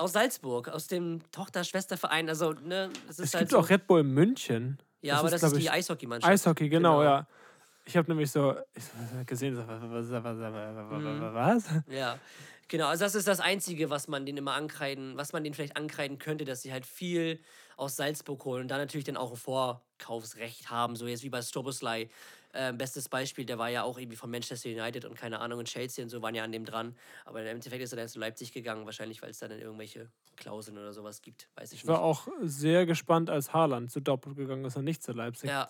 [SPEAKER 2] aus Salzburg, aus dem Tochter-Schwester-Verein. Also ne, es ist
[SPEAKER 1] Es
[SPEAKER 2] halt
[SPEAKER 1] gibt
[SPEAKER 2] so,
[SPEAKER 1] auch Red Bull München.
[SPEAKER 2] ja, aber das
[SPEAKER 1] glaub
[SPEAKER 2] ist die
[SPEAKER 1] ich,
[SPEAKER 2] Eishockeymannschaft.
[SPEAKER 1] Eishockey, genau,
[SPEAKER 2] Genau.
[SPEAKER 1] ja. Ich habe nämlich so ich hab gesehen, so, was? was-
[SPEAKER 2] Mhm.
[SPEAKER 1] was- was?
[SPEAKER 2] Ja, genau. Also das ist das Einzige, was man den immer ankreiden, was man den vielleicht ankreiden könnte, dass sie halt viel aus Salzburg holen und da natürlich dann auch ein Vorkaufsrecht haben. So jetzt wie bei Stroboslai. Ähm, bestes Beispiel, der war ja auch irgendwie von Manchester United und keine Ahnung und Chelsea und so waren ja an dem dran. Aber im Endeffekt ist er dann zu Leipzig gegangen, wahrscheinlich, weil es da dann irgendwelche Klauseln oder sowas gibt. Weiß ich
[SPEAKER 1] Ich war
[SPEAKER 2] nicht.
[SPEAKER 1] auch sehr gespannt, als Haaland zu Doppel gegangen ist und nicht zu Leipzig.
[SPEAKER 2] Ja,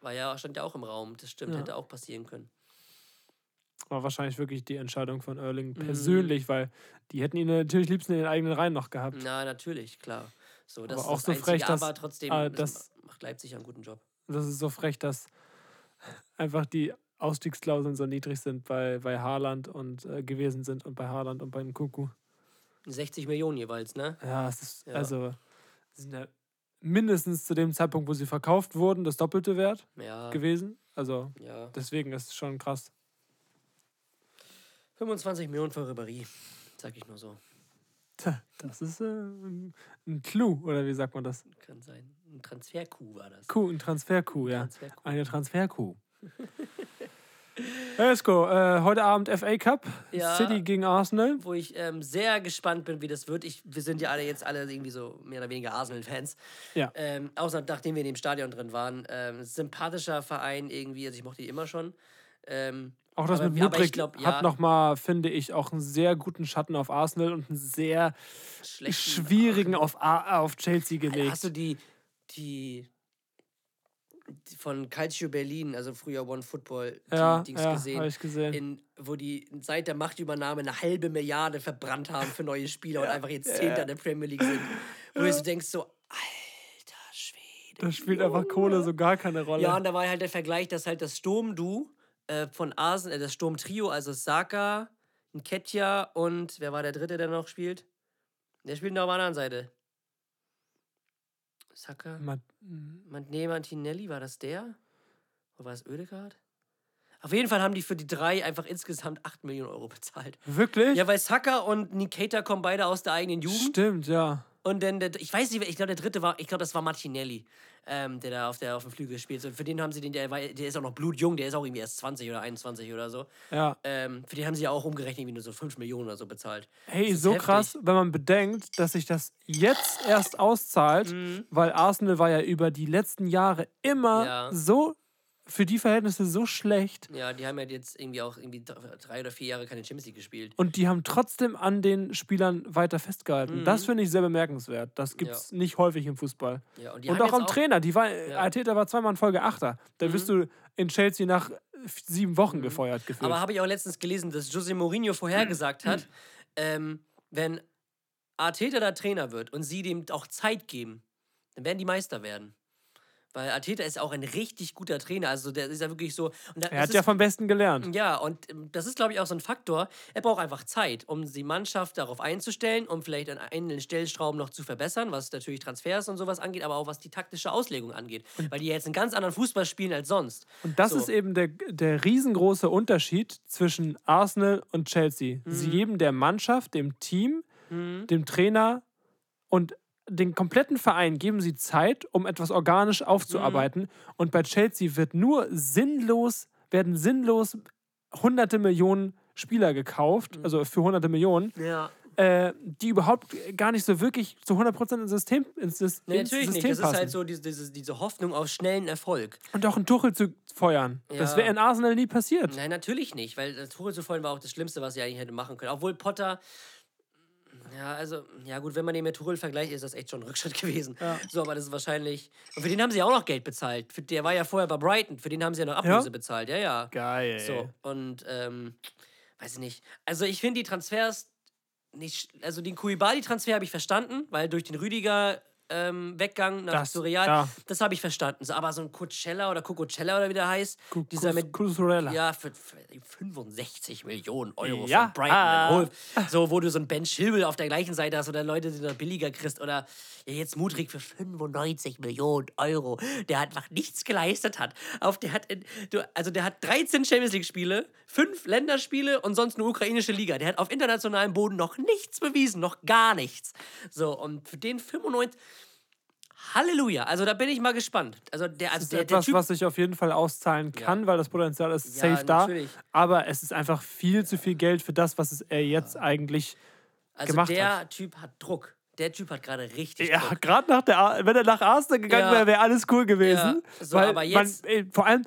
[SPEAKER 2] war ja, stand ja auch im Raum. Das stimmt,
[SPEAKER 1] Ja.
[SPEAKER 2] hätte auch passieren können.
[SPEAKER 1] War wahrscheinlich wirklich die Entscheidung von
[SPEAKER 2] Mhm.
[SPEAKER 1] Erling persönlich, weil die hätten ihn natürlich liebsten in den eigenen Reihen noch gehabt.
[SPEAKER 2] Na, natürlich, klar. So, das
[SPEAKER 1] Aber
[SPEAKER 2] ist
[SPEAKER 1] auch
[SPEAKER 2] das
[SPEAKER 1] so
[SPEAKER 2] Einzige,
[SPEAKER 1] frech, dass-
[SPEAKER 2] aber trotzdem
[SPEAKER 1] äh,
[SPEAKER 2] das
[SPEAKER 1] dass-
[SPEAKER 2] macht Leipzig einen guten Job.
[SPEAKER 1] Das ist so frech, dass einfach die Ausstiegsklauseln so niedrig sind bei, bei Haaland und äh, gewesen sind und bei Haaland und beim Kuku.
[SPEAKER 2] 60 Millionen jeweils, ne?
[SPEAKER 1] Ja, es ist,
[SPEAKER 2] Ja.
[SPEAKER 1] also, sie sind ja mindestens zu dem Zeitpunkt, wo sie verkauft wurden, das doppelte Wert
[SPEAKER 2] Ja.
[SPEAKER 1] gewesen. Also,
[SPEAKER 2] ja.
[SPEAKER 1] deswegen ist es schon krass.
[SPEAKER 2] 25 Millionen für Ribéry, sag ich nur so.
[SPEAKER 1] Tja, das ist äh, ein Clou, oder wie sagt man das?
[SPEAKER 2] Kann sein. Ein Transfer-Coup war das.
[SPEAKER 1] Kuh, ein Transfer-Kuh, ja.
[SPEAKER 2] Transfer-Coup.
[SPEAKER 1] Eine Transfer-Kuh. Hey, Esko, äh, heute Abend FA Cup,
[SPEAKER 2] Ja.
[SPEAKER 1] City gegen Arsenal.
[SPEAKER 2] Wo ich ähm, sehr gespannt bin, wie das wird. Ich, wir sind ja alle jetzt alle irgendwie so mehr oder weniger Arsenal-Fans.
[SPEAKER 1] Ja.
[SPEAKER 2] Ähm, außer nachdem wir in dem Stadion drin waren. Ähm, sympathischer Verein irgendwie, also ich mochte die immer schon. Ähm,
[SPEAKER 1] Auch das
[SPEAKER 2] aber-
[SPEAKER 1] mit
[SPEAKER 2] aber ich
[SPEAKER 1] Ludwig
[SPEAKER 2] glaub, ja.
[SPEAKER 1] hat nochmal, finde ich, auch einen sehr guten Schatten auf Arsenal und einen sehr
[SPEAKER 2] schlechten
[SPEAKER 1] schwierigen auf, A auf Chelsea gelegt.
[SPEAKER 2] Hast du die, die, die von Calcio Berlin, also früher One Football, die
[SPEAKER 1] ja,
[SPEAKER 2] Dings
[SPEAKER 1] ja,
[SPEAKER 2] gesehen?
[SPEAKER 1] Habe ich gesehen.
[SPEAKER 2] in, wo die seit der Machtübernahme eine halbe Milliarde verbrannt haben für neue Spieler und einfach jetzt Zehnter in der Premier League sind. Wo du so denkst, so, alter Schwede.
[SPEAKER 1] da spielt einfach Kohle so gar keine Rolle.
[SPEAKER 2] Ja, und da war halt der Vergleich, dass halt das Sturm-Du äh, von Arsenal, äh, das Sturm-Trio, also Saka, Nketiah und wer war der Dritte, der noch spielt? Der spielt noch auf der anderen Seite. Saka?
[SPEAKER 1] Ma-
[SPEAKER 2] Man- Nee, Martinelli, war das der? Oder war es Ödegaard? Auf jeden Fall haben die für die drei einfach insgesamt 8 Millionen Euro bezahlt.
[SPEAKER 1] Wirklich?
[SPEAKER 2] Ja, weil Saka und Nikita kommen beide aus der eigenen Jugend.
[SPEAKER 1] Stimmt, ja.
[SPEAKER 2] Und dann, der, ich weiß nicht, wer- ich glaube, der dritte war, ich glaube, das war Martinelli, ähm, der da auf, der, auf dem Flügel spielt. Und für den haben sie den, der, war- der ist auch noch blutjung, der ist auch irgendwie erst 20 oder 21 oder so.
[SPEAKER 1] Ja.
[SPEAKER 2] Ähm, für den haben sie ja auch umgerechnet, wie nur so 5 Millionen oder so bezahlt.
[SPEAKER 1] Hey,
[SPEAKER 2] Das ist
[SPEAKER 1] so
[SPEAKER 2] heftig.
[SPEAKER 1] krass, wenn man bedenkt, dass sich das jetzt erst auszahlt,
[SPEAKER 2] Mhm.
[SPEAKER 1] weil Arsenal war ja über die letzten Jahre immer
[SPEAKER 2] Ja.
[SPEAKER 1] so für die Verhältnisse so schlecht
[SPEAKER 2] Ja, die haben ja jetzt irgendwie auch irgendwie dr- drei oder vier Jahre keine Champions League gespielt.
[SPEAKER 1] und die haben trotzdem an den Spielern weiter festgehalten.
[SPEAKER 2] Mhm.
[SPEAKER 1] Das finde ich sehr bemerkenswert. Das gibt es nicht häufig im Fußball.
[SPEAKER 2] Ja, und die
[SPEAKER 1] Und
[SPEAKER 2] haben
[SPEAKER 1] auch
[SPEAKER 2] jetzt
[SPEAKER 1] am Trainer, die war, Arteta war zweimal in Folge Achter. Da wirst du in Chelsea nach f- sieben Wochen gefeuert gefühlt.
[SPEAKER 2] Mhm. Aber habe ich auch letztens gelesen, dass Jose Mourinho
[SPEAKER 1] Mhm.
[SPEAKER 2] vorhergesagt hat, ähm, wenn Arteta da Trainer wird und sie dem auch Zeit geben, dann werden die Meister werden. Weil Arteta ist auch ein richtig guter Trainer. Also der ist ja wirklich so. Und da,
[SPEAKER 1] er
[SPEAKER 2] das
[SPEAKER 1] hat ja
[SPEAKER 2] ist,
[SPEAKER 1] vom Besten gelernt.
[SPEAKER 2] ja, und ähm, das ist, glaube ich, auch so ein Faktor. Er braucht einfach Zeit, um die Mannschaft darauf einzustellen, um vielleicht an einzelnen Stellschrauben noch zu verbessern, was natürlich Transfers und sowas angeht, aber auch was die taktische Auslegung angeht. Weil die jetzt einen ganz anderen Fußball spielen als sonst.
[SPEAKER 1] Und das
[SPEAKER 2] So.
[SPEAKER 1] ist eben der, der riesengroße Unterschied zwischen Arsenal und Chelsea.
[SPEAKER 2] Mhm.
[SPEAKER 1] Sie geben der Mannschaft, dem Team, dem Trainer und den kompletten Verein geben sie Zeit, um etwas organisch
[SPEAKER 2] Mhm.
[SPEAKER 1] aufzuarbeiten. Und bei Chelsea wird nur sinnlos, werden sinnlos hunderte Millionen Spieler gekauft, also für hunderte Millionen,
[SPEAKER 2] Mhm. Ja.
[SPEAKER 1] äh, die überhaupt gar nicht so wirklich zu 100% ins System, ins, Sys-
[SPEAKER 2] Nee,
[SPEAKER 1] ins
[SPEAKER 2] natürlich
[SPEAKER 1] System
[SPEAKER 2] nicht. Das
[SPEAKER 1] passen.
[SPEAKER 2] ist halt so diese, diese, diese Hoffnung auf schnellen Erfolg.
[SPEAKER 1] Und auch einen Tuchel zu feuern. Das
[SPEAKER 2] Ja.
[SPEAKER 1] wäre in Arsenal nie passiert.
[SPEAKER 2] Nein, natürlich nicht, weil das Tore zu vollen war auch das Schlimmste, was sie eigentlich hätte machen können. Obwohl Potter. Ja, also, ja gut, wenn man den mit Tuchel vergleicht, ist das echt schon ein Rückschritt gewesen. So, aber das ist wahrscheinlich. Und für den haben sie ja auch noch Geld bezahlt. Für, der war ja vorher bei Brighton, für den haben sie ja noch Ablöse bezahlt, ja, ja.
[SPEAKER 1] Geil.
[SPEAKER 2] So, und ähm, weiß ich nicht. Also ich finde die Transfers nicht. sch- Also den Koulibaly-Transfer habe ich verstanden, weil durch den Rüdiger. Ähm, Weggang nach
[SPEAKER 1] Das-
[SPEAKER 2] das, Real,
[SPEAKER 1] ja.
[SPEAKER 2] das habe ich verstanden. So, aber so ein Coachella oder Cucurella oder wie der heißt,
[SPEAKER 1] Cu-
[SPEAKER 2] dieser
[SPEAKER 1] Cus-
[SPEAKER 2] mit
[SPEAKER 1] Cucurella.
[SPEAKER 2] ja für, für 65 Millionen Euro
[SPEAKER 1] Ja.
[SPEAKER 2] von Brighton
[SPEAKER 1] Ah.
[SPEAKER 2] and Hove. so wo du so einen Ben Schilbel auf der gleichen Seite hast oder Leute, die du da billiger kriegst oder ja, jetzt Mutrig für 95 Millionen Euro, der hat einfach nichts geleistet hat. Auf der hat in, du, also der hat 13 Champions League Spiele, 5 Länderspiele und sonst eine ukrainische Liga. Der hat auf internationalem Boden noch nichts bewiesen, noch gar nichts. So und für den 95 Halleluja, also da bin ich mal gespannt. Also der, also
[SPEAKER 1] Das ist
[SPEAKER 2] der,
[SPEAKER 1] etwas,
[SPEAKER 2] der typ,
[SPEAKER 1] was sich auf jeden Fall auszahlen kann, weil das Potenzial ist
[SPEAKER 2] Ja,
[SPEAKER 1] safe da.
[SPEAKER 2] natürlich.
[SPEAKER 1] Aber es ist einfach viel zu viel Geld für das, was es er jetzt eigentlich.
[SPEAKER 2] Also
[SPEAKER 1] gemacht
[SPEAKER 2] der
[SPEAKER 1] hat.
[SPEAKER 2] Typ hat Druck. Der Typ hat gerade richtig
[SPEAKER 1] Ja,
[SPEAKER 2] Druck.
[SPEAKER 1] gerade nach der, Ar- wenn er nach Arsenal gegangen
[SPEAKER 2] Ja.
[SPEAKER 1] wäre, wäre alles cool gewesen.
[SPEAKER 2] Ja, so,
[SPEAKER 1] weil
[SPEAKER 2] aber jetzt-
[SPEAKER 1] man, ey, vor allem,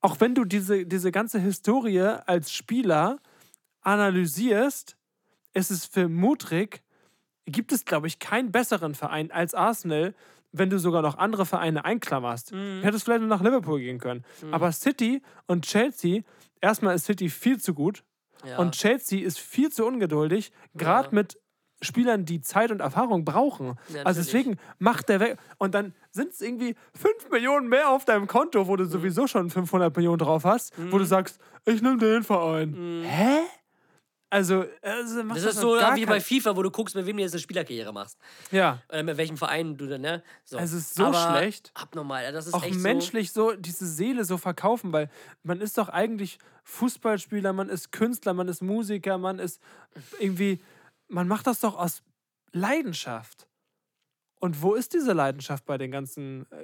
[SPEAKER 1] auch wenn du diese, diese ganze Historie als Spieler analysierst, ist es für Mutrik, gibt es, glaube ich, keinen besseren Verein als Arsenal, wenn du sogar noch andere Vereine einklammerst.
[SPEAKER 2] Mhm.
[SPEAKER 1] Du hättest vielleicht nur nach Liverpool gehen können. Aber City und Chelsea, erstmal ist City viel zu gut
[SPEAKER 2] Ja.
[SPEAKER 1] und Chelsea ist viel zu ungeduldig, gerade mit Spielern, die Zeit und Erfahrung brauchen. Also
[SPEAKER 2] natürlich.
[SPEAKER 1] deswegen macht der weg. Und dann sind es irgendwie 5 Millionen mehr auf deinem Konto,
[SPEAKER 2] Mhm.
[SPEAKER 1] wo du sowieso schon 500 Millionen drauf hast, wo du sagst, ich nehme den
[SPEAKER 2] Mhm.
[SPEAKER 1] Verein. Hä? Also, also macht
[SPEAKER 2] das ist so
[SPEAKER 1] doch gar
[SPEAKER 2] wie bei
[SPEAKER 1] keinen-
[SPEAKER 2] FIFA, wo du guckst, mit wem du jetzt eine Spielerkarriere machst.
[SPEAKER 1] Ja.
[SPEAKER 2] Oder mit welchem Verein du dann, ne? So.
[SPEAKER 1] Es ist so
[SPEAKER 2] Aber
[SPEAKER 1] schlecht.
[SPEAKER 2] Abnormal. Das ist
[SPEAKER 1] auch
[SPEAKER 2] echt
[SPEAKER 1] menschlich so diese Seele so verkaufen, weil man ist doch eigentlich Fußballspieler, man ist Künstler, man ist Musiker, man ist irgendwie, man macht das doch aus Leidenschaft. Und wo ist diese Leidenschaft bei den ganzen äh,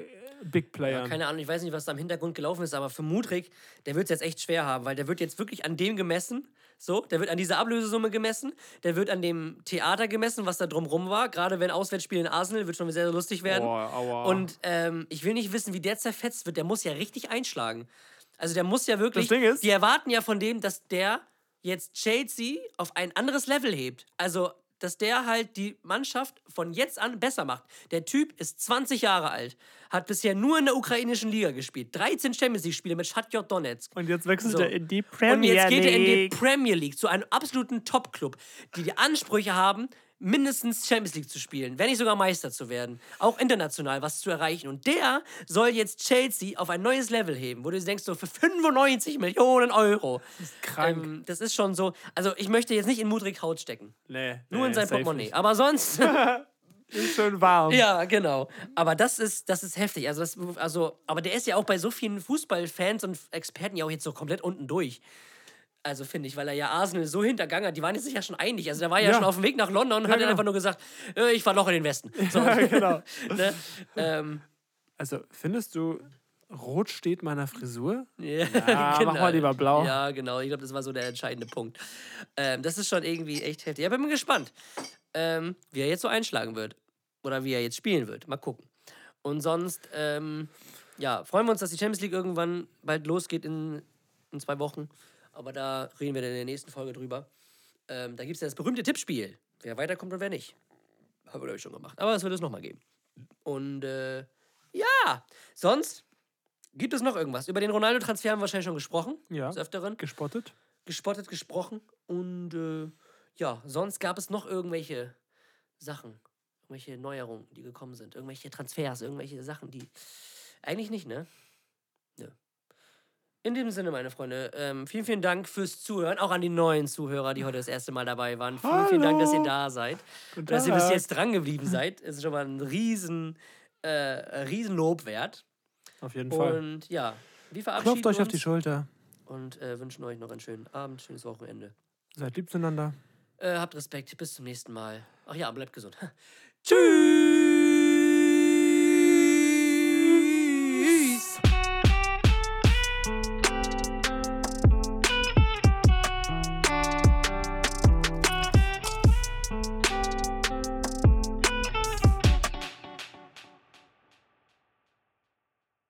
[SPEAKER 1] Big
[SPEAKER 2] So, ja,
[SPEAKER 1] Playern?
[SPEAKER 2] keine Ahnung, ich weiß nicht, was da im Hintergrund gelaufen ist, aber für Mudrik, der wird es jetzt echt schwer haben, weil der wird jetzt wirklich an dem gemessen. So, der wird an dieser Ablösesumme gemessen, der wird an dem Theater gemessen, was da drumrum war. Gerade wenn Auswärtsspiele in Arsenal, wird schon sehr, sehr lustig werden.
[SPEAKER 1] Boah, aua.
[SPEAKER 2] Und ähm, ich will nicht wissen, wie der zerfetzt wird. Der muss ja richtig einschlagen. Also der muss ja wirklich.
[SPEAKER 1] Das Ding ist-
[SPEAKER 2] die erwarten ja von dem, dass der jetzt Chelsea auf ein anderes Level hebt. Also, dass der halt die Mannschaft von jetzt an besser macht. Der Typ ist 20 Jahre alt, hat bisher nur in der ukrainischen Liga gespielt. 13 Champions League-Spiele mit Shatjot Donetsk.
[SPEAKER 1] Und jetzt wechselt
[SPEAKER 2] So.
[SPEAKER 1] er in die Premier
[SPEAKER 2] Und jetzt geht er in die
[SPEAKER 1] League.
[SPEAKER 2] Premier League zu einem absoluten Top-Club, die die Ansprüche haben, mindestens Champions League zu spielen, wenn nicht sogar Meister zu werden, auch international was zu erreichen. Und der soll jetzt Chelsea auf ein neues Level heben, wo du denkst, so für 95 Millionen Euro. Das ist
[SPEAKER 1] krank.
[SPEAKER 2] Ähm, das ist schon so. Also, ich möchte jetzt nicht in Mudrik Haut stecken.
[SPEAKER 1] Nee,
[SPEAKER 2] Nur in sein
[SPEAKER 1] safe
[SPEAKER 2] Portemonnaie.
[SPEAKER 1] nicht.
[SPEAKER 2] Aber sonst.
[SPEAKER 1] Ist schön warm.
[SPEAKER 2] Ja, genau. Aber das ist, das ist heftig. Also, das, also, aber der ist ja auch bei so vielen Fußballfans und Experten ja auch jetzt so komplett unten durch. Also finde ich, weil er ja Arsenal so hintergangen hat. Die waren jetzt sicher schon einig. Also der war ja,
[SPEAKER 1] Ja.
[SPEAKER 2] schon auf dem Weg nach London und hat
[SPEAKER 1] genau.
[SPEAKER 2] dann einfach nur gesagt, äh, ich verloche den Westen. So.
[SPEAKER 1] Ja, genau.
[SPEAKER 2] ne? ähm,
[SPEAKER 1] Also, findest du, rot steht meiner Frisur?
[SPEAKER 2] ja,
[SPEAKER 1] Ah,
[SPEAKER 2] genau.
[SPEAKER 1] mach mal lieber blau.
[SPEAKER 2] Ja, genau. Ich glaube, das war so der entscheidende Punkt. Ähm, das ist schon irgendwie echt heftig. Ja, bin gespannt, ähm, wie er jetzt so einschlagen wird. Oder wie er jetzt spielen wird. Mal gucken. Und sonst, ähm, ja, freuen wir uns, dass die Champions League irgendwann bald losgeht in, in zwei Wochen. Aber da reden wir dann in der nächsten Folge drüber. Ähm, da gibt es ja das berühmte Tippspiel. Wer weiterkommt und wer nicht. Haben wir, glaube ich, schon gemacht. Aber es wird es nochmal geben. Und äh, ja, sonst gibt es noch irgendwas. Über den Ronaldo-Transfer haben wir wahrscheinlich schon gesprochen.
[SPEAKER 1] Ja.
[SPEAKER 2] Des Öfteren
[SPEAKER 1] Gespottet?
[SPEAKER 2] gespottet, gesprochen und äh, ja, sonst gab es noch irgendwelche Sachen, irgendwelche Neuerungen, die gekommen sind, irgendwelche Transfers, irgendwelche Sachen, die eigentlich nicht, ne? Nö. In dem Sinne, meine Freunde, ähm, vielen, vielen Dank fürs Zuhören, auch an die neuen Zuhörer, die heute das erste Mal dabei waren. Vielen, vielen Dank, dass ihr
[SPEAKER 1] Hallo.
[SPEAKER 2] da seid
[SPEAKER 1] Guten
[SPEAKER 2] dass ihr bis
[SPEAKER 1] Tag.
[SPEAKER 2] jetzt dran geblieben seid. Ist schon mal ein riesen, äh, riesen Lob wert.
[SPEAKER 1] Auf jeden Fall.
[SPEAKER 2] Und ja, wir verabschieden
[SPEAKER 1] Klopft euch auf
[SPEAKER 2] uns
[SPEAKER 1] die Schulter.
[SPEAKER 2] und äh, wünschen euch noch einen schönen Abend, schönes Wochenende.
[SPEAKER 1] Seid lieb zueinander.
[SPEAKER 2] Äh, habt Respekt. Bis zum nächsten Mal. Ach ja, bleibt gesund. Tschüss.